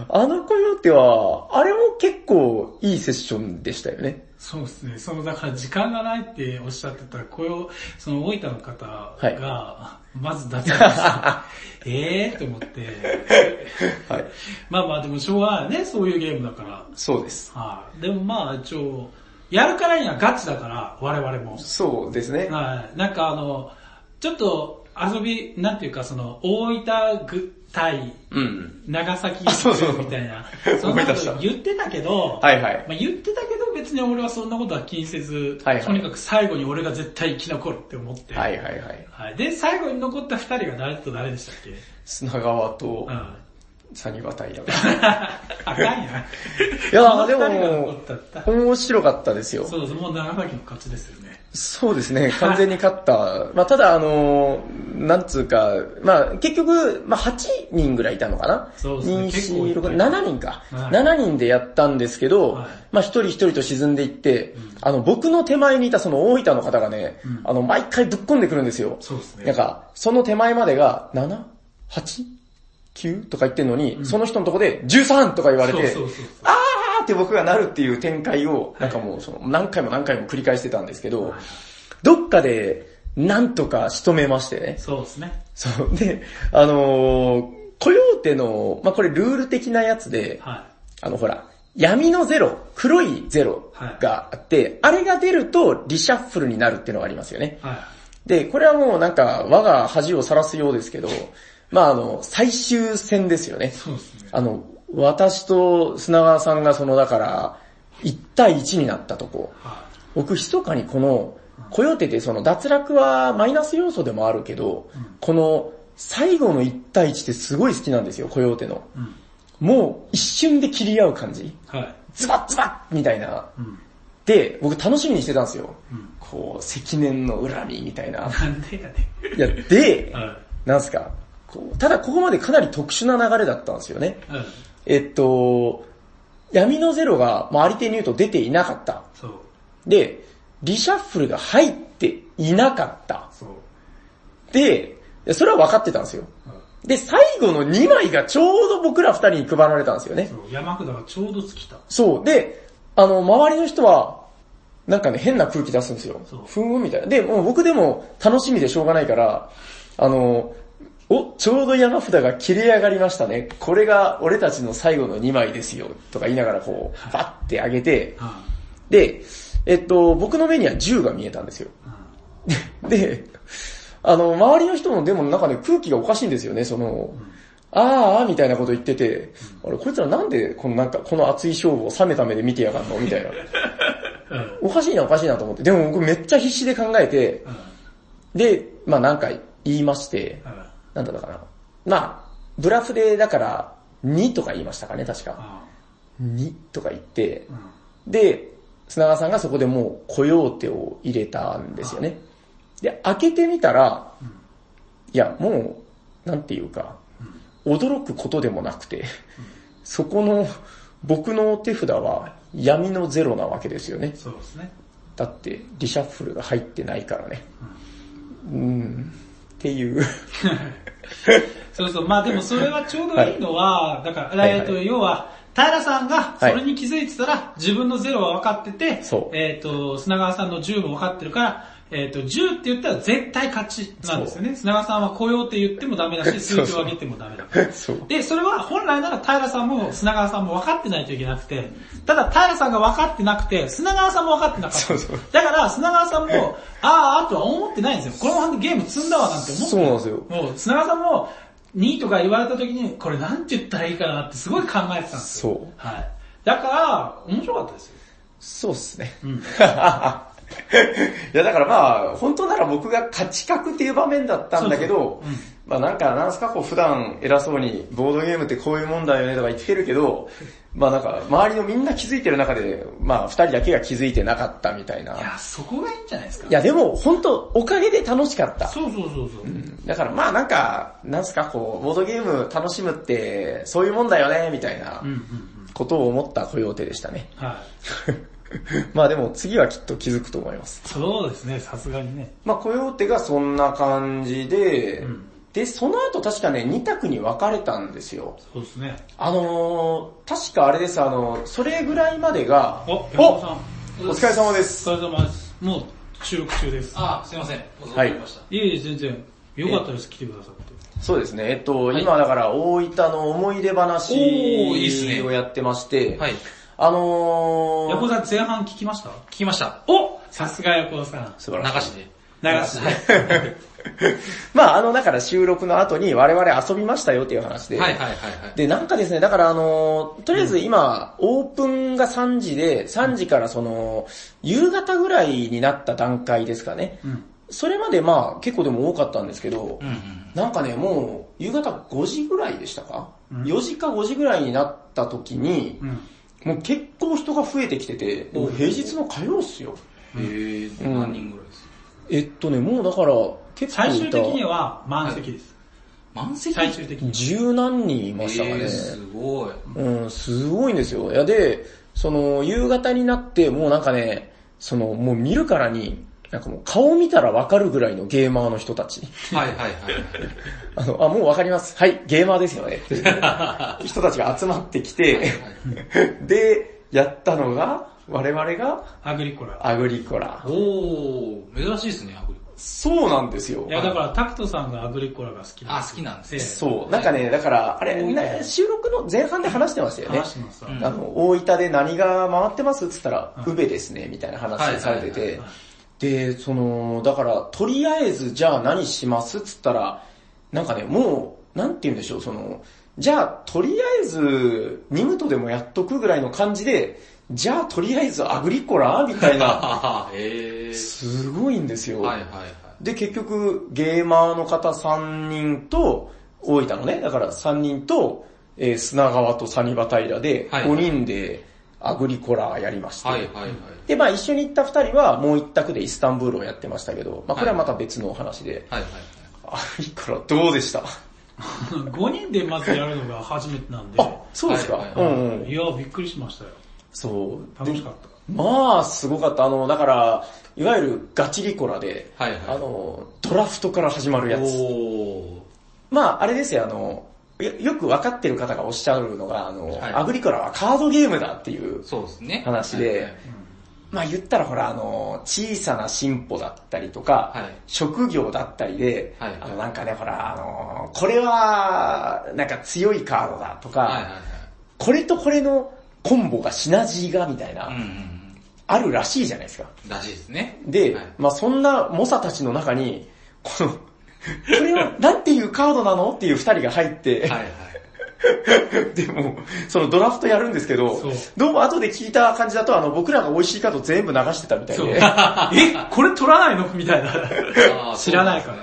Speaker 2: あのコヨーテは、あれも結構いいセッションでしたよね。
Speaker 1: そうですね。その、だから時間がないっておっしゃってた雇用、その大分の方が、まず脱落
Speaker 2: (laughs)
Speaker 1: して、えーって思って、
Speaker 2: はい。
Speaker 1: まあまあでもしょうがないね、そういうゲームだから。
Speaker 2: そうです。
Speaker 1: はい。でもまあ一応、やるからにはガチだから、我々も。
Speaker 2: そうですね。
Speaker 1: はい。なんかあの、ちょっと遊び、なんていうかその、大分具対
Speaker 2: うん。
Speaker 1: 長崎
Speaker 2: そうそう
Speaker 1: みたいな。そん
Speaker 2: 思
Speaker 1: ないこ
Speaker 2: 出した
Speaker 1: と言ってたけど、
Speaker 2: はいはい。
Speaker 1: まあ、言ってたけど別に俺はそんなことは気にせず、
Speaker 2: はいはい
Speaker 1: とにかく最後に俺が絶対生き残るって思って。
Speaker 2: はいはいはい。
Speaker 1: はいで、最後に残った二人が誰と誰でしたっけ
Speaker 2: 砂川と (laughs)
Speaker 1: うん。あ
Speaker 2: サニバタイラが。
Speaker 1: かんや。
Speaker 2: いやー
Speaker 1: そ
Speaker 2: で
Speaker 1: の二人が残
Speaker 2: も
Speaker 1: っ、たった。
Speaker 2: (laughs) 面白かったですよ。
Speaker 1: そうです、もう長崎の勝ちですよね。
Speaker 2: そうですね、完全に勝った。まあただあのー、なんつうか、まあ結局、まあ8人ぐらいいたのかな
Speaker 1: そうですね
Speaker 2: 2
Speaker 1: 結構いっぱいいた
Speaker 2: 7人か。
Speaker 1: はい
Speaker 2: 7人でやったんですけど、
Speaker 1: はい
Speaker 2: まあ一人一人と沈んでいって、あの僕の手前にいたその大分の方がね、あの毎回ぶっ込んでくるんですよ。
Speaker 1: そうですね
Speaker 2: なんか、その手前までが 7?8? 9? とか言ってんのに、その人のとこで13とか言われて、
Speaker 1: そうそうそうそう。
Speaker 2: あーって僕がなるっていう展開を、なんかもうその何回も何回も繰り返してたんですけど、どっかでなんとか仕留めましてね。
Speaker 1: そうですね。
Speaker 2: そう。で、あのー、コヨーテの、まあ、これルール的なやつで、
Speaker 1: は
Speaker 2: あのほら、闇のゼロ、黒いゼロがあって、あれが出るとリシャッフルになるっていうのがありますよね
Speaker 1: い。。はい。
Speaker 2: で、これはもうなんか我が恥をさらすようですけど、まああの、最終戦ですよね。
Speaker 1: そうですね。
Speaker 2: あの、私と砂川さんがその、だから、1対1になったとこ。
Speaker 1: は
Speaker 2: 僕、密かにこの、コヨーテでその脱落はマイナス要素でもあるけど、この最後の1対1ってすごい好きなんですよ、コヨーテの。
Speaker 1: い。うん。
Speaker 2: もう一瞬で切り合う感じ。
Speaker 1: はい。
Speaker 2: ズバッズバッみたいな。
Speaker 1: うん。
Speaker 2: で、僕楽しみにしてたんですよ。
Speaker 1: うん。
Speaker 2: こう、積年の恨みみたいな。
Speaker 1: なんでやね
Speaker 2: いや、で
Speaker 1: ん。、はい。
Speaker 2: なんすか。こうただここまでかなり特殊な流れだったんですよね。
Speaker 1: うん。
Speaker 2: えっと、闇のゼロが、まあ、あり手に言うと出ていなかった。
Speaker 1: そう。
Speaker 2: で、リシャッフルが入っていなかった。
Speaker 1: そう。
Speaker 2: で、それは分かってたんですよ。
Speaker 1: う
Speaker 2: で、最後の2枚がちょうど僕ら2人に配られたんですよね
Speaker 1: そ。う。山札がちょうど尽きた。
Speaker 2: そう。で、あの、周りの人は、なんかね、変な空気出すんですよ
Speaker 1: そう。
Speaker 2: ふーんみたいな。で、もう僕でも楽しみでしょうがないから、あの、お、ちょうど山札が切れ上がりましたね。これが俺たちの最後の2枚ですよ。とか言いながらこう、バッて上げて、
Speaker 1: は
Speaker 2: で、えっと、僕の目には銃が見えたんですよ。
Speaker 1: い。うん。
Speaker 2: で、あの、周りの人もでもなんかね、空気がおかしいんですよね、その、あーあーみたいなこと言ってて、あれ、こいつらなんでこのなんか、この熱い勝負を冷めた目で見てやがんのみたいな。おかしいなおかしいなと思って。でも僕めっちゃ必死で考えて、で、まあなんか言いまして、なんだったかな。まあ、ブラフでだから、2とか言いましたかね、確か。2とか言って、で、砂川さんがそこでもう、コヨーテを入れたんですよね。で、開けてみたら、いや、もう、なんていうか、驚くことでもなくて、そこの、僕の手札は闇のゼロなわけですよね。
Speaker 1: そうですね。
Speaker 2: だって、リシャッフルが入ってないからね。うん、っていう。
Speaker 1: そうそう、まあでもそれはちょうどいいのは、だから、えっと、
Speaker 2: はい
Speaker 1: 要は、平さんがそれに気づいてたら、自分のゼロは分かってて
Speaker 2: そ、う
Speaker 1: えっと、砂川さんの10も分かってるから、えっと、10って言ったら絶対勝ちなんですよね。砂川さんは雇用って言ってもダメだし、数
Speaker 2: (laughs) そう
Speaker 1: 字
Speaker 2: そう
Speaker 1: を上げてもダメだから。
Speaker 2: そう。
Speaker 1: で、それは本来なら平さんも砂川さんも分かってないといけなくて、ただ平さんが分かってなくて、砂川さんも分かってなかった。
Speaker 2: そうそう
Speaker 1: だから砂川さんも、あーあとは思ってないんですよ。このままゲーム積んだわなんて思って
Speaker 2: そうなんですよ。
Speaker 1: もう砂川さんも2位とか言われた時に、これなんて言ったらいいかなってすごい考えてたんですよ。
Speaker 2: そう。
Speaker 1: はい。だから、面白かったですよ。
Speaker 2: そうっすね。
Speaker 1: ん
Speaker 2: (laughs) いやだからまあ、本当なら僕が勝ち格っていう場面だったんだけど、まあなんか、なんすかこう普段偉そうに、ボードゲームってこういうもんだよねとか言ってるけど、まあなんか、周りのみんな気づいてる中で、まあ二人だけが気づいてなかったみたいな。
Speaker 1: い
Speaker 2: い
Speaker 1: や、そこがいいんじゃないですか。
Speaker 2: やでも、本当おかげで楽しかった。
Speaker 1: そうそうそうそう。
Speaker 2: だからまあなんか、なんすかこう、ボードゲーム楽しむって、そういうもんだよね、みたいな
Speaker 1: うんうんうん。
Speaker 2: ことを思った雇用手でしたね。
Speaker 1: はい。
Speaker 2: (laughs) まあでも次はきっと気づくと思います。
Speaker 1: そうですね、さすがにね。
Speaker 2: まあコヨーテがそんな感じで、
Speaker 1: ん
Speaker 2: で、その後確かね、2択に分かれたんですよ。
Speaker 1: そうですね。
Speaker 2: あのー、確かあれです、あの、それぐらいまでが、
Speaker 1: お、山本さん。
Speaker 2: お疲れ様で
Speaker 1: お
Speaker 2: す。
Speaker 1: 疲れ様です。もう収録中です。
Speaker 4: あ、すいません。
Speaker 2: はい遅くなりまし
Speaker 1: いえいえ、全然。よかったです、来てくださって。
Speaker 2: そうですね、えっと、今だから大分の思い出話
Speaker 4: おーいいっすね
Speaker 2: をやってまして、
Speaker 4: はい。聞
Speaker 2: あの
Speaker 1: ヤコ
Speaker 2: ー、
Speaker 1: さん前半聞きました
Speaker 4: きました。
Speaker 1: おさすがヤコさん。
Speaker 2: 素晴
Speaker 4: 流
Speaker 2: らしい。
Speaker 4: しで。
Speaker 1: 流し。はい。
Speaker 2: (laughs) まああの、だから収録の後に我々遊びましたよっていう話で、
Speaker 4: はいはいはいはい。
Speaker 2: で、なんかですね、だからあのー、とりあえず今、オープンが3時で、3時からその、夕方ぐらいになった段階ですかね。
Speaker 1: うん
Speaker 2: それまでまあ、結構でも多かったんですけど、
Speaker 4: うんうん。
Speaker 2: なんかね、もう、夕方5時ぐらいでしたか、
Speaker 1: うん
Speaker 2: ?4 時か5時ぐらいになった時に
Speaker 1: う、ん。
Speaker 2: もう結構人が増えてきてて、もう平日の火曜っすよ。
Speaker 4: えー、
Speaker 2: うん
Speaker 4: 何人ぐらいですか
Speaker 2: えっとね、もうだから、結構
Speaker 1: 最終
Speaker 2: いた
Speaker 1: 的には満席です。
Speaker 4: 満席
Speaker 1: 最終的に。
Speaker 2: 十何人いましたかね。
Speaker 4: えー、すごい。
Speaker 2: うん、すごいんですよ。いや、で、その、夕方になって、もうなんかね、その、もう見るからに、なんかもう顔見たらわかるぐらいのゲーマーの人たち。 (laughs)
Speaker 4: はいはいはい。
Speaker 2: あの、あ、もうわかります。はい、ゲーマーですよね。っていう (laughs) 人たちが集まってきて、 (laughs) で、やったのが、我々が、
Speaker 1: アグリコラ。
Speaker 2: アグリコラ。
Speaker 4: おー、珍しいですね、アグリコ
Speaker 2: そうなんですよ
Speaker 1: い。や、だからタクトさんがアグリコラが好き
Speaker 4: あ、好きなんですね。
Speaker 2: (laughs) そう。なんかね、だから、あれ、な収録の前半で話してましたよね。
Speaker 1: 話してました。
Speaker 4: うん
Speaker 2: あの、大分で何が回ってますって言ったら、宇部ですね、みたいな話をされて
Speaker 4: はいは
Speaker 2: て、
Speaker 4: い
Speaker 2: で、その、だから、とりあえず、じゃあ何しますって言ったら、なんかね、もう、なんて言うんでしょう、その、じゃあ、とりあえず、ニムトでもやっとくぐらいの感じで、じゃあ、とりあえず、アグリコラみたい (laughs) な、
Speaker 4: えー、
Speaker 2: すごいんですよ。
Speaker 4: はいはいはい。
Speaker 2: で、結局、ゲーマーの方3人と、大分のね、だから3人と、えー砂川とサニバタイラで、
Speaker 4: はい
Speaker 2: 5人でアグリコラやりまして、
Speaker 4: はいはいはい。
Speaker 2: で、まあ一緒に行った2人はもう一択でイスタンブールをやってましたけど、まあこれはまた別のお話で、
Speaker 4: はいはいはい。
Speaker 2: アグリコラどうでした
Speaker 1: 5人でまずやるのが初めてなんで、
Speaker 2: あ、そうですか、
Speaker 4: はいはいはい
Speaker 2: うんうん。
Speaker 1: いや、びっくりしましたよ。
Speaker 2: そう。
Speaker 1: 楽しかった。
Speaker 2: まあ、すごかった。あの、だから、いわゆるガチリコラで、
Speaker 4: はいはい
Speaker 2: あの、ドラフトから始まるやつ。
Speaker 4: おー。
Speaker 2: まあ、あれですよ、あの、よよく分かってる方がおっしゃるのが、あの、
Speaker 4: はい
Speaker 2: アグリコラはカードゲームだっていう、
Speaker 4: そうですね。
Speaker 2: 話で
Speaker 4: はいはい
Speaker 2: まあ言ったらほら、あの、小さな進歩だったりとか、
Speaker 4: はい
Speaker 2: 職業だったりで、
Speaker 4: はい
Speaker 2: あのなんかね、ほら、あの、これは、なんか強いカードだとか、
Speaker 4: はいはい
Speaker 2: これとこれのコンボがシナジーがみたいな、
Speaker 4: はい。うんうん
Speaker 2: あるらしいじゃないですか。
Speaker 4: うん。らしいですね。
Speaker 2: で、
Speaker 4: はい
Speaker 2: まあそんな猛者たちの中に、この、
Speaker 4: それは、なんていうカードなのっていう二人が入って、
Speaker 5: はいはい。
Speaker 4: (laughs) でも、そのドラフトやるんですけど
Speaker 1: そう、
Speaker 4: どうも後で聞いた感じだと、あの、僕らが美味しいカード全部流してたみたい
Speaker 1: そう。
Speaker 4: で、
Speaker 1: え、これ取らないのみたいな。
Speaker 5: ー
Speaker 1: 知らないから。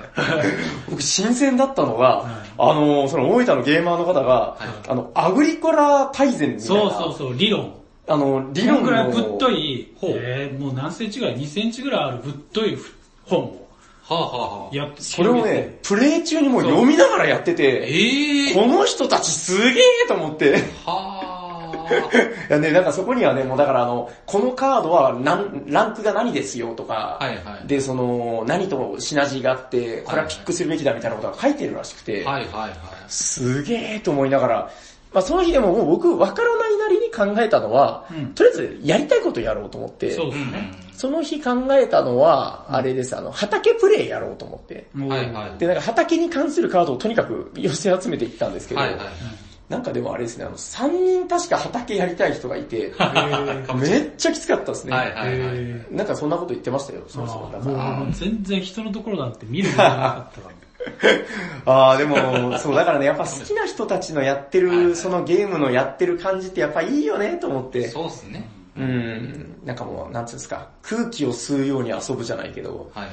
Speaker 4: 僕新鮮だったのが、あの、その大分のゲーマーの方が、あの、アグリコラ大全みたい
Speaker 1: そう
Speaker 4: な、
Speaker 1: そうそう、理論。
Speaker 4: あの、理
Speaker 1: この
Speaker 4: 論
Speaker 1: ぐらい
Speaker 4: の、
Speaker 1: ぶっとい、
Speaker 5: ほう
Speaker 1: えー、もう何センチぐらい ?2 センチぐらいあるぶっとい本を。
Speaker 5: はぁはぁはぁ。
Speaker 1: やって、
Speaker 4: それをね、プレイ中にもう読みながらやってて、
Speaker 5: えぇ
Speaker 4: この人たちすげえと思って、
Speaker 5: はぁ
Speaker 4: いやね、なんかそこにはね、もうだからあの、このカードはなんランクが何ですよとか、
Speaker 5: はいはい
Speaker 4: で、その、何とシナジーがあって、これはピックするべきだみたいなことが書いてるらしくて、
Speaker 5: はいはいはい。
Speaker 4: すげえと思いながら、まあその日でももう僕、わからないなりに考えたのは、
Speaker 1: うん
Speaker 4: とりあえずやりたいことやろうと思って、
Speaker 1: そう
Speaker 4: そ
Speaker 1: ですね。
Speaker 4: の日考えたのは、あれです、あの、畑プレイやろうと思って、
Speaker 1: もう
Speaker 5: はいはい。
Speaker 4: で、なんか畑に関するカードをとにかく寄せ集めていったんですけど、
Speaker 5: はいはい。
Speaker 4: なんかでもあれですね、あの、3人確か畑やりたい人がいて、めっちゃきつかったですね。
Speaker 5: はいはいはい。
Speaker 1: え
Speaker 4: なんかそんなこと言ってましたよ、
Speaker 1: ー
Speaker 4: そうそう。だから
Speaker 1: もう全然人のところなんて見ることがなかったから。
Speaker 4: ああでも、そう、だからね、やっぱ好きな人たちのやってる、そのゲームのやってる感じってやっぱいいよね、と思って。
Speaker 5: そうっすね。
Speaker 4: うん、なんかもう、なんつうんですか、空気を吸うように遊ぶじゃないけど、
Speaker 5: はいはい。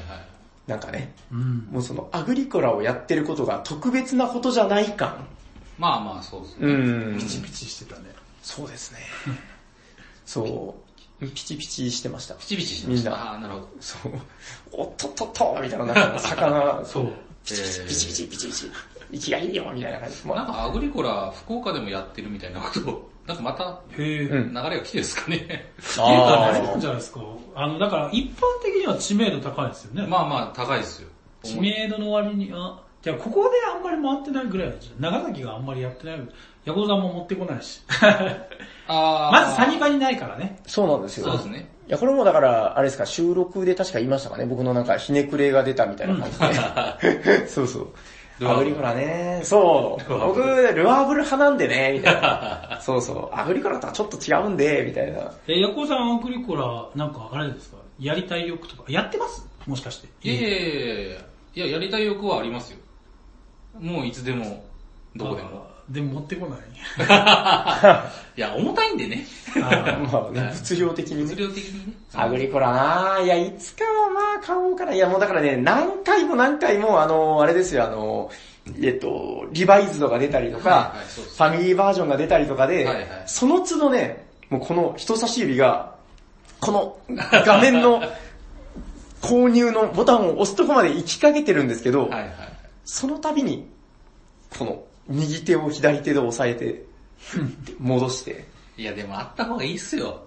Speaker 4: なんかね、
Speaker 1: うん。
Speaker 4: もうそのアグリコラをやってることが特別なことじゃない感。
Speaker 5: まあまあそうっす
Speaker 4: う
Speaker 5: ね。
Speaker 4: ん
Speaker 1: ピ。チピチしてたね。
Speaker 4: そうですね。 (laughs) そう、ピチピチしてました。
Speaker 5: ピチピチしました。
Speaker 4: みんな
Speaker 5: ああー、なるほど。
Speaker 4: そう、おっとっとっとみたいな、なんか
Speaker 5: (laughs)
Speaker 4: 魚、
Speaker 1: そう。
Speaker 4: ピチピチピチピチピチピチ、息がいいよ、みたいな感じ。もう
Speaker 5: なんかアグリコラ、福岡でもやってるみたいなことを、なんかまた
Speaker 1: へー。
Speaker 4: うん
Speaker 5: 流れが来てるんですかね。
Speaker 1: っていうか、
Speaker 4: あ
Speaker 1: あ
Speaker 4: ー
Speaker 1: れなんじゃないですか。あの、だから一般的には知名度高いですよね。
Speaker 5: まあまあ高いですよ。
Speaker 1: 知名度の割に、あ、じゃあここであんまり回ってないぐらいなんじゃない長崎があんまりやってない。ヤコウさんも持ってこないし。
Speaker 5: (laughs) あー
Speaker 1: まずサニバにないからね。
Speaker 4: そうなんですよ。
Speaker 5: そうですね。
Speaker 4: いや、これもだから、あれですか、収録で確か言いましたかね、僕のなんかひねくれが出たみたいな感じ
Speaker 5: (laughs)
Speaker 4: で。 (laughs) そうそう。
Speaker 5: ルアーブル
Speaker 4: アグリコラね、そう、僕、ルアーブル派なんでね、みたい
Speaker 5: (laughs)
Speaker 4: な。そうそう、アグリコラとはちょっと違うんで、みたいな。
Speaker 1: え、ヤコウさん、アグリコラ、なんかあれですかやりたい欲とか、やってますもしかして。
Speaker 5: いやいやいやいやいや、やりたい欲はありますよ。もういつでも、どこでも。
Speaker 1: あー。でも持ってこ
Speaker 5: (laughs)
Speaker 1: ない。
Speaker 5: いや、重たいんでね。
Speaker 1: あ
Speaker 4: (laughs) まあね、物量的に
Speaker 5: (laughs) 物
Speaker 4: ね。
Speaker 5: 量的にね。
Speaker 4: アグリコラなぁ、いや、いつかはまあ買おうかな。いや、もうだからね、何回も何回も、あの、あれですよ、あの、えっと、リバイズドが出たりとか
Speaker 5: はいはいそう、
Speaker 4: ファミリーバージョンが出たりとかで、
Speaker 5: はいはい
Speaker 4: その都度ね、もうこの人差し指が、この画面の購入のボタンを押すとこまで行きかけてるんですけど、
Speaker 5: はいはい。
Speaker 4: その度に、この右手を左手で押さえ
Speaker 5: (laughs)
Speaker 4: て、戻して、
Speaker 5: いや、でもあった方がいいっすよ。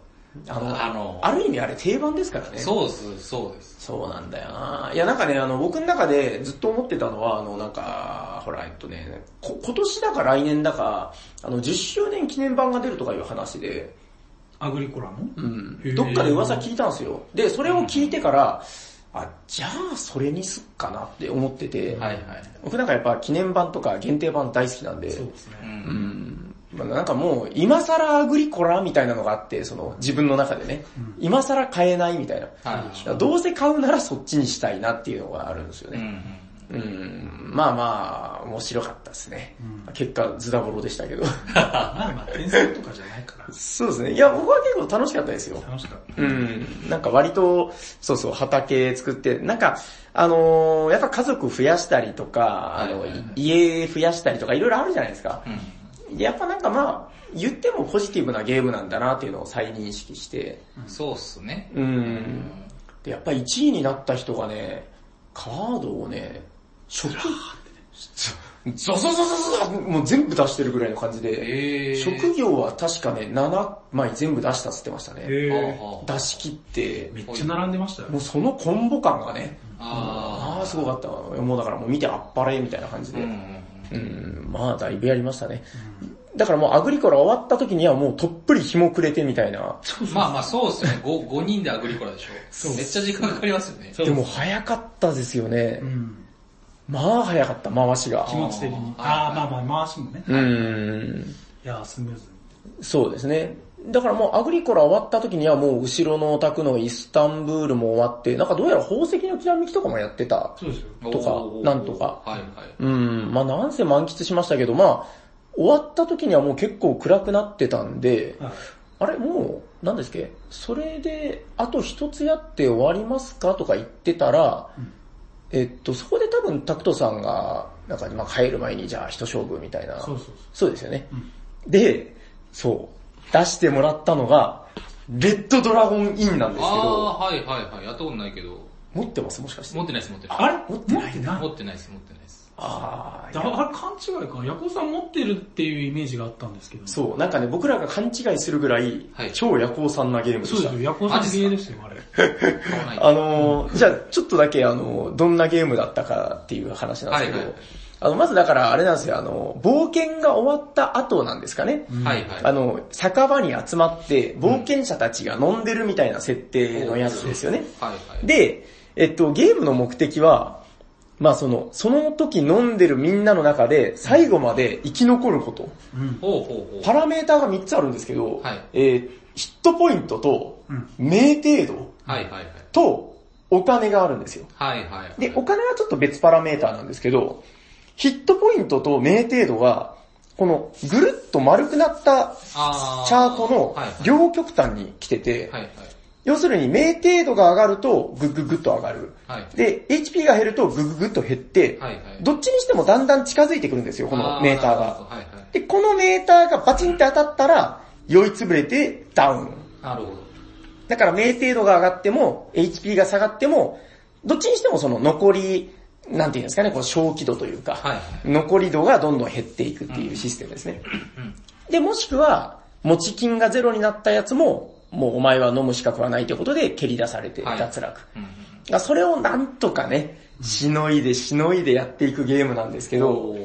Speaker 4: あの、
Speaker 5: あの
Speaker 4: ある意味あれ定番ですからね。
Speaker 5: そうっす、そうです。
Speaker 4: そうなんだよな。いや、なんかね、あの、僕の中でずっと思ってたのは、あの、なんか、ほら、えっとね、こ今年だか来年だか、あの、10周年記念版が出るとかいう話で、
Speaker 1: アグリコラの
Speaker 4: うん
Speaker 1: へー
Speaker 4: どっかで噂聞いたんですよ。で、それを聞いてから、あ、じゃあ、それにすっかなって思ってて、
Speaker 5: はいはい。
Speaker 4: 僕なんかやっぱ記念版とか限定版大好きなんで、
Speaker 1: そうですね
Speaker 5: う。。
Speaker 4: うんんまあ、なんかもう、今更アグリコラみたいなのがあって、その自分の中でね、今更買えないみたいな。
Speaker 5: はい。
Speaker 4: どうせ買うならそっちにしたいなっていうのがあるんですよ
Speaker 5: う
Speaker 4: ね。
Speaker 5: ん。
Speaker 4: うん、まあまあ、面白かったですね。結果、ズダボロでしたけ
Speaker 5: (laughs)
Speaker 4: ど。
Speaker 1: まあまあ、点数とかじゃないから。
Speaker 4: そうですね。いや、僕は結構楽しかったですよ。
Speaker 1: 楽しかった。
Speaker 4: うん、なんか割と、そうそう、畑作って、なんか、あのーやっぱ家族増やしたりとか、あの、
Speaker 5: はいはいはい
Speaker 4: 家増やしたりとか、いろいろあるじゃないですか
Speaker 5: う。ん。
Speaker 4: やっぱなんかまあ、言ってもポジティブなゲームなんだなっていうのを再認識して、
Speaker 5: そうっすね。
Speaker 4: うん。で、やっぱり1位になった人がね、カードをね、初期、ゾゾゾゾゾゾもう全部出してるぐらいの感じで、
Speaker 5: えー。
Speaker 4: 職業は確かね、7枚全部出したっつってましたね。
Speaker 1: へ
Speaker 5: は
Speaker 1: ー
Speaker 5: あはあ
Speaker 4: 出し切って、
Speaker 1: めっちゃ並んでましたよ
Speaker 4: も。うそのコンボ感がね、
Speaker 5: あ
Speaker 4: ああ、すごかったわ。もうだからもう見てあっぱれみたいな感じ
Speaker 5: ー。
Speaker 4: で。
Speaker 5: う
Speaker 4: うん、
Speaker 5: うんん。
Speaker 4: まあだいぶやりましたね。だからもうアグリコラ終わった時にはもうとっぷり日も暮れてみたいな。
Speaker 5: まあまあそうですよね。5, 5人でアグリコラでしょ。めっちゃ時間かかりますよね。
Speaker 1: そう
Speaker 4: でも早かったですよね
Speaker 1: う。ん。
Speaker 4: まあ早かった、回しが。
Speaker 1: 気持ち的に。あ
Speaker 5: あー
Speaker 1: ー、まあまあ、回しもね。
Speaker 4: うーん、
Speaker 1: いやー、スムーズに。
Speaker 4: そうですね。だからもうアグリコラ終わった時にはもう後ろのお宅のイスタンブールも終わって、なんかどうやら宝石のきらめきとかもやってた。
Speaker 1: そうですよ。
Speaker 4: とか
Speaker 5: おー
Speaker 4: なんとか
Speaker 5: はいはい。
Speaker 4: うん、まあなんせ満喫しましたけど、まあ、終わった時にはもう結構暗くなってたんで、
Speaker 1: はい
Speaker 4: あれもう、なんですっけそれで、あと一つやって終わりますかとか言ってたら、えっと、そこで多分タクトさんが、なんか、まあ帰る前にじゃあ一勝負みたいな。
Speaker 1: そうそうそう。
Speaker 4: そうですよね。で、そう、出してもらったのが、レッドドラゴンインなんですけど、
Speaker 5: あー、はいはいはい。やったことないけど、
Speaker 4: 持ってますもしかして。
Speaker 5: 持ってないです、持ってない。
Speaker 1: あれ持ってないな
Speaker 5: 持ってないです、持ってないです。
Speaker 4: あー
Speaker 1: だあれ勘違いか。ヤコウさん持ってるっていうイメージがあったんですけど。そ
Speaker 4: そう、なんかね、僕らが勘違いするぐらい、
Speaker 5: はい
Speaker 4: 超夜行さんなゲームで
Speaker 1: う
Speaker 4: し
Speaker 1: で
Speaker 4: た
Speaker 1: す。よ。ヤコウさん芸ですよ、あれ。
Speaker 5: 買わない
Speaker 4: あのーじゃあちょっとだけあのーどんなゲームだったかっていう話なんですけど、
Speaker 5: はいはい
Speaker 4: あの、まずだからあれなんですよ、あの、冒険が終わった後なんですかね。
Speaker 5: はいはい。
Speaker 4: あの、酒場に集まって、冒険者たちが飲んでるみたいな設定のやつですよね。
Speaker 5: はいはい。
Speaker 4: で、えっと、ゲームの目的は、まあその、その時飲んでるみんなの中で、最後まで生き残ること。
Speaker 5: ほうほうほう。
Speaker 4: パラメーターが3つあるんですけど、
Speaker 5: はい
Speaker 4: えーヒットポイントと
Speaker 1: うん、
Speaker 4: 名程度
Speaker 5: はいはいはい。
Speaker 4: と、お金があるんですよ。
Speaker 5: はいはい。
Speaker 4: で、お金はちょっと別パラメーターなんですけど、ヒットポイントと名程度が、このぐるっと丸くなった
Speaker 5: あ
Speaker 4: チャートの
Speaker 5: はいはい。
Speaker 4: 両極端に来てて、
Speaker 5: はいはい。
Speaker 4: 要するに名程度が上がるとグググッと上がる。
Speaker 5: はい。
Speaker 4: で、HP が減るとグググッと減って、
Speaker 5: はいはい
Speaker 4: どっちにしてもだんだん近づいてくるんですよ、このメーターが。
Speaker 5: あなるほどはいはい。
Speaker 4: で、このメーターがバチンって当たったら、酔いつぶれてダウン。
Speaker 5: なるほど。
Speaker 4: だから、名程度が上がっても、HP が下がっても、どっちにしてもその残り、なんていうんですかね、こう小気度というか、
Speaker 5: はいは
Speaker 4: 残り度がどんどん減っていくっていうシステムですね。で、もしくは、持ち金がゼロになったやつも、もうお前は飲む資格はないということで蹴り出されて
Speaker 5: はい
Speaker 4: 脱落。
Speaker 5: うんうん
Speaker 4: だからそれをなんとかね、しのいでしのいでやっていくゲームなんですけど、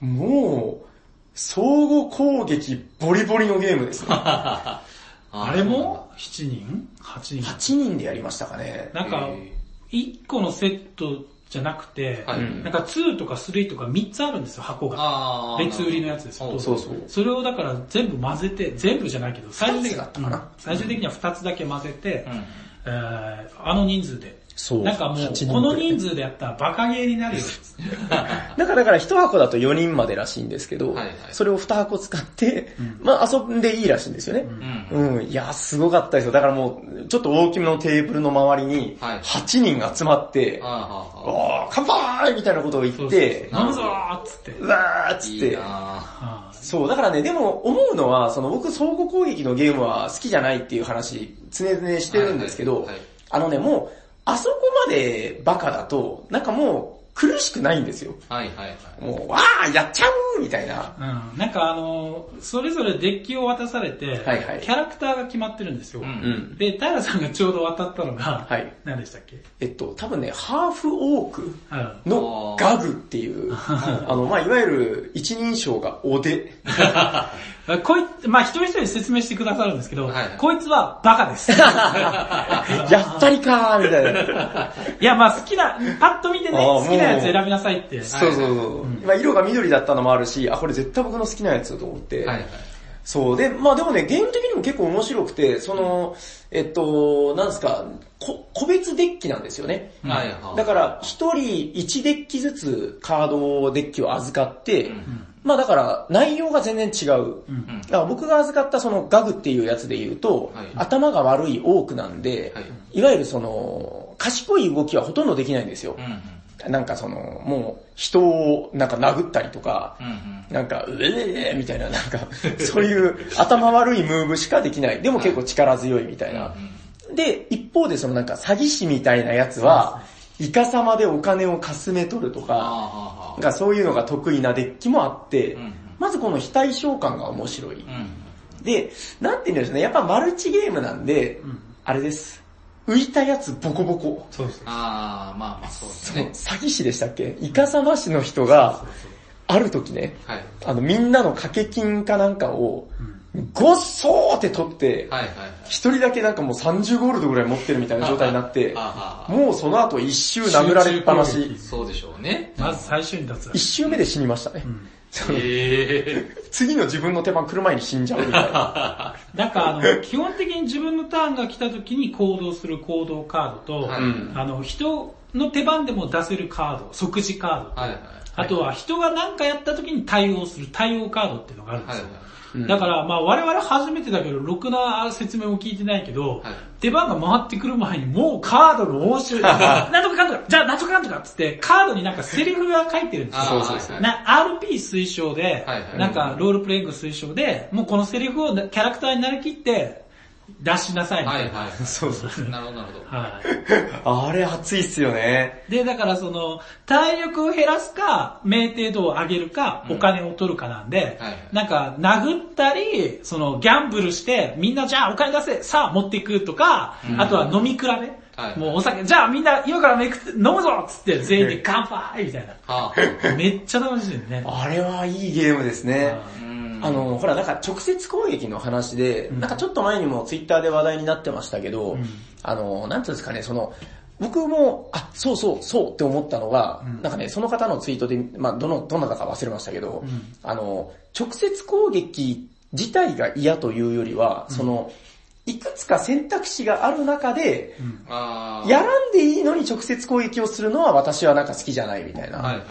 Speaker 4: もう、総合攻撃ボリボリのゲームですね。
Speaker 5: (laughs)
Speaker 1: あれも ?7 人 ?8 人。
Speaker 4: 8人でやりましたかね。
Speaker 1: なんか、1個のセットじゃなくて、
Speaker 5: はい
Speaker 1: なんか2とか3とか3つあるんですよ、箱が。
Speaker 5: あー
Speaker 1: 別売りのやつですよ。
Speaker 5: お
Speaker 4: そうそう。
Speaker 1: それをだから全部混ぜて、全部じゃないけど、最終的
Speaker 4: 二つだったかな
Speaker 1: うん最終的には2つだけ混ぜて、
Speaker 5: ん
Speaker 1: えーあの人数で。
Speaker 4: そう
Speaker 1: なんかもう、
Speaker 4: 八人
Speaker 1: この人数でやったらバカゲーになるよ。
Speaker 4: だから、だから一箱だと4人までらしいんですけど、
Speaker 5: はいはい
Speaker 4: それを2箱使って、まあ遊んでいいらしいんですよね。
Speaker 5: ん
Speaker 4: うん。いや、すごかったですよ。だからもう、ちょっと大きめのテーブルの周りに、
Speaker 5: はい
Speaker 4: 8人が集まって、
Speaker 5: あーはーは
Speaker 4: おー、乾杯みたいなことを言
Speaker 1: そうそうそう
Speaker 4: って、
Speaker 1: 飲むぞーっつって。
Speaker 4: うわーっ
Speaker 5: ー
Speaker 4: つ
Speaker 5: い
Speaker 4: っ
Speaker 5: い
Speaker 4: て
Speaker 5: な。ー
Speaker 1: あー
Speaker 4: そう、だからね、でも思うのは、その僕、相互攻撃のゲームは好きじゃないっていう話、常々してるんですけど、
Speaker 5: はいはいはい
Speaker 4: あのね、もう、あそこまでバカだと、なんかもう、苦しくないんですよ。
Speaker 5: はいはいはい。
Speaker 4: もう、わー、やっちゃうみたいな。
Speaker 1: うん、なんかあのーそれぞれデッキを渡されて、
Speaker 4: はいはい
Speaker 1: キャラクターが決まってるんですよ。
Speaker 5: うん
Speaker 4: うん。
Speaker 1: で、平さんがちょうど渡ったのが、
Speaker 4: はい
Speaker 1: 何でしたっけ
Speaker 4: えっと、多分ね、ハーフオーク
Speaker 1: うん
Speaker 4: のガグって
Speaker 5: (laughs)
Speaker 4: いう、あの、まあ、いわゆる一人称がお
Speaker 5: (laughs)
Speaker 4: で。
Speaker 1: こいつ、まあ一人一人説明してくださるんですけど、
Speaker 5: はいはい
Speaker 1: こいつはバカ
Speaker 4: (laughs)
Speaker 1: です。
Speaker 4: やっぱりかーみたい
Speaker 5: (laughs)
Speaker 4: な。
Speaker 1: いや、まあ好きな、パッと見てね、
Speaker 4: あーも
Speaker 1: 好
Speaker 4: う
Speaker 1: きなやつ選びなさいって。
Speaker 4: そうそうそう。まあ、色が緑だったのもあるし、あ、これ絶対僕の好きなやつだと思って。
Speaker 5: はいはい。
Speaker 4: そう。で、まあでもね、ゲーム的にも結構面白くて、その、えっと、なんですか、こ個別デッキなんですよね。
Speaker 5: はいはい。
Speaker 4: だから、一人一デッキずつカードデッキを預かって、まあだから、内容が全然違う。
Speaker 1: ん
Speaker 4: だから僕が預かったそのガグっていうやつで言うと、
Speaker 5: はい
Speaker 4: 頭が悪い多くなんで、
Speaker 5: はい
Speaker 4: い、わゆるその、賢い動きはほとんどできないんですよ
Speaker 5: う。んうん。
Speaker 4: なんかその、もう、人をなんか殴ったりとか、
Speaker 5: うんうん。
Speaker 4: なんか、うえーみたいな、なんか、そういう頭悪いムーブしかできない。でも結構力強いみたいな。で、一方でそのなんか詐欺師みたいなやつは、イカ様でお金をかすめ取ると
Speaker 5: あー
Speaker 4: か、
Speaker 5: はーは
Speaker 4: なんかそういうのが得意なデッキもあって
Speaker 5: うんうん、
Speaker 4: まずこの非対称感が面白い
Speaker 5: ー。。うん。
Speaker 4: で、なんて言うんですかね、やっぱマルチゲームなんで、あれです。浮いたやつボコボコ。
Speaker 1: そうそう。
Speaker 5: あー、まあまあそうです
Speaker 4: そう、
Speaker 5: ね。
Speaker 4: 詐欺師でしたっけイカ様師の人が、ある時ね、
Speaker 5: はい。
Speaker 4: あの、みんなの掛け金かなんかを、ごっそーって取って、
Speaker 5: はいはいはい。
Speaker 4: 一人だけなんかもう30ゴールドぐらい持ってるみたいな状態になって
Speaker 5: あー、はーは
Speaker 4: もうその後一周殴られっぱな
Speaker 1: 集中攻撃、
Speaker 4: し
Speaker 5: ーそうでしょうね。
Speaker 1: まず最初に脱
Speaker 4: 一周目で死にましたね。
Speaker 5: え
Speaker 4: 次の自分の手番来る前に死んじゃうみたいな。
Speaker 1: なんかあの、基本的に自分のターンが来た時に行動する行動カードと、
Speaker 4: ん
Speaker 1: あの、人の手番でも出せるカード、即時カードと、
Speaker 5: はいはい
Speaker 1: あとは人が何かやった時に対応する対応カードっていうのがあるんで
Speaker 5: はい
Speaker 1: す
Speaker 5: は
Speaker 1: よ。
Speaker 5: い。
Speaker 1: だから、まあ我々初めてだけど、ろくな説明も聞いてないけど、
Speaker 5: はい
Speaker 1: 出番が回ってくる前にもうカードの応
Speaker 5: (laughs)
Speaker 1: 酬、なんとかかんとか、じゃあなんとかかんとかっつって、カードになんかセリフが書いてるんですよ。
Speaker 5: そうそうそう
Speaker 1: な、RP 推奨で、
Speaker 5: はいはい
Speaker 1: なんかロールプレイング推奨で、もうこのセリフをなキャラクターになりきって出しなさいみた
Speaker 5: はいい
Speaker 1: な。
Speaker 5: はい。
Speaker 4: そうそう。
Speaker 5: なるほどなるほど。
Speaker 1: はい。
Speaker 4: あれ熱いっすよね。
Speaker 1: で、だからその、体力を減らすか、命程度を上げるか、お金を取るかなんで、
Speaker 5: はい
Speaker 1: なんか、殴ったり、その、ギャンブルして、みんなじゃあお金出せ、さあ持っていくとか、あとは飲み比べ、
Speaker 5: はい
Speaker 1: もうお酒、じゃあみんな今からめくって飲むぞっつって全員で乾杯みたいな。
Speaker 5: は
Speaker 1: めっちゃ楽しいよね。
Speaker 4: あれはいいゲームですね。
Speaker 5: ぁ。うん。
Speaker 4: あの、ほら、なんか直接攻撃の話で、なんかちょっと前にもツイッターで話題になってましたけど、あの、なんていうんですかね、その、僕も、あ、そうそう、そうって思ったのが、なんかね、その方のツイートで、まあ、どの、どなたか忘れましたけど、あの、直接攻撃自体が嫌というよりは、その、いくつか選択肢がある中で、
Speaker 5: あー
Speaker 4: やらんでいいのに直接攻撃をするのは私はなんか好きじゃないみたいな。
Speaker 5: はいはいはい。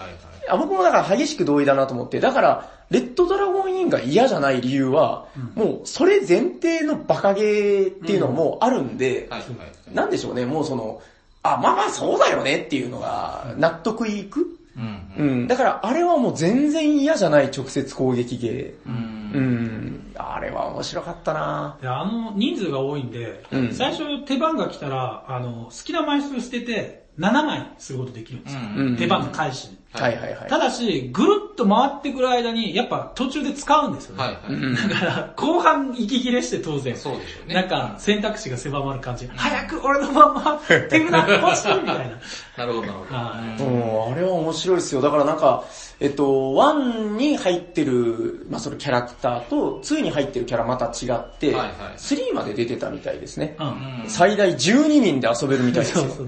Speaker 4: あ僕もだから激しく同意だなと思って、だから、レッドドラゴンインが嫌じゃない理由は、もうそれ前提のバカゲーっていうのもあるんで、
Speaker 5: はいはい。
Speaker 4: なんでしょうね、もうその、あ、まあまあそうだよねっていうのが納得いく。
Speaker 5: うん。
Speaker 4: うん、だからあれはもう全然嫌じゃない直接攻撃ゲ
Speaker 5: う
Speaker 4: ー。
Speaker 5: ん。
Speaker 4: うん、あれは面白かったな
Speaker 1: であの、人数が多いんで、
Speaker 4: うん
Speaker 1: 最初手番が来たら、あの、好きな枚数捨てて、7枚することできるんですよ。
Speaker 5: うん
Speaker 1: 手番の開始に。
Speaker 4: はいはいはい。
Speaker 1: ただし、ぐるっと回ってくる間に、やっぱ途中で使うんですよね。
Speaker 5: はいはい。
Speaker 4: うん
Speaker 1: だから、後半息切れして当然。
Speaker 5: そうでしょうね
Speaker 1: なんか、選択肢が狭まる感じ。早く俺のまま、手
Speaker 5: (laughs)
Speaker 1: 札欲しいみたいな。
Speaker 5: なるほどなる
Speaker 1: は
Speaker 5: ほど。
Speaker 4: うん、あれは面白いですよ。だからなんか、えっと、1に入ってる、まあそのキャラクターと、2に入ってるキャラまた違って、
Speaker 5: はいはい
Speaker 4: 3まで出てたみたいですね
Speaker 1: い。。うん。
Speaker 4: 最大12人で遊べるみたいです
Speaker 1: (laughs) そ
Speaker 4: よ。
Speaker 1: うそうそう。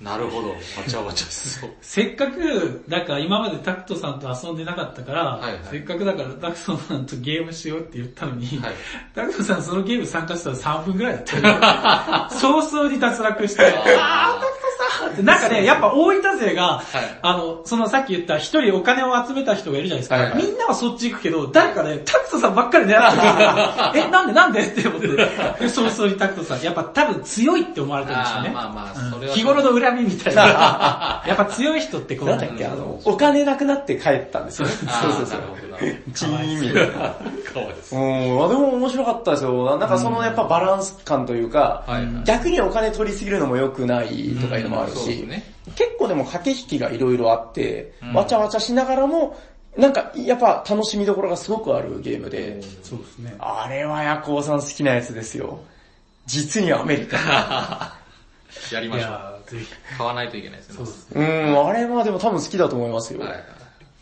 Speaker 5: なるほど。わちゃわちゃしそう。
Speaker 1: せっかく、だから今までタクトさんと遊んでなかったから、
Speaker 5: はいはい
Speaker 1: せっかくだからタクトさんとゲームしようって言ったのに、
Speaker 5: はい
Speaker 1: タクトさんそのゲーム参加したら3分くらいだ
Speaker 5: (laughs)
Speaker 1: った。早々に脱落して、あー、タクトさんって (laughs) なんかね、やっぱ大分勢が、
Speaker 5: い
Speaker 1: あの、そのさっき言った一人お金を集めた人がいるじゃないですか。
Speaker 5: はいはい
Speaker 1: みんなはそっち行くけど、誰かね、タクトさんばっかり狙ってくるから。え、なんでなんで (laughs) って思って、早々にタクトさん、やっぱ多分強いって思われてるんですよ
Speaker 5: あ
Speaker 1: ね。
Speaker 5: ーまあまあ、それ
Speaker 1: うん
Speaker 5: は。
Speaker 1: 日頃の恨みみたいな。やっぱ強い人ってこう。
Speaker 4: なんだっけ、あの、お金なくなって帰ったんですよね。
Speaker 5: あ
Speaker 4: そう
Speaker 5: ー
Speaker 4: そうそう
Speaker 5: な。るほどなる
Speaker 4: チーンみたいな。
Speaker 5: ほど。かわいい。
Speaker 4: うん、あでも面白かったですよ。なんかそのやっぱバランス感というか、
Speaker 5: はいはい
Speaker 4: 逆にお金取りすぎるのも良くないとかいうのもある
Speaker 5: うんそうです
Speaker 4: し、
Speaker 5: ね
Speaker 4: 結構でも駆け引きがいろいろあって、わちゃわちゃしながらも、なんかやっぱ楽しみどころがすごくあるゲームで、
Speaker 1: そうですね。
Speaker 4: あれは夜行さん好きなやつですよ。実にアメリカ。
Speaker 5: (laughs) やり
Speaker 1: い
Speaker 5: ましょう。
Speaker 1: やーぜひ。
Speaker 5: 買わないといけないですね。そうで
Speaker 4: うん、あれはでも多分好きだと思いますよ。
Speaker 5: はいはい。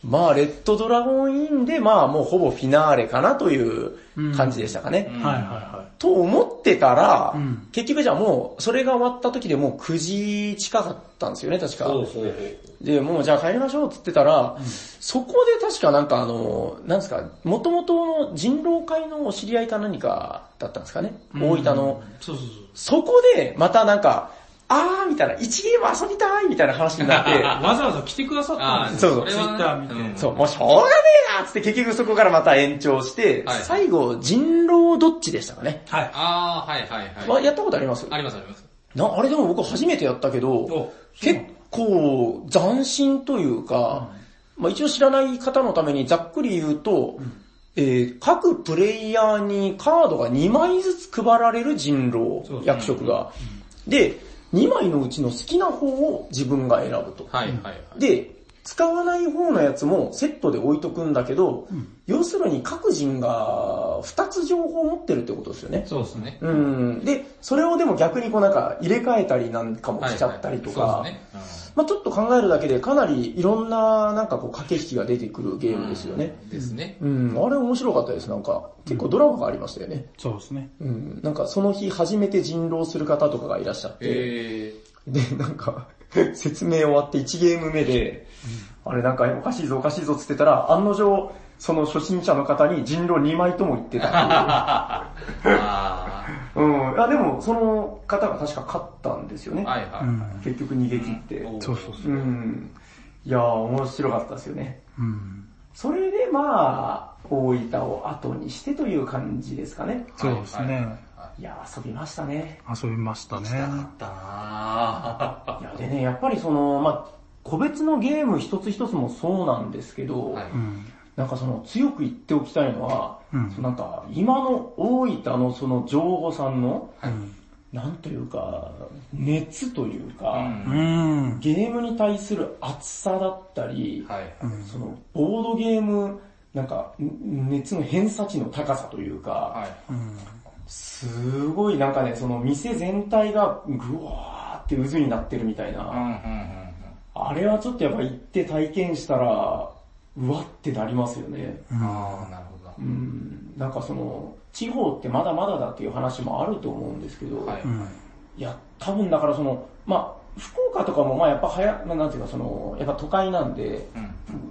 Speaker 4: まあ、レッドドラゴンインで、まあもうほぼフィナーレかなという感じでしたかね。
Speaker 1: はいはいは
Speaker 4: と思ってたら、
Speaker 1: うん
Speaker 4: 結局じゃあもう、それが終わった時でもう9時近かったんですよね、確か。
Speaker 5: ほうほうほう。
Speaker 4: で、もうじゃあ帰りましょうって言ってたら、そこで確かなんかあの、なんですか、元々の人狼会のお知り合いか何かだったんですかね、
Speaker 1: い。
Speaker 4: 大分の。
Speaker 1: うん。そうそうそう。
Speaker 4: そこで、またなんか、あーみたいな、1ゲーム遊びたいみたいな話になって、
Speaker 1: わざわざ来てくださったんです
Speaker 4: そ
Speaker 1: よ。
Speaker 4: うそう
Speaker 1: ツイッター見て。
Speaker 5: (laughs) うん
Speaker 4: そう、もうしょうがねえなっつって結局そこからまた延長して、
Speaker 5: はい
Speaker 4: 最後、人狼どっちでしたかね。
Speaker 1: はい。
Speaker 5: あー、はいはい
Speaker 4: は
Speaker 5: はい。
Speaker 4: やったことあります
Speaker 5: ありますあります。
Speaker 4: な、あれでも僕初めてやったけど
Speaker 1: お、
Speaker 4: 結構斬新というか、まあ一応知らない方のためにざっくり言うと、えー各プレイヤーにカードが2枚ずつ配られる人
Speaker 1: そう
Speaker 4: 狼、役職が。で、2枚のうちの好きな方を自分が選ぶと。
Speaker 5: はいはいはい。
Speaker 4: で、使わない方のやつもセットで置いとくんだけど、要するに各人が2つ情報を持ってるってことですよね。
Speaker 1: そうですね。
Speaker 4: うん。で、それをでも逆にこうなんか入れ替えたりなんかもしちゃったりと
Speaker 5: は
Speaker 4: か
Speaker 5: いはい、そうですね。
Speaker 4: まあちょっと考えるだけでかなりいろんななんかこう駆け引きが出てくるゲームですよね。
Speaker 5: うんですね。
Speaker 4: うん、あれ面白かったです。なんか、結構ドラマがありましたよね。
Speaker 1: そうですね。
Speaker 4: うん、なんかその日初めて人狼する方とかがいらっしゃって、
Speaker 5: え
Speaker 4: で、なんか、説明終わって1ゲーム目で、あれなんかおかしいぞおかしいぞっつってたら、案の定、その初心者の方に人狼2枚とも言って
Speaker 5: (laughs)
Speaker 4: たっ
Speaker 5: あ
Speaker 4: ていう。うん。あ、でも、その方が確か勝ったんですよ
Speaker 5: ー
Speaker 4: ね。
Speaker 5: はいは
Speaker 1: う
Speaker 5: い。
Speaker 1: ん。
Speaker 4: 結局逃げ切って。。
Speaker 1: そうそうそう
Speaker 4: ん。いやー、面白かったですよね。
Speaker 1: うん。
Speaker 4: それでまあ、大分を後にしてという感じですかね。
Speaker 1: そうです
Speaker 5: はい
Speaker 1: ね。
Speaker 4: いやー、遊びましたね。
Speaker 1: 遊びましたね。
Speaker 5: だない
Speaker 4: や、でね、やっぱりその、まあ、個別のゲーム一つ一つもそうなんですけど、
Speaker 5: はい
Speaker 1: うん。
Speaker 4: なんかその強く言っておきたいのは、
Speaker 1: うん
Speaker 4: そのなんか今の大分のその情報さんの、
Speaker 1: うん
Speaker 4: なんというか、熱という
Speaker 5: ぁ。
Speaker 4: か、
Speaker 1: う
Speaker 5: うん
Speaker 1: ん。
Speaker 4: ゲームに対する熱さだったり、
Speaker 5: はい。
Speaker 4: そのボードゲーム、なんかん熱の偏差値の高さというか、
Speaker 5: はい。
Speaker 1: うん。
Speaker 4: すごいなんかね、その店全体がぐわーって渦になってるみたいな、
Speaker 5: うんうんうん
Speaker 4: あれはちょっとやっぱ行って体験したら、うわってなりますよね。
Speaker 5: うん。ああ、なるほど。
Speaker 4: うん、なんかその、地方ってまだまだだっていう話もあると思うんですけど、
Speaker 5: はい
Speaker 1: うん。
Speaker 4: いや、多分だからその、まあ、福岡とかもまあやっぱはや、まあなんていうかその、やっぱ都会なんで、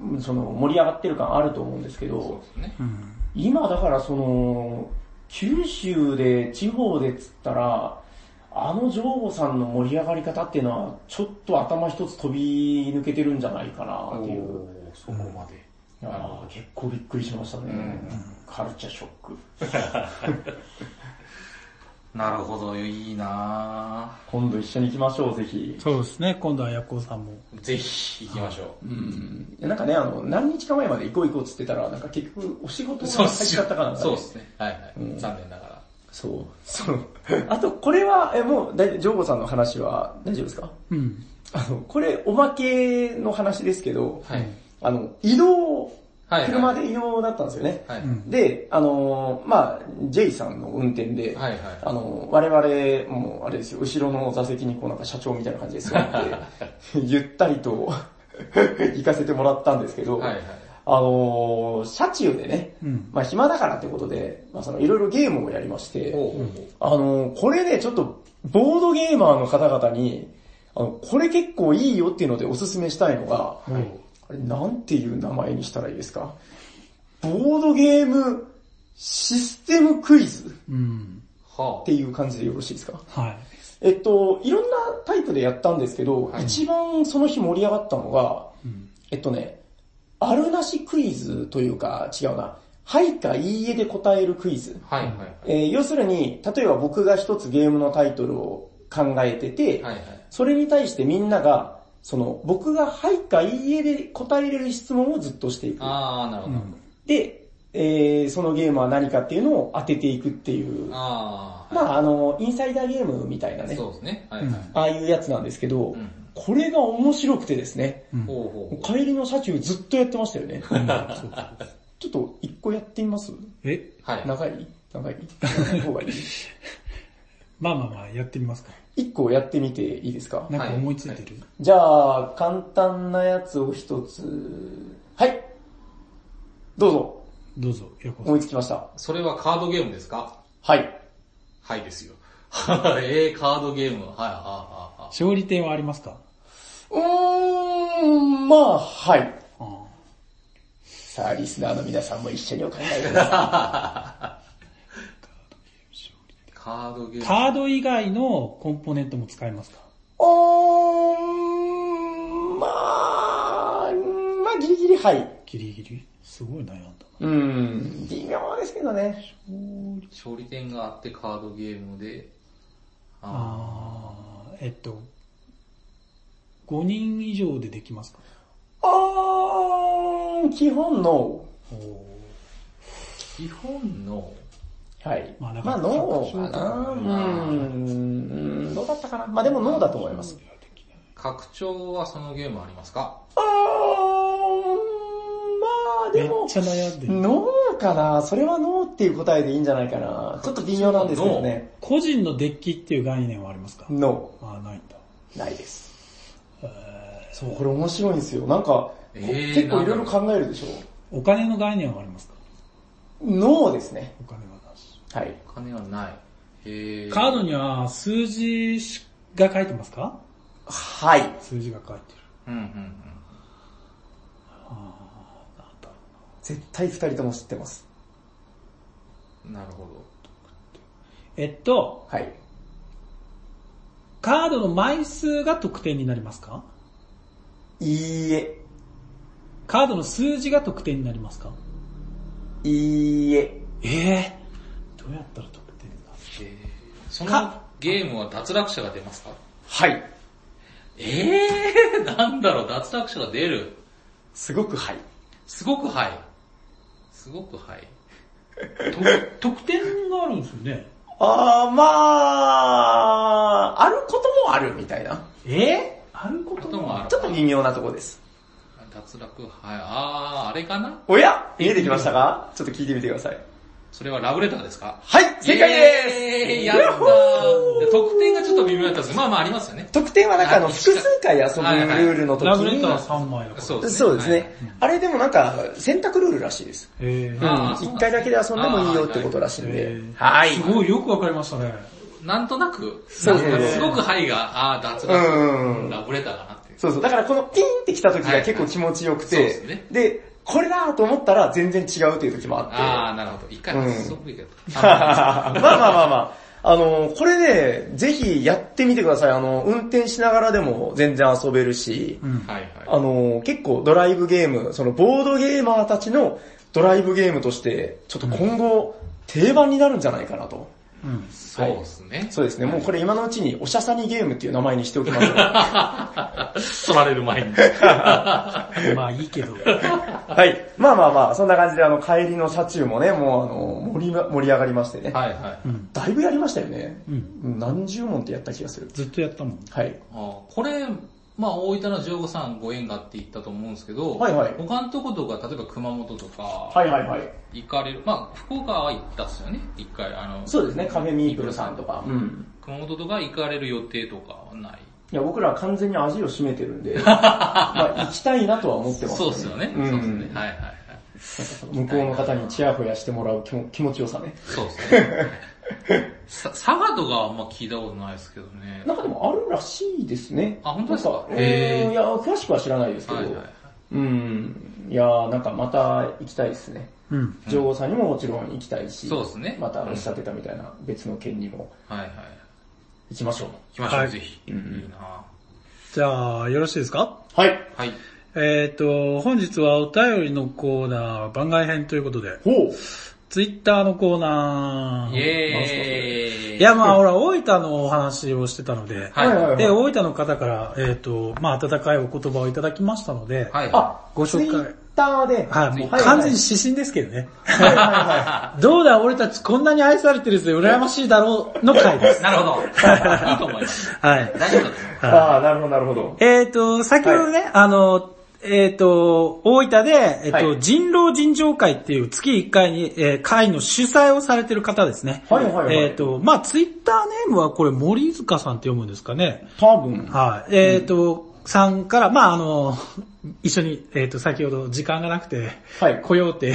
Speaker 5: う
Speaker 4: う
Speaker 5: ん。
Speaker 4: んその盛り上がってる感あると思うんですけ
Speaker 5: そう
Speaker 4: ど
Speaker 5: で、すね。
Speaker 1: うん。
Speaker 4: 今だからその、九州で、地方でっつったら、あのジョーゴさんの盛り上がり方っていうのは、ちょっと頭一つ飛び抜けてるんじゃないかなっていう。
Speaker 5: おーそこまで。
Speaker 4: いやー結構びっくりしましたね。カルチャーショック。
Speaker 5: なるほど、いいな
Speaker 4: 今度一緒に行きましょう、ぜひ。
Speaker 1: そうですね、今度はヤコウさんも。
Speaker 5: ぁ。ぜひ行きましょ
Speaker 4: うん。なんかね、あの、何日か前まで行こう行こうっつってたら、なんか結局、お仕事
Speaker 5: う。
Speaker 4: が
Speaker 5: そう
Speaker 4: 入
Speaker 5: っ
Speaker 4: っ
Speaker 5: す
Speaker 4: ちゃったから
Speaker 5: そうで
Speaker 4: ね。
Speaker 5: すね。はいはい。残念ながら。
Speaker 4: そう。そう。 (laughs) あと、これは、え、もう、だいジョーゴさんの話は大丈夫ですか
Speaker 1: うん。
Speaker 4: あの、これ、おまけの話ですけど、
Speaker 5: はい。
Speaker 4: あの、移動、
Speaker 5: はいはい
Speaker 4: 車で移動だったんですよね。
Speaker 5: はい。
Speaker 1: うん。
Speaker 4: で、あのーまあ J さんの運転で、
Speaker 5: はいはい
Speaker 4: あの我々、もうあれですよ、後ろの座席にこうなんか社長みたいな感じで座って、ゆったり
Speaker 5: (laughs)
Speaker 4: と行かせてもらったんですけど、
Speaker 5: はいはい
Speaker 4: あのー車中でね、
Speaker 1: うん
Speaker 4: まあ暇だからってことで、まあそのいろいろゲームをやりまして、
Speaker 5: おうおうおう
Speaker 4: あのーこれね、ちょっとボードゲーマーの方々に、あの、これ結構いいよっていうのでおすすめしたいのが、あれなんていう名前にしたらいいですかボードゲームシステムクイズっ
Speaker 1: うん。
Speaker 5: は
Speaker 4: ていう感じでよろしいですか
Speaker 1: はい。
Speaker 4: えっと、いろんなタイプでやったんですけど、一番その日盛り上がったのが、えっとね、あるなしクイズというか、違うな、はいかいいえで答えるクイズ。
Speaker 5: あ。はいはいはい。
Speaker 4: えー要するに、例えば僕が一つゲームのタイトルを考えてて、
Speaker 5: はいはい。
Speaker 4: それに対してみんなが、その、僕がはいかいいえで答えれる質問をずっとしていく。
Speaker 5: あー、なるほど。
Speaker 4: で、えー、そのゲームは何かっていうのを当てていくっていう、
Speaker 5: あー、
Speaker 4: まああの、インサイダーゲームみたいなね、
Speaker 5: そうですね。はいはい。
Speaker 4: ああいうやつなんですけど、
Speaker 5: ん
Speaker 4: これが面白くてですね、
Speaker 5: ほうほうほう。
Speaker 4: 帰りの車中ずっとやってました
Speaker 5: (laughs)
Speaker 4: よね。ちょっと一個やってみます
Speaker 1: え、
Speaker 5: はい。
Speaker 4: 長い長
Speaker 5: (laughs)
Speaker 4: い長い方がいい
Speaker 1: まあまあまあ、やってみますか。
Speaker 4: 一個やってみていいですか
Speaker 1: なんか思いついてる
Speaker 4: じゃあ、簡単なやつを一つ、はいどうぞ、
Speaker 1: どうぞ、ヤコウさ
Speaker 4: 思
Speaker 1: ん。
Speaker 4: いつきました。
Speaker 5: それはカードゲームですか
Speaker 4: はい。
Speaker 5: はいですよ。 (laughs) えー、カードゲーム。はいはいはいはい。
Speaker 1: 勝利点はありますか
Speaker 4: うーん、まあ、はい。
Speaker 1: あ
Speaker 4: さあ、リスナーの皆さんも一緒にお考えくださ
Speaker 5: カードゲー
Speaker 1: ー
Speaker 5: ム。
Speaker 1: カード以外のコンポーネントも使えますか
Speaker 4: い。おーん、まあ、まあ、ギリギリはい。
Speaker 1: ギリギリすごい悩んだ
Speaker 4: うん、微妙ですけどね。
Speaker 5: 勝利点があってカードゲームで、あ
Speaker 1: あー、えっと、5人以上でできますか
Speaker 4: あーん、基本の、
Speaker 5: ー基本の、
Speaker 4: はい。
Speaker 1: ま
Speaker 4: ま
Speaker 1: あだ
Speaker 4: あ、ノ
Speaker 1: から
Speaker 4: ーかな。うーん、どうだったかな。まあ、でもノーだと思います。
Speaker 5: 拡張はそのゲームありますか
Speaker 4: あーん、まあ、で
Speaker 1: めっ
Speaker 4: も、
Speaker 1: ちゃ悩んでる。
Speaker 4: ノーかな。それはノーっていう答えでいいんじゃないかな。ちょっと微妙なんですけどね。
Speaker 1: 個人のデッキっていう概念はありますか
Speaker 4: ノー。
Speaker 1: あー、ないんだ。
Speaker 4: ないです。そう、これ面白いんですよ。なんか、
Speaker 5: えー
Speaker 4: 結構いろいろ考えるでしょ。
Speaker 1: お金の概念はありますか
Speaker 4: ノーですね。
Speaker 1: お金はなし。
Speaker 4: はい。
Speaker 5: お金はない。え
Speaker 1: カードには数字が書いてますか
Speaker 4: はい。
Speaker 1: 数字が書いてる。
Speaker 5: うんうんうん。
Speaker 6: 絶対二人とも知ってます。
Speaker 5: なるほど。
Speaker 1: えっと、
Speaker 6: はい。
Speaker 1: カードの枚数が得点になりますか
Speaker 6: いいえ、
Speaker 1: カードの数字が得点になりますか
Speaker 6: いいえ、
Speaker 1: ええどうやったら得点になる
Speaker 5: えー、その
Speaker 1: か
Speaker 5: ゲームは脱落者が出ますか
Speaker 6: はい。
Speaker 5: えー、 (laughs) なんだろう、脱落者が出る。
Speaker 6: すごくはい。
Speaker 5: すごくはい。すごくはい。
Speaker 1: と得点があるんですよね。
Speaker 4: あー、まああることもあるみたいな。
Speaker 1: えー、あること
Speaker 5: こと
Speaker 1: も
Speaker 5: もあ
Speaker 1: あ
Speaker 5: る
Speaker 4: ちょっと微妙なとこです。
Speaker 5: 脱落、はい。あー、あれかな
Speaker 6: おや見えてきましたかちょっと聞いてみてください。
Speaker 5: それはラブレターですか
Speaker 6: はい正解です
Speaker 5: えー、やったー。得点がちょっと微妙だったんですけどまあまあありますよね。
Speaker 4: 得点はなんかあの、
Speaker 5: はい
Speaker 4: 複数回遊ぶルールの
Speaker 1: る。
Speaker 4: 時
Speaker 1: ラブレ
Speaker 4: に
Speaker 1: タ、ー3枚だから。
Speaker 5: そうですね。
Speaker 4: そうですね。あれでもなんか、選択ルールらしいです。
Speaker 1: えー
Speaker 5: あーそうなんですね
Speaker 4: 一回だけで遊んでもいいよってことらしいん
Speaker 1: あ
Speaker 4: で
Speaker 1: ー。
Speaker 4: はい。
Speaker 1: すごいよくわかりましたね。
Speaker 5: なんとなく、
Speaker 4: そうそう
Speaker 5: なんかすごくはいが、あー、脱落
Speaker 4: うん
Speaker 5: ラブレターかなっていう。
Speaker 4: そうそう。だからこのピンって来た時
Speaker 5: はい
Speaker 4: が結構気持ちよく
Speaker 5: そうです
Speaker 4: て
Speaker 5: ね、
Speaker 4: で、これだと思ったら全然違うという時もあって。
Speaker 5: あー、なるほど。一回
Speaker 4: うん
Speaker 5: 発足でいいけど。
Speaker 4: まあ (laughs) まあまあまあ。あの、これね、ぜひやってみてください。あの、運転しながらでも全然遊べるし、
Speaker 1: うん。
Speaker 5: はいは
Speaker 4: あの、結構ドライブゲーム、そのボードゲーマーたちのドライブゲームとして、ちょっと今後定番になるんじゃないかなと。
Speaker 1: うん。
Speaker 5: い。そうですね。
Speaker 4: そうですね、もうこれ今のうちにおしゃさにゲームっていう名前にしておきましょう。
Speaker 5: 取られる前に。
Speaker 1: まあいいけ (laughs) ど。
Speaker 4: はい。まあまあまあ、そんな感じであの帰りの車中もね、もうあの、盛りま、盛り上がりましてね。
Speaker 5: はいはい。
Speaker 1: うん。
Speaker 4: だいぶやりましたよね。
Speaker 1: うん。
Speaker 4: 何十問ってやった気がする。
Speaker 1: ずっとやったもん。
Speaker 4: はい。
Speaker 5: あこれ、まあ大分の十五さんご縁があって言ったと思うんですけど、
Speaker 4: はいはい
Speaker 5: 他のとことか、例えば熊本とか、
Speaker 4: はいはいはい。
Speaker 5: 行かれる、まあ福岡は行ったっすよね、一回、あの、
Speaker 4: そうですね、カフェミープルさんとか。うん。
Speaker 5: 熊本とか行かれる予定とかはない。
Speaker 4: いや、僕らは完全に味を占めてるんで、まあ行きたいなとは思ってます、
Speaker 5: そうっすよね、
Speaker 4: うん
Speaker 5: そうっすね、はいはいはい。
Speaker 4: 向こうの方にチヤホヤしてもらう気も気持ちよさね。
Speaker 5: そうっす
Speaker 4: (laughs)
Speaker 5: ね。さ佐賀とかはあんま聞いたことないですけどね。
Speaker 4: なんかでもあるらしいですね。
Speaker 5: あ本当ですか
Speaker 4: なん
Speaker 5: へー
Speaker 4: うん、いや、詳しくは知らないですけど。
Speaker 5: はいはい。
Speaker 4: うん。いやーなんかまた行きたいですね。
Speaker 1: うん。
Speaker 4: 女王さんにももちろん行きたいし、
Speaker 5: そうですね
Speaker 4: またおっしゃってたみたいな別の県にも
Speaker 5: はいはい。
Speaker 4: 行きましょう。
Speaker 5: 行きましょう、
Speaker 1: はい
Speaker 5: ぜひ。いいな
Speaker 1: じゃあ、よろしいですか
Speaker 4: はい。
Speaker 5: はい。
Speaker 1: えっ、と、本日はお便りのコーナー番外編ということで、
Speaker 4: ほう。
Speaker 1: ツイッターのコーナー。
Speaker 5: イェーイ。
Speaker 1: いや、まあ、ほら、大分のお話をしてたので、
Speaker 5: はいはいはい。
Speaker 1: で、大分の方から、えっ、と、まあ、温かいお言葉をいただきましたので、
Speaker 5: はいは
Speaker 4: あ、
Speaker 1: ご
Speaker 4: ツイ
Speaker 1: 紹介
Speaker 4: ッ。ターで。
Speaker 1: はい、もう完全に指針ですけどね。
Speaker 4: はいはい
Speaker 1: (laughs)
Speaker 4: は
Speaker 1: どうだ、俺たちこんなに愛されてるぜ、羨ましいだろうの回で
Speaker 5: い。
Speaker 1: す。
Speaker 5: なるほ
Speaker 4: (laughs)
Speaker 5: ど。いいと思います。
Speaker 1: (laughs) はい。
Speaker 5: 大丈夫だと思いま
Speaker 4: い。
Speaker 5: す。
Speaker 4: ああ、なるほどなるほど。
Speaker 1: えっ、と、先ほどね、あの、えっ、と、大分で、えっ、と、
Speaker 4: はい
Speaker 1: 人狼人情会っていう月1回に、えー会の主催をされてる方ですね。
Speaker 4: はいはいはい
Speaker 1: えっ、と、まあツイッターネームはこれ森塚さんって読むんですかね。
Speaker 4: 多分。
Speaker 1: はい。えっ、と、さんから、まああの、一緒に、えっ、と、先ほど時間がなくて、
Speaker 4: はい
Speaker 1: 来ようって、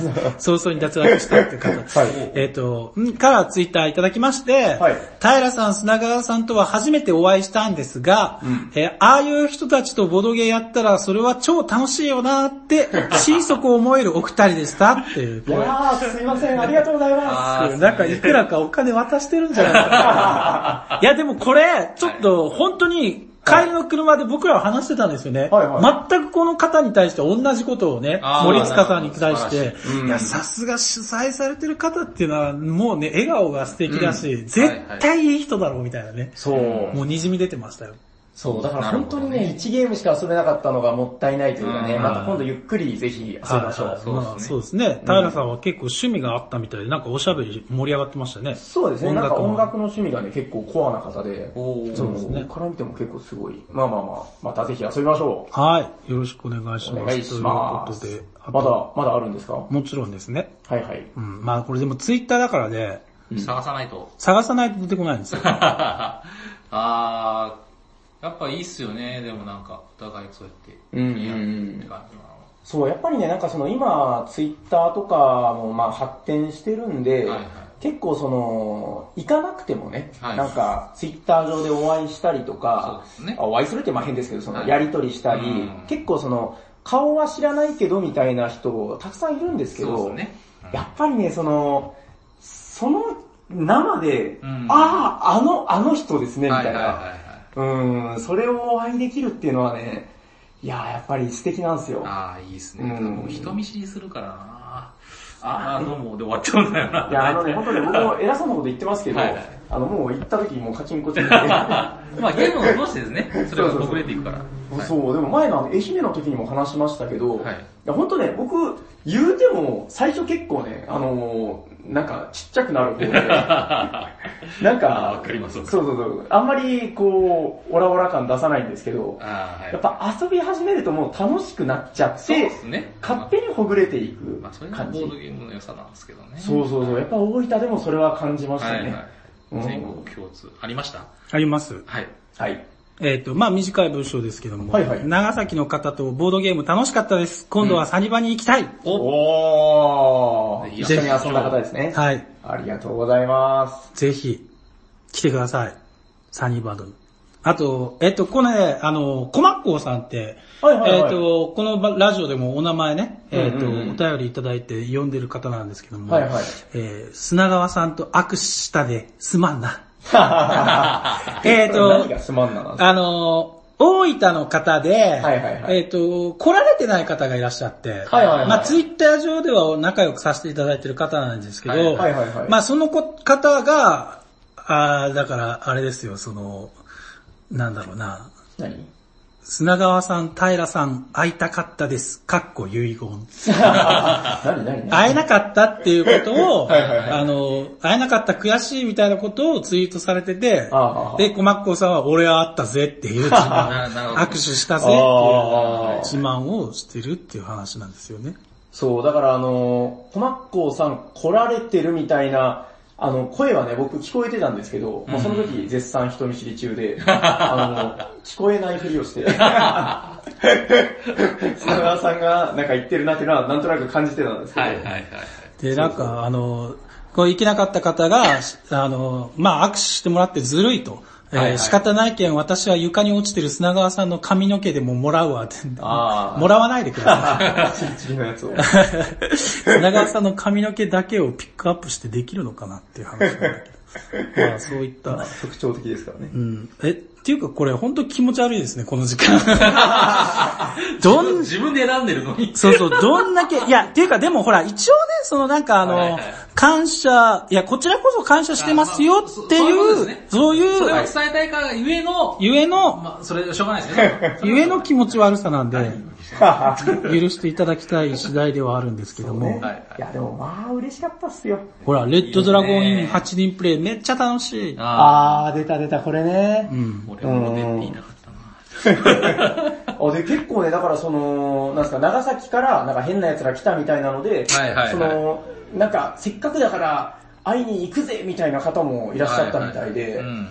Speaker 1: (laughs) 早々に脱落したっていう方。
Speaker 4: (laughs) はい
Speaker 1: えっ、と、んからツイッターいただきまして、
Speaker 4: はい
Speaker 1: 平さん、砂川さんとは初めてお会いしたんですが、えーああいう人たちとボドゲやったらそれは超楽しいよなって、心底思えるお二人でしたっていう
Speaker 4: い
Speaker 1: 声。
Speaker 4: やー、すいません、ありがとうございま
Speaker 5: あー
Speaker 1: なんかいくらかお金渡してるんじゃないかな。いやでもこれ、ちょっと本当に帰りの車で僕らは話してたんですよね。
Speaker 4: はいは
Speaker 1: 全くこの方に対して同じことをね
Speaker 5: あ、ー
Speaker 1: 森塚さんに対し
Speaker 5: な
Speaker 1: て
Speaker 5: る、
Speaker 1: いやさすが主催されてる方っていうのはもうね、笑顔が素敵だし、絶対いい人だろうみたいなね。
Speaker 4: す。そ
Speaker 1: も
Speaker 4: う。
Speaker 1: う滲み出てましたよ。
Speaker 4: そう、だから
Speaker 5: なる
Speaker 4: 本
Speaker 5: ほ
Speaker 4: 当
Speaker 5: ど
Speaker 4: に
Speaker 5: ね
Speaker 4: ね、1ゲームしか遊べなかったのがもったいないというかね、
Speaker 5: うん
Speaker 4: また今度ゆっくりぜひ遊びましょ
Speaker 1: は
Speaker 4: う
Speaker 1: い。
Speaker 5: そうですね
Speaker 1: まあそうですね。平さんは結構趣味があったみたいで、なんかおしゃべり盛り上がってましたね。
Speaker 4: そうですね、なんか
Speaker 1: も
Speaker 4: 音楽の趣味がね、結構コアな方で、
Speaker 5: おー
Speaker 4: そう
Speaker 1: ですね
Speaker 4: 僕から見ても結構すごい。まあまあまあ、またぜひ遊びましょ
Speaker 1: はい。よろしくお願いし
Speaker 4: う。
Speaker 1: ます。
Speaker 4: お願いします。
Speaker 1: ということで、あ
Speaker 4: まだ
Speaker 1: と、、
Speaker 4: まだあるんですかは
Speaker 1: もちろんですね。
Speaker 4: いはい。
Speaker 1: うん、まあこれでもツイッターだからね、
Speaker 5: 探さないと。 (laughs)
Speaker 1: 探さないと出てこないんですよ。
Speaker 5: あー、やっぱいいっすよね、でもなんか、お互いそうやって。
Speaker 4: うんうんうん
Speaker 5: やるって感じなの
Speaker 4: そう、やっぱりね、なんかその今、ツイッターとかもまあ発展してるんで、
Speaker 5: はいはい
Speaker 4: 結構その、行かなくてもね、
Speaker 5: はい
Speaker 4: なんかツイッター上でお会いしたりとか、
Speaker 5: そうですね
Speaker 4: あお会いするってまあ変ですけど、その
Speaker 5: はい
Speaker 4: やりとりしたり、
Speaker 5: うん
Speaker 4: 結構その、顔は知らないけどみたいな人、たくさんいるんですけ
Speaker 5: そう
Speaker 4: ど、
Speaker 5: ですね。
Speaker 4: やっぱりね、その、その生で、
Speaker 5: うん
Speaker 4: ああ、あの、あの人ですね、み
Speaker 5: は
Speaker 4: た
Speaker 5: い
Speaker 4: い
Speaker 5: は
Speaker 4: な。
Speaker 5: いは
Speaker 4: う
Speaker 5: い。
Speaker 4: ん、それをお会いできるっていうのはね、いやー、やっぱり素敵なんですよ。
Speaker 5: ああ、いいですね。
Speaker 4: うん
Speaker 5: ただもう人見知りするからなああ、どうも、で終わっちゃうんだよな。
Speaker 4: いや、あのね、本当に僕も偉そうなこと言ってますけど、
Speaker 5: はいはい
Speaker 4: あの、もう行った時もうカチンコチンで。
Speaker 5: まあゲームを通してですね、それがほぐれていくから。
Speaker 4: そう、でも前のあの愛媛の時にも話しましたけど、
Speaker 5: はい
Speaker 4: いや本当ね、僕、言うても、最初結構ね、あのーなんかちっちゃくなる方
Speaker 5: (laughs)
Speaker 4: で、なんか、
Speaker 5: あーわかりますわかります
Speaker 4: そうそうそう、あんまりこう、オラオラ感出さないんですけど、
Speaker 5: ああ、はい。
Speaker 4: やっぱ遊び始
Speaker 5: (laughs)
Speaker 4: めるともう楽しくなっちゃっ
Speaker 5: そうで
Speaker 4: て、
Speaker 5: すね。
Speaker 4: 勝手にほぐれていく
Speaker 5: まあそれが
Speaker 4: 感
Speaker 5: ボ
Speaker 4: じ。
Speaker 5: ードゲームの良さなんですけどね。
Speaker 4: そうそうそう、やっぱ大分でもそれは感じました
Speaker 5: はい
Speaker 4: ね。
Speaker 5: はい。全国共通。ありました
Speaker 1: あります。
Speaker 5: はい。
Speaker 4: はい。
Speaker 1: えっ、と、まあ短い文章ですけども、
Speaker 4: はいはい
Speaker 1: 長崎の方とボードゲーム楽しかったです。今度はサニバに行きたい。
Speaker 5: お
Speaker 4: お
Speaker 5: ぜ
Speaker 4: ー、
Speaker 5: ひ
Speaker 4: 一緒に遊んだ方ですね。
Speaker 1: はい。
Speaker 4: ありがとうございます。
Speaker 1: ぜひ、来てください。サニーバードに。あと、えっと、このね、あの、コマッコーさんって、
Speaker 4: はいはいはい
Speaker 1: えっと、このばラジオでもお名前ね、えっと、
Speaker 4: うんうんうん
Speaker 1: お便りいただいて読んでる方なんですけども、
Speaker 4: はいはい
Speaker 1: えー砂川さんと握手したですまん
Speaker 4: (laughs)
Speaker 1: な。えっと
Speaker 4: 何、がすまんななんですか
Speaker 1: あの、大分の方で、
Speaker 4: はいはいはい
Speaker 1: えっ、と、来られてない方がいらっしゃって、
Speaker 4: はいはいはい
Speaker 1: まあツイッター上では仲良くさせていただいてる方なんですけど、
Speaker 5: はい
Speaker 4: はいはいはい
Speaker 1: まあその子方が、あーだからあれですよ、その、なんだろうな、
Speaker 4: 何
Speaker 1: 砂川さん、平さん、会いたかったです。かっこ遺言。
Speaker 4: 何何何
Speaker 1: 会えなかったっていうことを、
Speaker 4: (laughs) はいはいはい
Speaker 1: あの、会えなかった悔しいみたいなことをツイートされてて
Speaker 4: あああ、あ
Speaker 1: で、小松子さんは俺は会ったぜっていう自慢
Speaker 4: (laughs)
Speaker 5: な、なるほど
Speaker 1: 握手したぜっていう
Speaker 4: ああ
Speaker 1: 自慢をしてるっていう話なんですよね。
Speaker 4: そう、だからあのー、コマッコーさん来られてるみたいな、あの、声はね、僕聞こえてたんですけど、もうその時絶賛人見知り中
Speaker 5: (laughs)
Speaker 4: で、あの、聞こえないふりをして、砂川さんがなんか言ってるなっていうのはなんとなく感じてたんですけど、 (laughs)
Speaker 5: はいはいはい。
Speaker 1: で、なんか、あの、こう行けなかった方が、しあの、まあ握手してもらってずるいと。えー
Speaker 5: はいはい
Speaker 1: 仕方ないけん、私は床に落ちてる砂川さんの髪の毛でももらうわって。
Speaker 4: ああ
Speaker 1: もらわないでください。
Speaker 4: チリチリのやつを。
Speaker 1: (laughs) 砂川さんの髪の毛だけをピックアップしてできるのかなっていう話なんだけ (laughs) ど。まあそういった。
Speaker 4: 特徴的ですからね
Speaker 1: う。ん。え、っていうかこれ本当気持ち悪いですね、この時間。 (laughs) どん、
Speaker 5: 自分で選んでるのに。
Speaker 1: そうそう、どんだけ、いや、っていうかでもほら、一応ね、そのなんかあの、
Speaker 5: はいはい
Speaker 1: 感謝、いや、こちらこそ感謝してますよってい
Speaker 5: あまあそうそういうこと
Speaker 1: う、
Speaker 5: ですね
Speaker 1: そういう
Speaker 5: それを伝えたいからゆえの、
Speaker 1: ゆえの、
Speaker 5: まあ、それしょうがないですね。
Speaker 1: ゆえの気持ち悪さなんで、
Speaker 5: (laughs)
Speaker 1: 許していただきたい次第ではあるんですけども、
Speaker 4: ね
Speaker 5: はいはい
Speaker 4: いやでもまあ嬉しかったっすよ。
Speaker 1: ほら、レッドドラゴン
Speaker 5: いい
Speaker 1: イ
Speaker 5: で
Speaker 1: ン
Speaker 5: すね
Speaker 1: 8人プレイめっちゃ楽しい。
Speaker 5: あ
Speaker 4: あー、出た出た、これね
Speaker 1: う。ん。
Speaker 5: あ、俺も出ていなかったな。
Speaker 4: あで結構ね、だからその、なんすか、長崎からなんか変な奴ら来たみたいなので、
Speaker 5: はいはいはい
Speaker 4: その、なんかせっかくだから会いに行くぜみたいな方もいらっしゃったみたいで、い
Speaker 5: うん。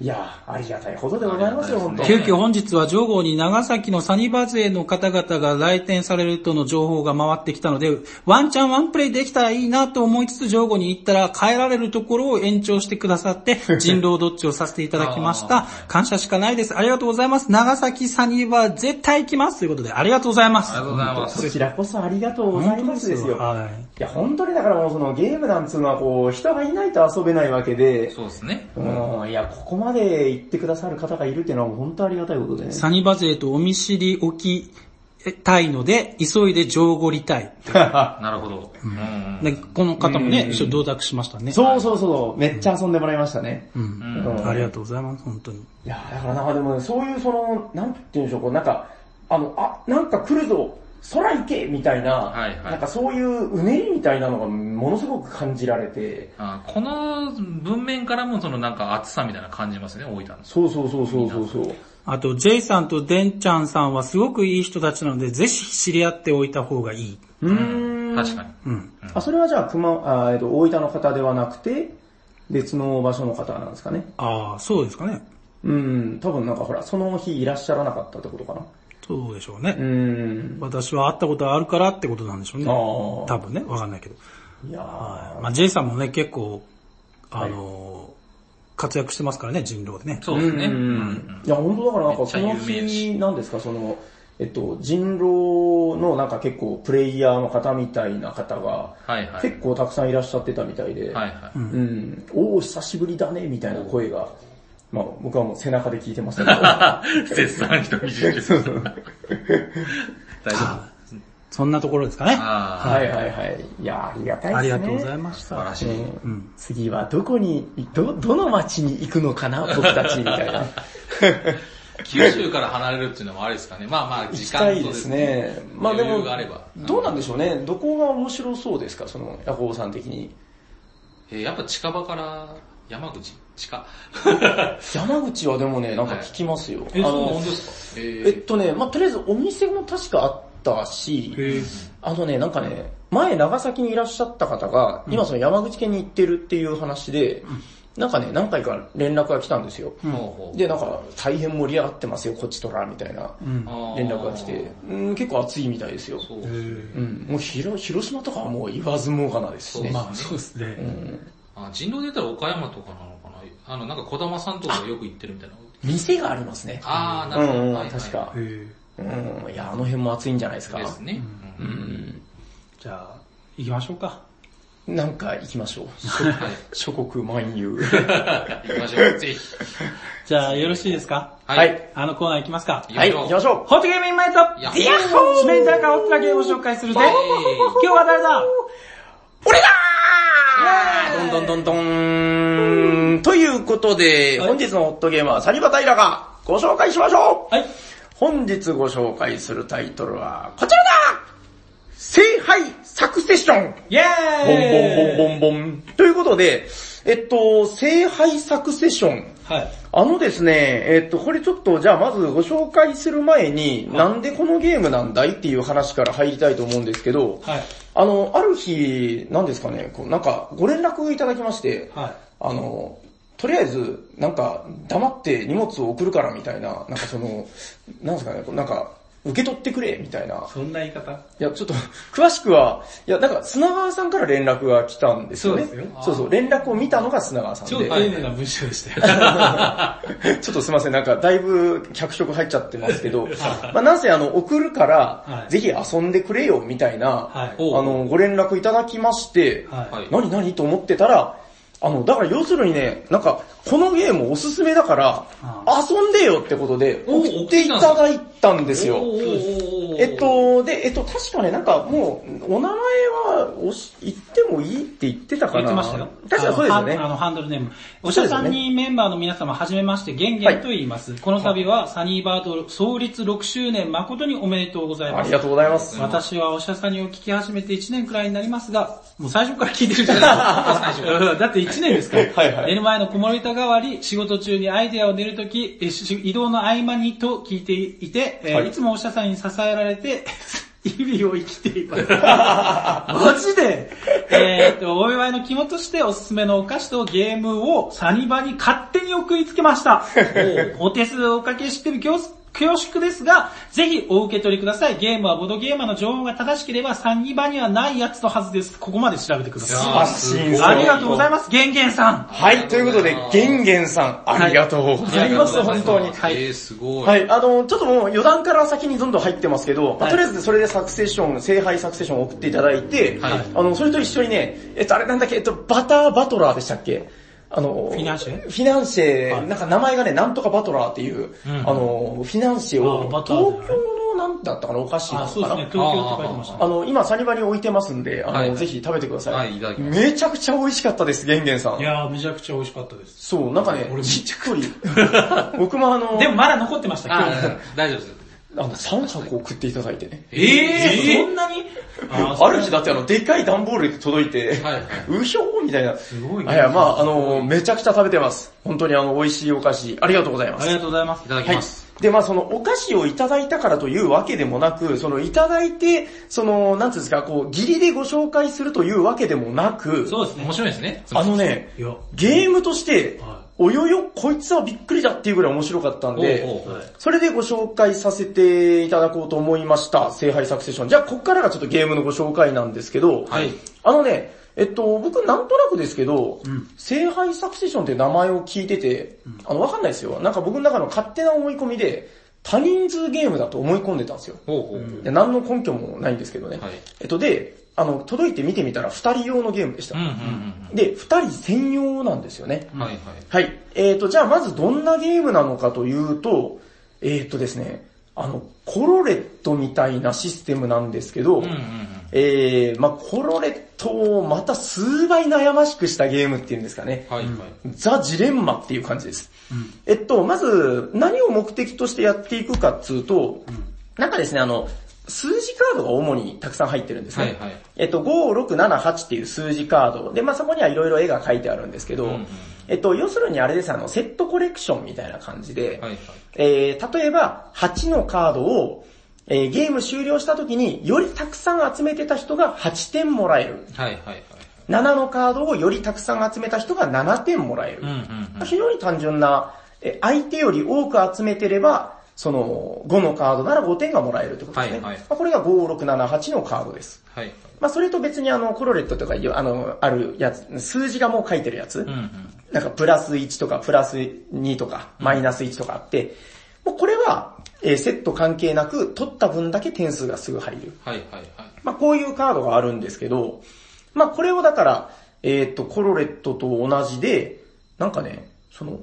Speaker 4: やー、ありがたいほどでございますよ、
Speaker 5: あり
Speaker 4: 本
Speaker 5: が
Speaker 4: 当
Speaker 5: たいです
Speaker 1: 急遽
Speaker 5: ね
Speaker 1: 本日は上号に長崎のサニバ勢の方々が来店されるとの情報が回ってきたので、ワンチャンワンプレイできたらいいなと思いつつ上号に行ったら帰られるところを延長してくださ
Speaker 4: (laughs)
Speaker 1: って、人狼どっちをさせていただきまし
Speaker 5: あ
Speaker 1: た。感謝しかないです。ありがとうございます。長崎サニバ絶対行きます。ということで、ありがとうございま
Speaker 5: あ
Speaker 1: す
Speaker 5: りが。とうございます。
Speaker 4: こちらこそありがとうございますですよ。
Speaker 1: はい。
Speaker 4: いや、本当にだからもうそのゲームなんつうのはこう、人がいないと遊べないわけで、
Speaker 5: そうですね。
Speaker 4: うん、いや、ここまで行ってくださる方がいるっていうのは本当ありがたいことでね。 (laughs)
Speaker 1: サニバ勢とお見知りおきたいので、急いで上号りたい。
Speaker 5: なるほど。うん
Speaker 1: でこの方もね、一緒に同卓しましたね。
Speaker 4: そうそうそう、めっちゃ遊んでもらいましたね。
Speaker 1: う。
Speaker 5: うんん。
Speaker 4: うん
Speaker 1: ありがとうございます、本当に。
Speaker 4: いやーだからなんかでもね、そういうその、なんて言うんでしょう、こうなんか、あの、あ、なんか来るぞ、空行けみたいな、
Speaker 5: はいはい
Speaker 4: なんかそういううねりみたいなのがものすごく感じられて、
Speaker 5: あこの文面からもそのなんか熱さみたいな感じますね、大分の。
Speaker 4: そうそうそうそうそうそう。
Speaker 1: あと、ジェイさんとデンちゃんさんはすごくいい人たちなので、ぜひ知り合っておいた方がいい。
Speaker 4: うーん。
Speaker 5: 確かに。
Speaker 1: うん。
Speaker 4: あ、それはじゃあ、熊、あーえっと、大分の方ではなくて、別の場所の方なんですかね。
Speaker 1: ああ、そうですかね。
Speaker 4: うん、多分なんかほら、その日いらっしゃらなかったってことかな。
Speaker 1: そうでしょうね。
Speaker 4: うーん。
Speaker 1: 私は会ったことあるからってことなんでしょうね。
Speaker 4: あ
Speaker 1: 多
Speaker 4: あ。
Speaker 1: 分ね、わかんないけど。
Speaker 4: いやー
Speaker 1: まあ、ジェイさんもね、結構、あのー活躍してますからね、人狼でね。
Speaker 5: そうですね。
Speaker 4: うんいや、本当だからなんかその
Speaker 5: めっちゃ有名
Speaker 4: 日、なんですか、その、えっと、人狼のなんか結構プレイヤーの方みたいな方が、
Speaker 5: はいはい。
Speaker 4: 結構たくさんいらっしゃってたみたいで、
Speaker 5: はいは
Speaker 4: う
Speaker 5: い。
Speaker 4: ん、おお久しぶりだね、みたいな声が、まあ僕はもう背中で聞いてましたけど、(laughs)
Speaker 5: (laughs) 絶賛人見知って
Speaker 4: そう
Speaker 5: る。
Speaker 4: そう
Speaker 5: 大丈夫。
Speaker 1: そんなところですかね。
Speaker 5: あ
Speaker 4: はいはいはい。いやーありがたいですね。
Speaker 1: ありがとうございまし
Speaker 5: あ、素晴
Speaker 1: た。
Speaker 5: らしい。
Speaker 4: ね
Speaker 1: うん
Speaker 4: 次はどこに、ど、どの町に行くのかな、僕たち、みたいな。
Speaker 5: 九州から離れるっていうのもあれですかね。まあまあ、
Speaker 4: 行
Speaker 5: 時
Speaker 4: き
Speaker 5: 間
Speaker 4: た
Speaker 5: と
Speaker 4: いです。ね。まあで
Speaker 5: 余
Speaker 4: も
Speaker 5: 裕があれば、
Speaker 4: どうなんでしょうね。どこが面白そうですか、その、ヤコウさん的に。
Speaker 5: えーやっぱ近場から、山口近。
Speaker 4: 山口はでもね、なんか聞きますよ。
Speaker 5: え、
Speaker 4: あ
Speaker 5: そう、
Speaker 4: の
Speaker 5: 本当ですかえ
Speaker 4: えっ
Speaker 5: ー
Speaker 4: とね、まあとりあえずお店も確かあったし、
Speaker 1: へ
Speaker 4: あのね、なんかね、前長崎にいらっしゃった方が、今その山口県に行ってるっていう話で、なんかね、何回か連絡が来たんですよ。
Speaker 5: ほうほう
Speaker 4: で、なんか、大変盛り上がってますよ、こっちとら、みたいな
Speaker 1: うん
Speaker 4: 連絡が来て、うん、結構暑いみたいですよ。
Speaker 5: そう
Speaker 1: へー
Speaker 4: うん、もう広広島とかはもう言わずもがなですしね。
Speaker 1: まあそうですね。
Speaker 4: うん、
Speaker 5: あ人狼で言ったら岡山とかなのかなあの、なんか小玉さんとかがよく行ってるみたいな。
Speaker 4: 店がありますね。
Speaker 5: あー、な
Speaker 4: う
Speaker 5: るほど。
Speaker 4: ん、
Speaker 5: は
Speaker 4: うん、
Speaker 5: いはい
Speaker 4: 確。か
Speaker 1: へ。ー
Speaker 4: うん、いや、あの辺も暑いんじゃないですか。
Speaker 5: ですね。
Speaker 4: う
Speaker 5: うん
Speaker 4: ん、
Speaker 1: じゃあ、行きましょうか。
Speaker 4: なんか行きま (laughs) しょう。
Speaker 5: はい。
Speaker 4: 諸国漫遊。
Speaker 5: 行きましょう。ぜひ。
Speaker 1: じゃあ、よろしいですか
Speaker 4: はい。
Speaker 1: あのコーナー行きますか。
Speaker 4: はい、行きましょ
Speaker 1: ホットゲームインマイト
Speaker 5: やっほー
Speaker 1: ディアッホースメンターがホットなゲームを紹介するぜ
Speaker 5: イエーイ
Speaker 1: 今日は誰だ
Speaker 4: う。どんどんどんどん。ということで、
Speaker 1: はい
Speaker 4: 本日のホットゲームはサニバタイラがご紹介しましょう
Speaker 1: はい。
Speaker 4: 本日ご紹介するタイトルはこちらだ聖杯サクセッション
Speaker 1: イェ
Speaker 4: ボン
Speaker 1: ーイ
Speaker 4: ボンボンボンボン。ということで、えっと、聖杯サクセッション。
Speaker 1: はい。
Speaker 4: あのですね、えっと、これちょっと、じゃあまずご紹介する前に、なんでこのゲームなんだいっていう話から入りたいと思うんですけど、
Speaker 1: はい。
Speaker 4: あの、ある日、なんですかね、こうなんかご連絡をいただきまして、
Speaker 1: はい。
Speaker 4: あの、とりあえず、なんか、黙って荷物を送るからみたいな、なんかその、なんですかね、こうなんか、受け取ってくれみたいな。
Speaker 1: そんな言い方
Speaker 4: いや、ちょっと、詳しくは、いや、なんか、砂川さんから連絡が来たんですよね。
Speaker 1: そうですよ
Speaker 4: そうそう連絡を見たのが砂川さんで。
Speaker 1: 超丁
Speaker 4: はい
Speaker 1: 寧な文章でしたよ。
Speaker 4: (laughs) ちょっとすいません、なんか、だいぶ脚色入っちゃってますけど、まあ、なんせ、あの、送るから、
Speaker 1: はい
Speaker 4: ぜひ遊んでくれよ、みたいな、
Speaker 1: はい
Speaker 4: あの、ご連絡いただきまして、
Speaker 1: はい
Speaker 4: 何何と思ってたら、あの、だから要するにね、なんか、このゲームおすすめだから、遊んでよってことで、
Speaker 5: お
Speaker 4: 送っていただいたんですよ。
Speaker 5: おー
Speaker 4: えっ、と、で、えっと、確かね、なんかもう、お名前はおし言ってもいいって言ってたか
Speaker 1: 言
Speaker 4: な。
Speaker 1: ってましたよ。
Speaker 4: 確かそうですよ
Speaker 1: あのあ
Speaker 4: ね。
Speaker 1: の、ハンドルネーム。おしゃさんにメンバーの皆様、はじめまして、ゲンゲンと言います。この度は、サニーバード創立6周年、誠におめでとうござい
Speaker 4: あ
Speaker 1: ま
Speaker 4: り
Speaker 1: す
Speaker 4: が。とうございます。
Speaker 1: 私はおしゃさにを聞き始めて1年くらいになります
Speaker 4: (laughs)
Speaker 1: が、もう最初から聞いてるじゃないですか。うんだって1年ですから。
Speaker 4: はいはい
Speaker 1: 寝る前の子守歌代わり、仕事中にアイデアを出るとき、えし移動の合間にと聞いていて、えー
Speaker 4: はい
Speaker 1: い、つもおしゃさんに支えられて、
Speaker 4: (laughs)
Speaker 1: 日々を生きています。マジでえーっと、お祝いの肝としておすすめのお菓子とゲームをサニバに勝手に送りつけま
Speaker 4: (laughs)
Speaker 1: した。おお手数をおかけしてる恐恐縮ですが、ぜひお受け取りください。ゲームはボードゲーマーの情報が正しければサニバにはないやつのはずです。ここまで調べてくだ
Speaker 5: い
Speaker 1: さ
Speaker 5: や
Speaker 1: い。
Speaker 4: あ真相
Speaker 1: ありがとうございます、ゲンゲンさん。
Speaker 4: はい、ということで、ゲンゲンさん、ありがとうございます、本当に。
Speaker 5: はい。えー、すごい。。
Speaker 4: はいい、あの、ちょっともう余談から先にどんどん入ってますけど、まあとりあえずそれでサクセッション、聖杯サクセッションを送っていただいて、
Speaker 5: はい
Speaker 4: あの、それと一緒にね、えっと、あれなんだっけ、えっと、バターバトラーでしたっけあの、
Speaker 1: フィナンシェ
Speaker 4: フィナンシェ、
Speaker 1: はい
Speaker 4: なんか名前がね、なんとかバトラーっていう、あの、フィナンシェ
Speaker 1: あ
Speaker 4: を、
Speaker 1: バ
Speaker 4: 東
Speaker 1: ターだよね
Speaker 4: 京のなんだったかな、お菓子な
Speaker 1: あ、
Speaker 4: の
Speaker 1: そうで
Speaker 4: か
Speaker 1: すね、東
Speaker 4: な。
Speaker 1: 京って書いてました。
Speaker 4: あの、今サニバに置いてますんで、あの、
Speaker 5: はい
Speaker 4: ぜひ食べてください。
Speaker 5: はいいただきま
Speaker 4: めちゃくちゃ美味しかったです、ゲンゲンさ
Speaker 1: い
Speaker 4: ん。
Speaker 1: やー、めちゃくちゃ美味しかったです。
Speaker 4: そう、なんかね、
Speaker 1: 俺
Speaker 4: ちっちゃ
Speaker 1: (laughs)
Speaker 4: り。僕もあの、
Speaker 1: でもまだ残ってました、今日。
Speaker 5: あー大丈夫です。
Speaker 4: あの、3箱送っていただいてね。
Speaker 1: えー、
Speaker 5: え
Speaker 1: そんなに
Speaker 4: ある日だってあの、でっかい段ボールで届いて、
Speaker 5: はいはいう
Speaker 4: ひょーみたいな。
Speaker 1: すごいね
Speaker 4: あいや、まああの、めちゃくちゃ食べてます。本当にあの、美味しいお菓子、ありがとうございま
Speaker 1: あ
Speaker 4: す。
Speaker 1: りがとうございます。
Speaker 5: いただきます。
Speaker 4: で、まあその、お菓子をいただいたからというわけでもなく、その、いただいて、その、なんていうんですか、こう、義理でご紹介するというわけでもなく、
Speaker 1: そうですね
Speaker 5: 面。白いですね。
Speaker 4: あのね、
Speaker 1: いや、
Speaker 4: ゲームとして
Speaker 1: は、
Speaker 4: およよ、こいつはびっくりだっていうぐらい面白かったんで、
Speaker 5: おうおう
Speaker 4: それでご紹介させていただこうと思いました。聖杯サクセション。じゃあ、ここからがちょっとゲームのご紹介なんですけど、
Speaker 5: はい
Speaker 4: あのね、えっと、僕なんとなくですけど、
Speaker 1: ん
Speaker 4: 聖杯サクセションって名前を聞いてて、あの、わかんないですよ。なんか僕の中の勝手な思い込みで、多人数ゲームだと思い込んでたんですよ。
Speaker 5: ほうほう。
Speaker 4: いや何の根拠もないんですけどね。
Speaker 5: はい
Speaker 4: えっと、で、あの、届いて見てみたら二人用のゲームでした。
Speaker 5: うんうん
Speaker 4: で、二人専用なんですよね。
Speaker 5: うん。はいはい。
Speaker 4: はい。えっ、と、じゃあまずどんなゲームなのかというと、えっ、とですね、あの、コロレットみたいなシステムなんですけど、
Speaker 5: うんうん
Speaker 4: えー、まあコロレットをまた数倍悩ましくしたゲームっていうんですかね。
Speaker 5: うん。はいはい。
Speaker 4: ザ・ジレンマっていう感じです。えっと、まず、何を目的としてやっていくかっつうと、なんかですね、あの、数字カードが主にたくさん入ってるんですね。
Speaker 5: はいはい
Speaker 4: えっと、5、6、7、8っていう数字カード。で、まあ、そこにはいろいろ絵が書いてあるんですけど、
Speaker 5: うんうん
Speaker 4: えっと、要するにあれです、あの、セットコレクションみたいな感じで、
Speaker 5: はいはい。
Speaker 4: えー、例えば、8のカードを、えーゲーム終了した時によりたくさん集めてた人が8点もらえる。
Speaker 5: はいはいはい。
Speaker 4: 7のカードをよりたくさん集めた人が7点もらえる。
Speaker 5: うんうんうん。
Speaker 4: 非常に単純な、え相手より多く集めてれば、その5のカードなら5点がもらえるってことですね。
Speaker 5: はいはい
Speaker 4: まあこれが5、6、7、8のカードです。
Speaker 5: はいはい。
Speaker 4: まあそれと別にあの、コロレットとかいう、あの、あるやつ、数字がもう書いてるやつ、
Speaker 5: うんうん。
Speaker 4: なんかプラス1とかプラス2とかマイナス1とかあって、もうこれは、えーセット関係なく取った分だけ点数がすぐ入る。
Speaker 5: はいはいはい。
Speaker 4: まあ、こういうカードがあるんですけど、まあ、これをだから、えーっと、コロレットと同じで、なんかね、その、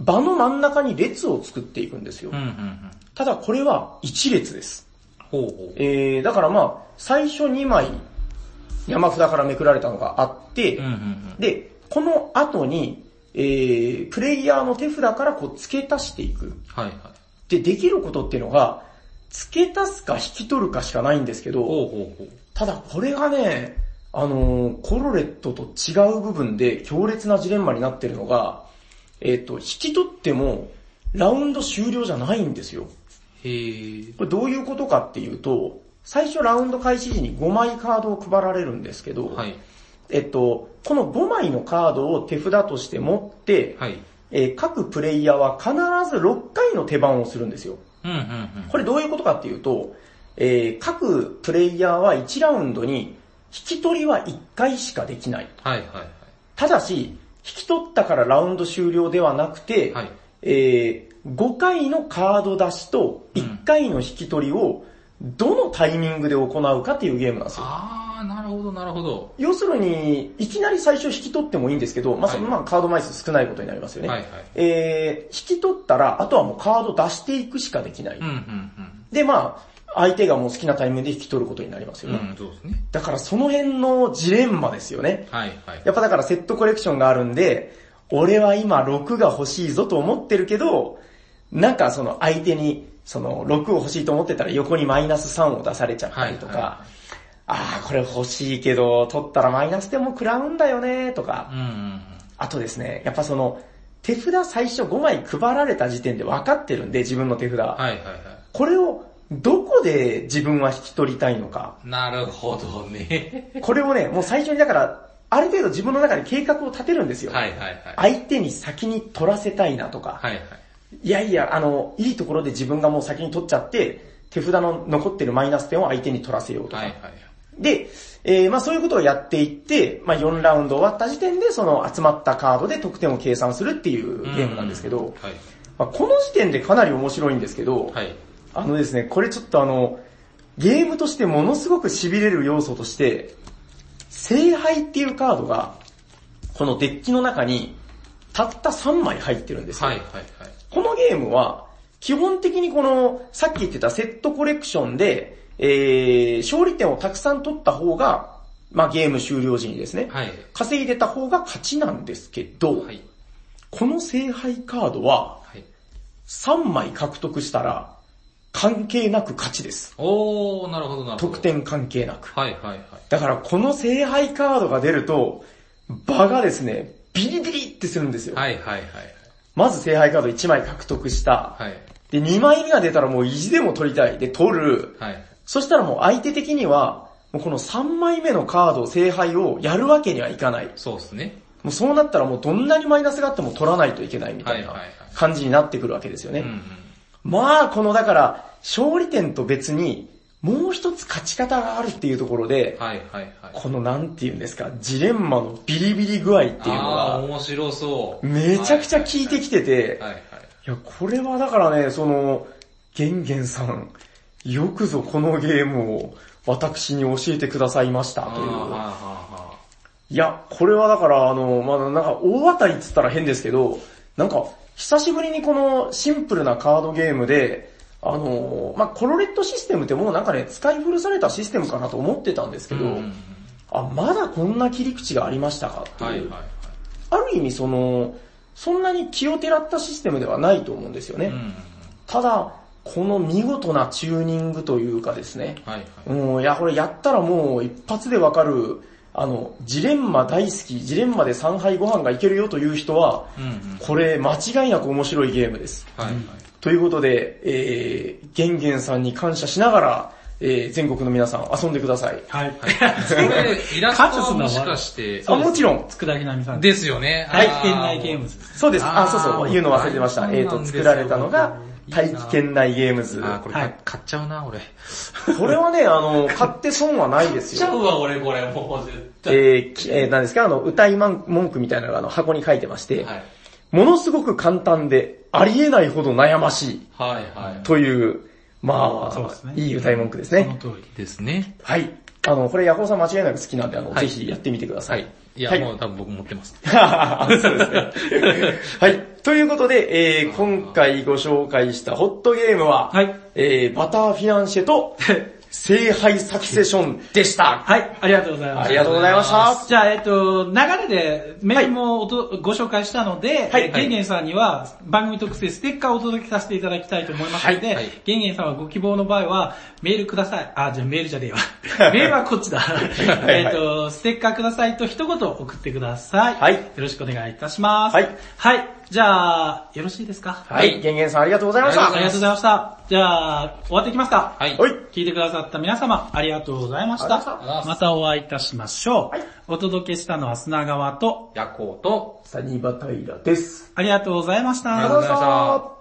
Speaker 4: 場の真ん中に列を作っていくんですよ
Speaker 5: うん。うんうん。
Speaker 4: ただこれは1列です。
Speaker 5: ほうほう。
Speaker 4: えー、だからまあ、最初2枚、山札からめくられたのがあって、
Speaker 5: うんうんうん。
Speaker 4: で、この後に、えー、プレイヤーの手札からこう付け足していく。
Speaker 5: はいはい。
Speaker 4: で、できることっていうのが、付け足すか引き取るかしかないんですけど、
Speaker 5: ほうほうほう。
Speaker 4: ただこれがね、あのーコロレットと違う部分で強烈なジレンマになってるのが、えっ、と、引き取っても、ラウンド終了じゃないんですよ。
Speaker 5: へー。
Speaker 4: これどういうことかっていうと、最初ラウンド開始時に5枚カードを配られるんですけど、
Speaker 5: はい。
Speaker 4: えっと、この5枚のカードを手札として持って、
Speaker 5: はい。
Speaker 4: えー各プレイヤーは必ず6回の手番をするんですよ。
Speaker 5: うんうんうん。
Speaker 4: これどういうことかっていうと、えー各プレイヤーは1ラウンドに引き取りは1回しかできない。
Speaker 5: はいはいはい。
Speaker 4: ただし、引き取ったからラウンド終了ではなくて、
Speaker 5: はい
Speaker 4: えー5回のカード出しと1回の引き取りをどのタイミングで行うかっていうゲームなんですよ。
Speaker 5: あー、なるほどなるほど。
Speaker 4: 要するに、いきなり最初引き取ってもいいんですけど、まあ、
Speaker 5: はい
Speaker 4: そのまあカード枚数少ないことになりますよね。
Speaker 5: はいはい
Speaker 4: えー、引き取ったら、あとはもうカード出していくしかできない。
Speaker 5: うんうん
Speaker 4: で、まあ、相手がもう好きなタイミングで引き取ることになりますよ
Speaker 5: うん。う
Speaker 4: ね。
Speaker 5: ん、そうですね。
Speaker 4: だからその辺のジレンマですよね。
Speaker 5: はいはい。
Speaker 4: やっぱだからセットコレクションがあるんで、俺は今6が欲しいぞと思ってるけど、なんかその相手に、その6を欲しいと思ってたら横にマイナス3を出されちゃったりとか、
Speaker 5: はいは
Speaker 4: ああ、これ欲しいけど、取ったらマイナスでも食らうんだよね、とか
Speaker 5: う、んうんうん。
Speaker 4: あとですね、やっぱその、手札最初5枚配られた時点で分かってるんで、自分の手札。
Speaker 5: はいはいは
Speaker 4: これをどこで自分は引き取りたいのか。
Speaker 5: い。なるほどね。
Speaker 4: これをね、もう最初にだから、ある程度自分の中で計画を立てるんですよ。
Speaker 5: はいはいはい。
Speaker 4: 相手に先に取らせたいなとか、
Speaker 5: はいはい。
Speaker 4: い、やいや、あの、いいところで自分がもう先に取っちゃって、手札の残ってるマイナス点を相手に取らせようとか。
Speaker 5: はいはいはい。
Speaker 4: で、えーまあそういうことをやっていって、まあ4ラウンド終わった時点でその集まったカードで得点を計算するっていうゲームなんですけど、
Speaker 5: はい。
Speaker 4: まあ、この時点でかなり面白いんですけど、
Speaker 5: はい。
Speaker 4: あのですね、これちょっとあの、ゲームとしてものすごく痺れる要素として、聖杯っていうカードが、このデッキの中に、たった3枚入ってるんですよ。
Speaker 5: はいはいはい。
Speaker 4: このゲームは、基本的にこの、さっき言ってたセットコレクションで、えー、勝利点をたくさん取った方が、まあゲーム終了時にですね、
Speaker 5: はい
Speaker 4: 稼いでた方が勝ちなんですけど、
Speaker 5: はい。
Speaker 4: この聖杯カードは、
Speaker 5: はい。
Speaker 4: 3枚獲得したら、関係なく勝ちです。
Speaker 5: おー、なるほどなるほど。
Speaker 4: 得。点関係なく。
Speaker 5: はいはいはい。
Speaker 4: だからこの聖杯カードが出ると、場がですね、ビリビリってするんですよ。
Speaker 5: はいはいはい。
Speaker 4: まず聖杯カード1枚獲得した。
Speaker 5: はい。
Speaker 4: で、2枚目が出たらもう意地でも取りたい。で、取る。
Speaker 5: はい。
Speaker 4: そしたらもう相手的には、もうこの3枚目のカード、聖杯をやるわけにはいかない。
Speaker 5: そうですね。
Speaker 4: もうそうなったらもうどんなにマイナスがあっても取らないといけないみたい
Speaker 5: は
Speaker 4: ない
Speaker 5: はいはい
Speaker 4: 感じになってくるわけですよね。
Speaker 5: うんうん。
Speaker 4: まあ、このだから、勝利点と別に、もう一つ勝ち方があるっていうところで、
Speaker 5: はいはいはい。
Speaker 4: このなんて言うんですか、ジレンマのビリビリ具合っていうの
Speaker 5: あー、
Speaker 4: が、
Speaker 5: 面白そう。
Speaker 4: めちゃくちゃ効いてきてて
Speaker 5: はい、はい
Speaker 4: いや、これはだからね、その、ゲンゲンさん、よくぞこのゲームを私に教えてくださいました
Speaker 5: あー
Speaker 4: と
Speaker 5: はいはい
Speaker 4: いう。
Speaker 5: はい
Speaker 4: や、これはだからあの、まあなんか大当たりって言ったら変ですけど、なんか久しぶりにこのシンプルなカードゲームで、あの、まあコロレットシステムってもうなんかね、使い古されたシステムかなと思ってたんですけ
Speaker 5: いは
Speaker 4: ど、
Speaker 5: い。うんうんうん
Speaker 4: あ、まだこんな切り口がありましたかっていう。
Speaker 5: はいはいはい。
Speaker 4: ある意味その、そんなに気をてらったシステムではないと思うんですよね。
Speaker 5: うんうんうん
Speaker 4: ただ、この見事なチューニングというかですね、
Speaker 5: はいはい。
Speaker 4: うん、いや、これやったらもう一発でわかる、あの、ジレンマ大好き、ジレンマで3杯ご飯がいけるよという人は、
Speaker 5: うんうん。
Speaker 4: これ間違いなく面白いゲームです。
Speaker 5: はいはい。
Speaker 4: ということで、えー、ゲンゲンさんに感謝しながら、えー、全国の皆さん遊んでください。
Speaker 1: はい。
Speaker 5: これ、イラストはもしかして、
Speaker 4: あ、もちろん、
Speaker 1: 佃ひなみさん。
Speaker 5: ですよね。
Speaker 1: はい
Speaker 5: あー
Speaker 1: 店内ゲームズです。
Speaker 4: そうです。あ
Speaker 5: あー
Speaker 4: そうそう、言うの忘れてまし
Speaker 5: そう
Speaker 4: た。
Speaker 5: なんで
Speaker 4: え
Speaker 5: す
Speaker 4: っ、
Speaker 5: よ
Speaker 4: と、作られたのが、大気圏内ゲームズ。
Speaker 5: あーこれ、
Speaker 1: はい
Speaker 5: 買っちゃうな、俺。買
Speaker 4: これはね、あの、買って損はないですよ。
Speaker 5: うわ、俺、これ、もう絶
Speaker 4: え。ーきえー、何ですかあの、歌いまん文句みたいなのがあの箱に書いてまして、
Speaker 5: はい。
Speaker 4: ものすごく簡単で、ありえないほど悩ましい、
Speaker 5: はいは
Speaker 4: という、ま
Speaker 1: そうです
Speaker 4: あ、
Speaker 1: ね
Speaker 4: いい歌い文句です
Speaker 1: その
Speaker 4: ね。
Speaker 1: 通り。
Speaker 5: い。ですね。
Speaker 4: はい。あの、これ、ヤコウさん間違いなく好きなんで、あの、
Speaker 5: は
Speaker 4: ぜ
Speaker 5: い
Speaker 4: ひやってみてください。
Speaker 5: いや、
Speaker 4: はい
Speaker 5: もう多分僕持ってます。
Speaker 4: そうですね。 (laughs) はい。ということで、えー今回ご紹介したホットゲームは、
Speaker 1: はい
Speaker 4: えーバターフィナンシェと、聖杯サクセションでした。
Speaker 1: はい、ありがとうございま
Speaker 4: あ
Speaker 1: す
Speaker 4: り。がとうございました。
Speaker 1: じゃあ、えっと、流れでメールもおと、ご紹介したので、
Speaker 4: はい
Speaker 1: ゲンゲンさんには番組特製ステッカーをお届けさせていただきたいと思いますので、
Speaker 5: はいはい
Speaker 1: ゲンゲンさんはご希望の場合はメールください。あ、じゃあメールじゃねえ
Speaker 4: (laughs)
Speaker 1: わ。メールはこっちだ。
Speaker 4: い
Speaker 1: えっと、ステッカーくださいと一言送ってください。
Speaker 4: はい
Speaker 1: よろしくお願いいたします。
Speaker 4: はい。
Speaker 1: はい。じゃあ、よろしいですか
Speaker 4: はい。ゲンゲンさんありがとうございました。
Speaker 1: ありがとうございました。じゃあ、終わっていきますか。
Speaker 5: はい。
Speaker 4: はい。
Speaker 1: 聞いてくださった皆様、ありがとうございまし
Speaker 4: ありがとう
Speaker 5: ございま
Speaker 1: た。
Speaker 5: す
Speaker 1: またお会いいたしましょう。
Speaker 4: はい
Speaker 1: お届けしたのは砂川と、
Speaker 5: 夜行と、
Speaker 4: サニバタイラです。
Speaker 1: ありがとうございました。
Speaker 5: ありがとうございまし
Speaker 4: あ
Speaker 5: た
Speaker 4: りがとうございました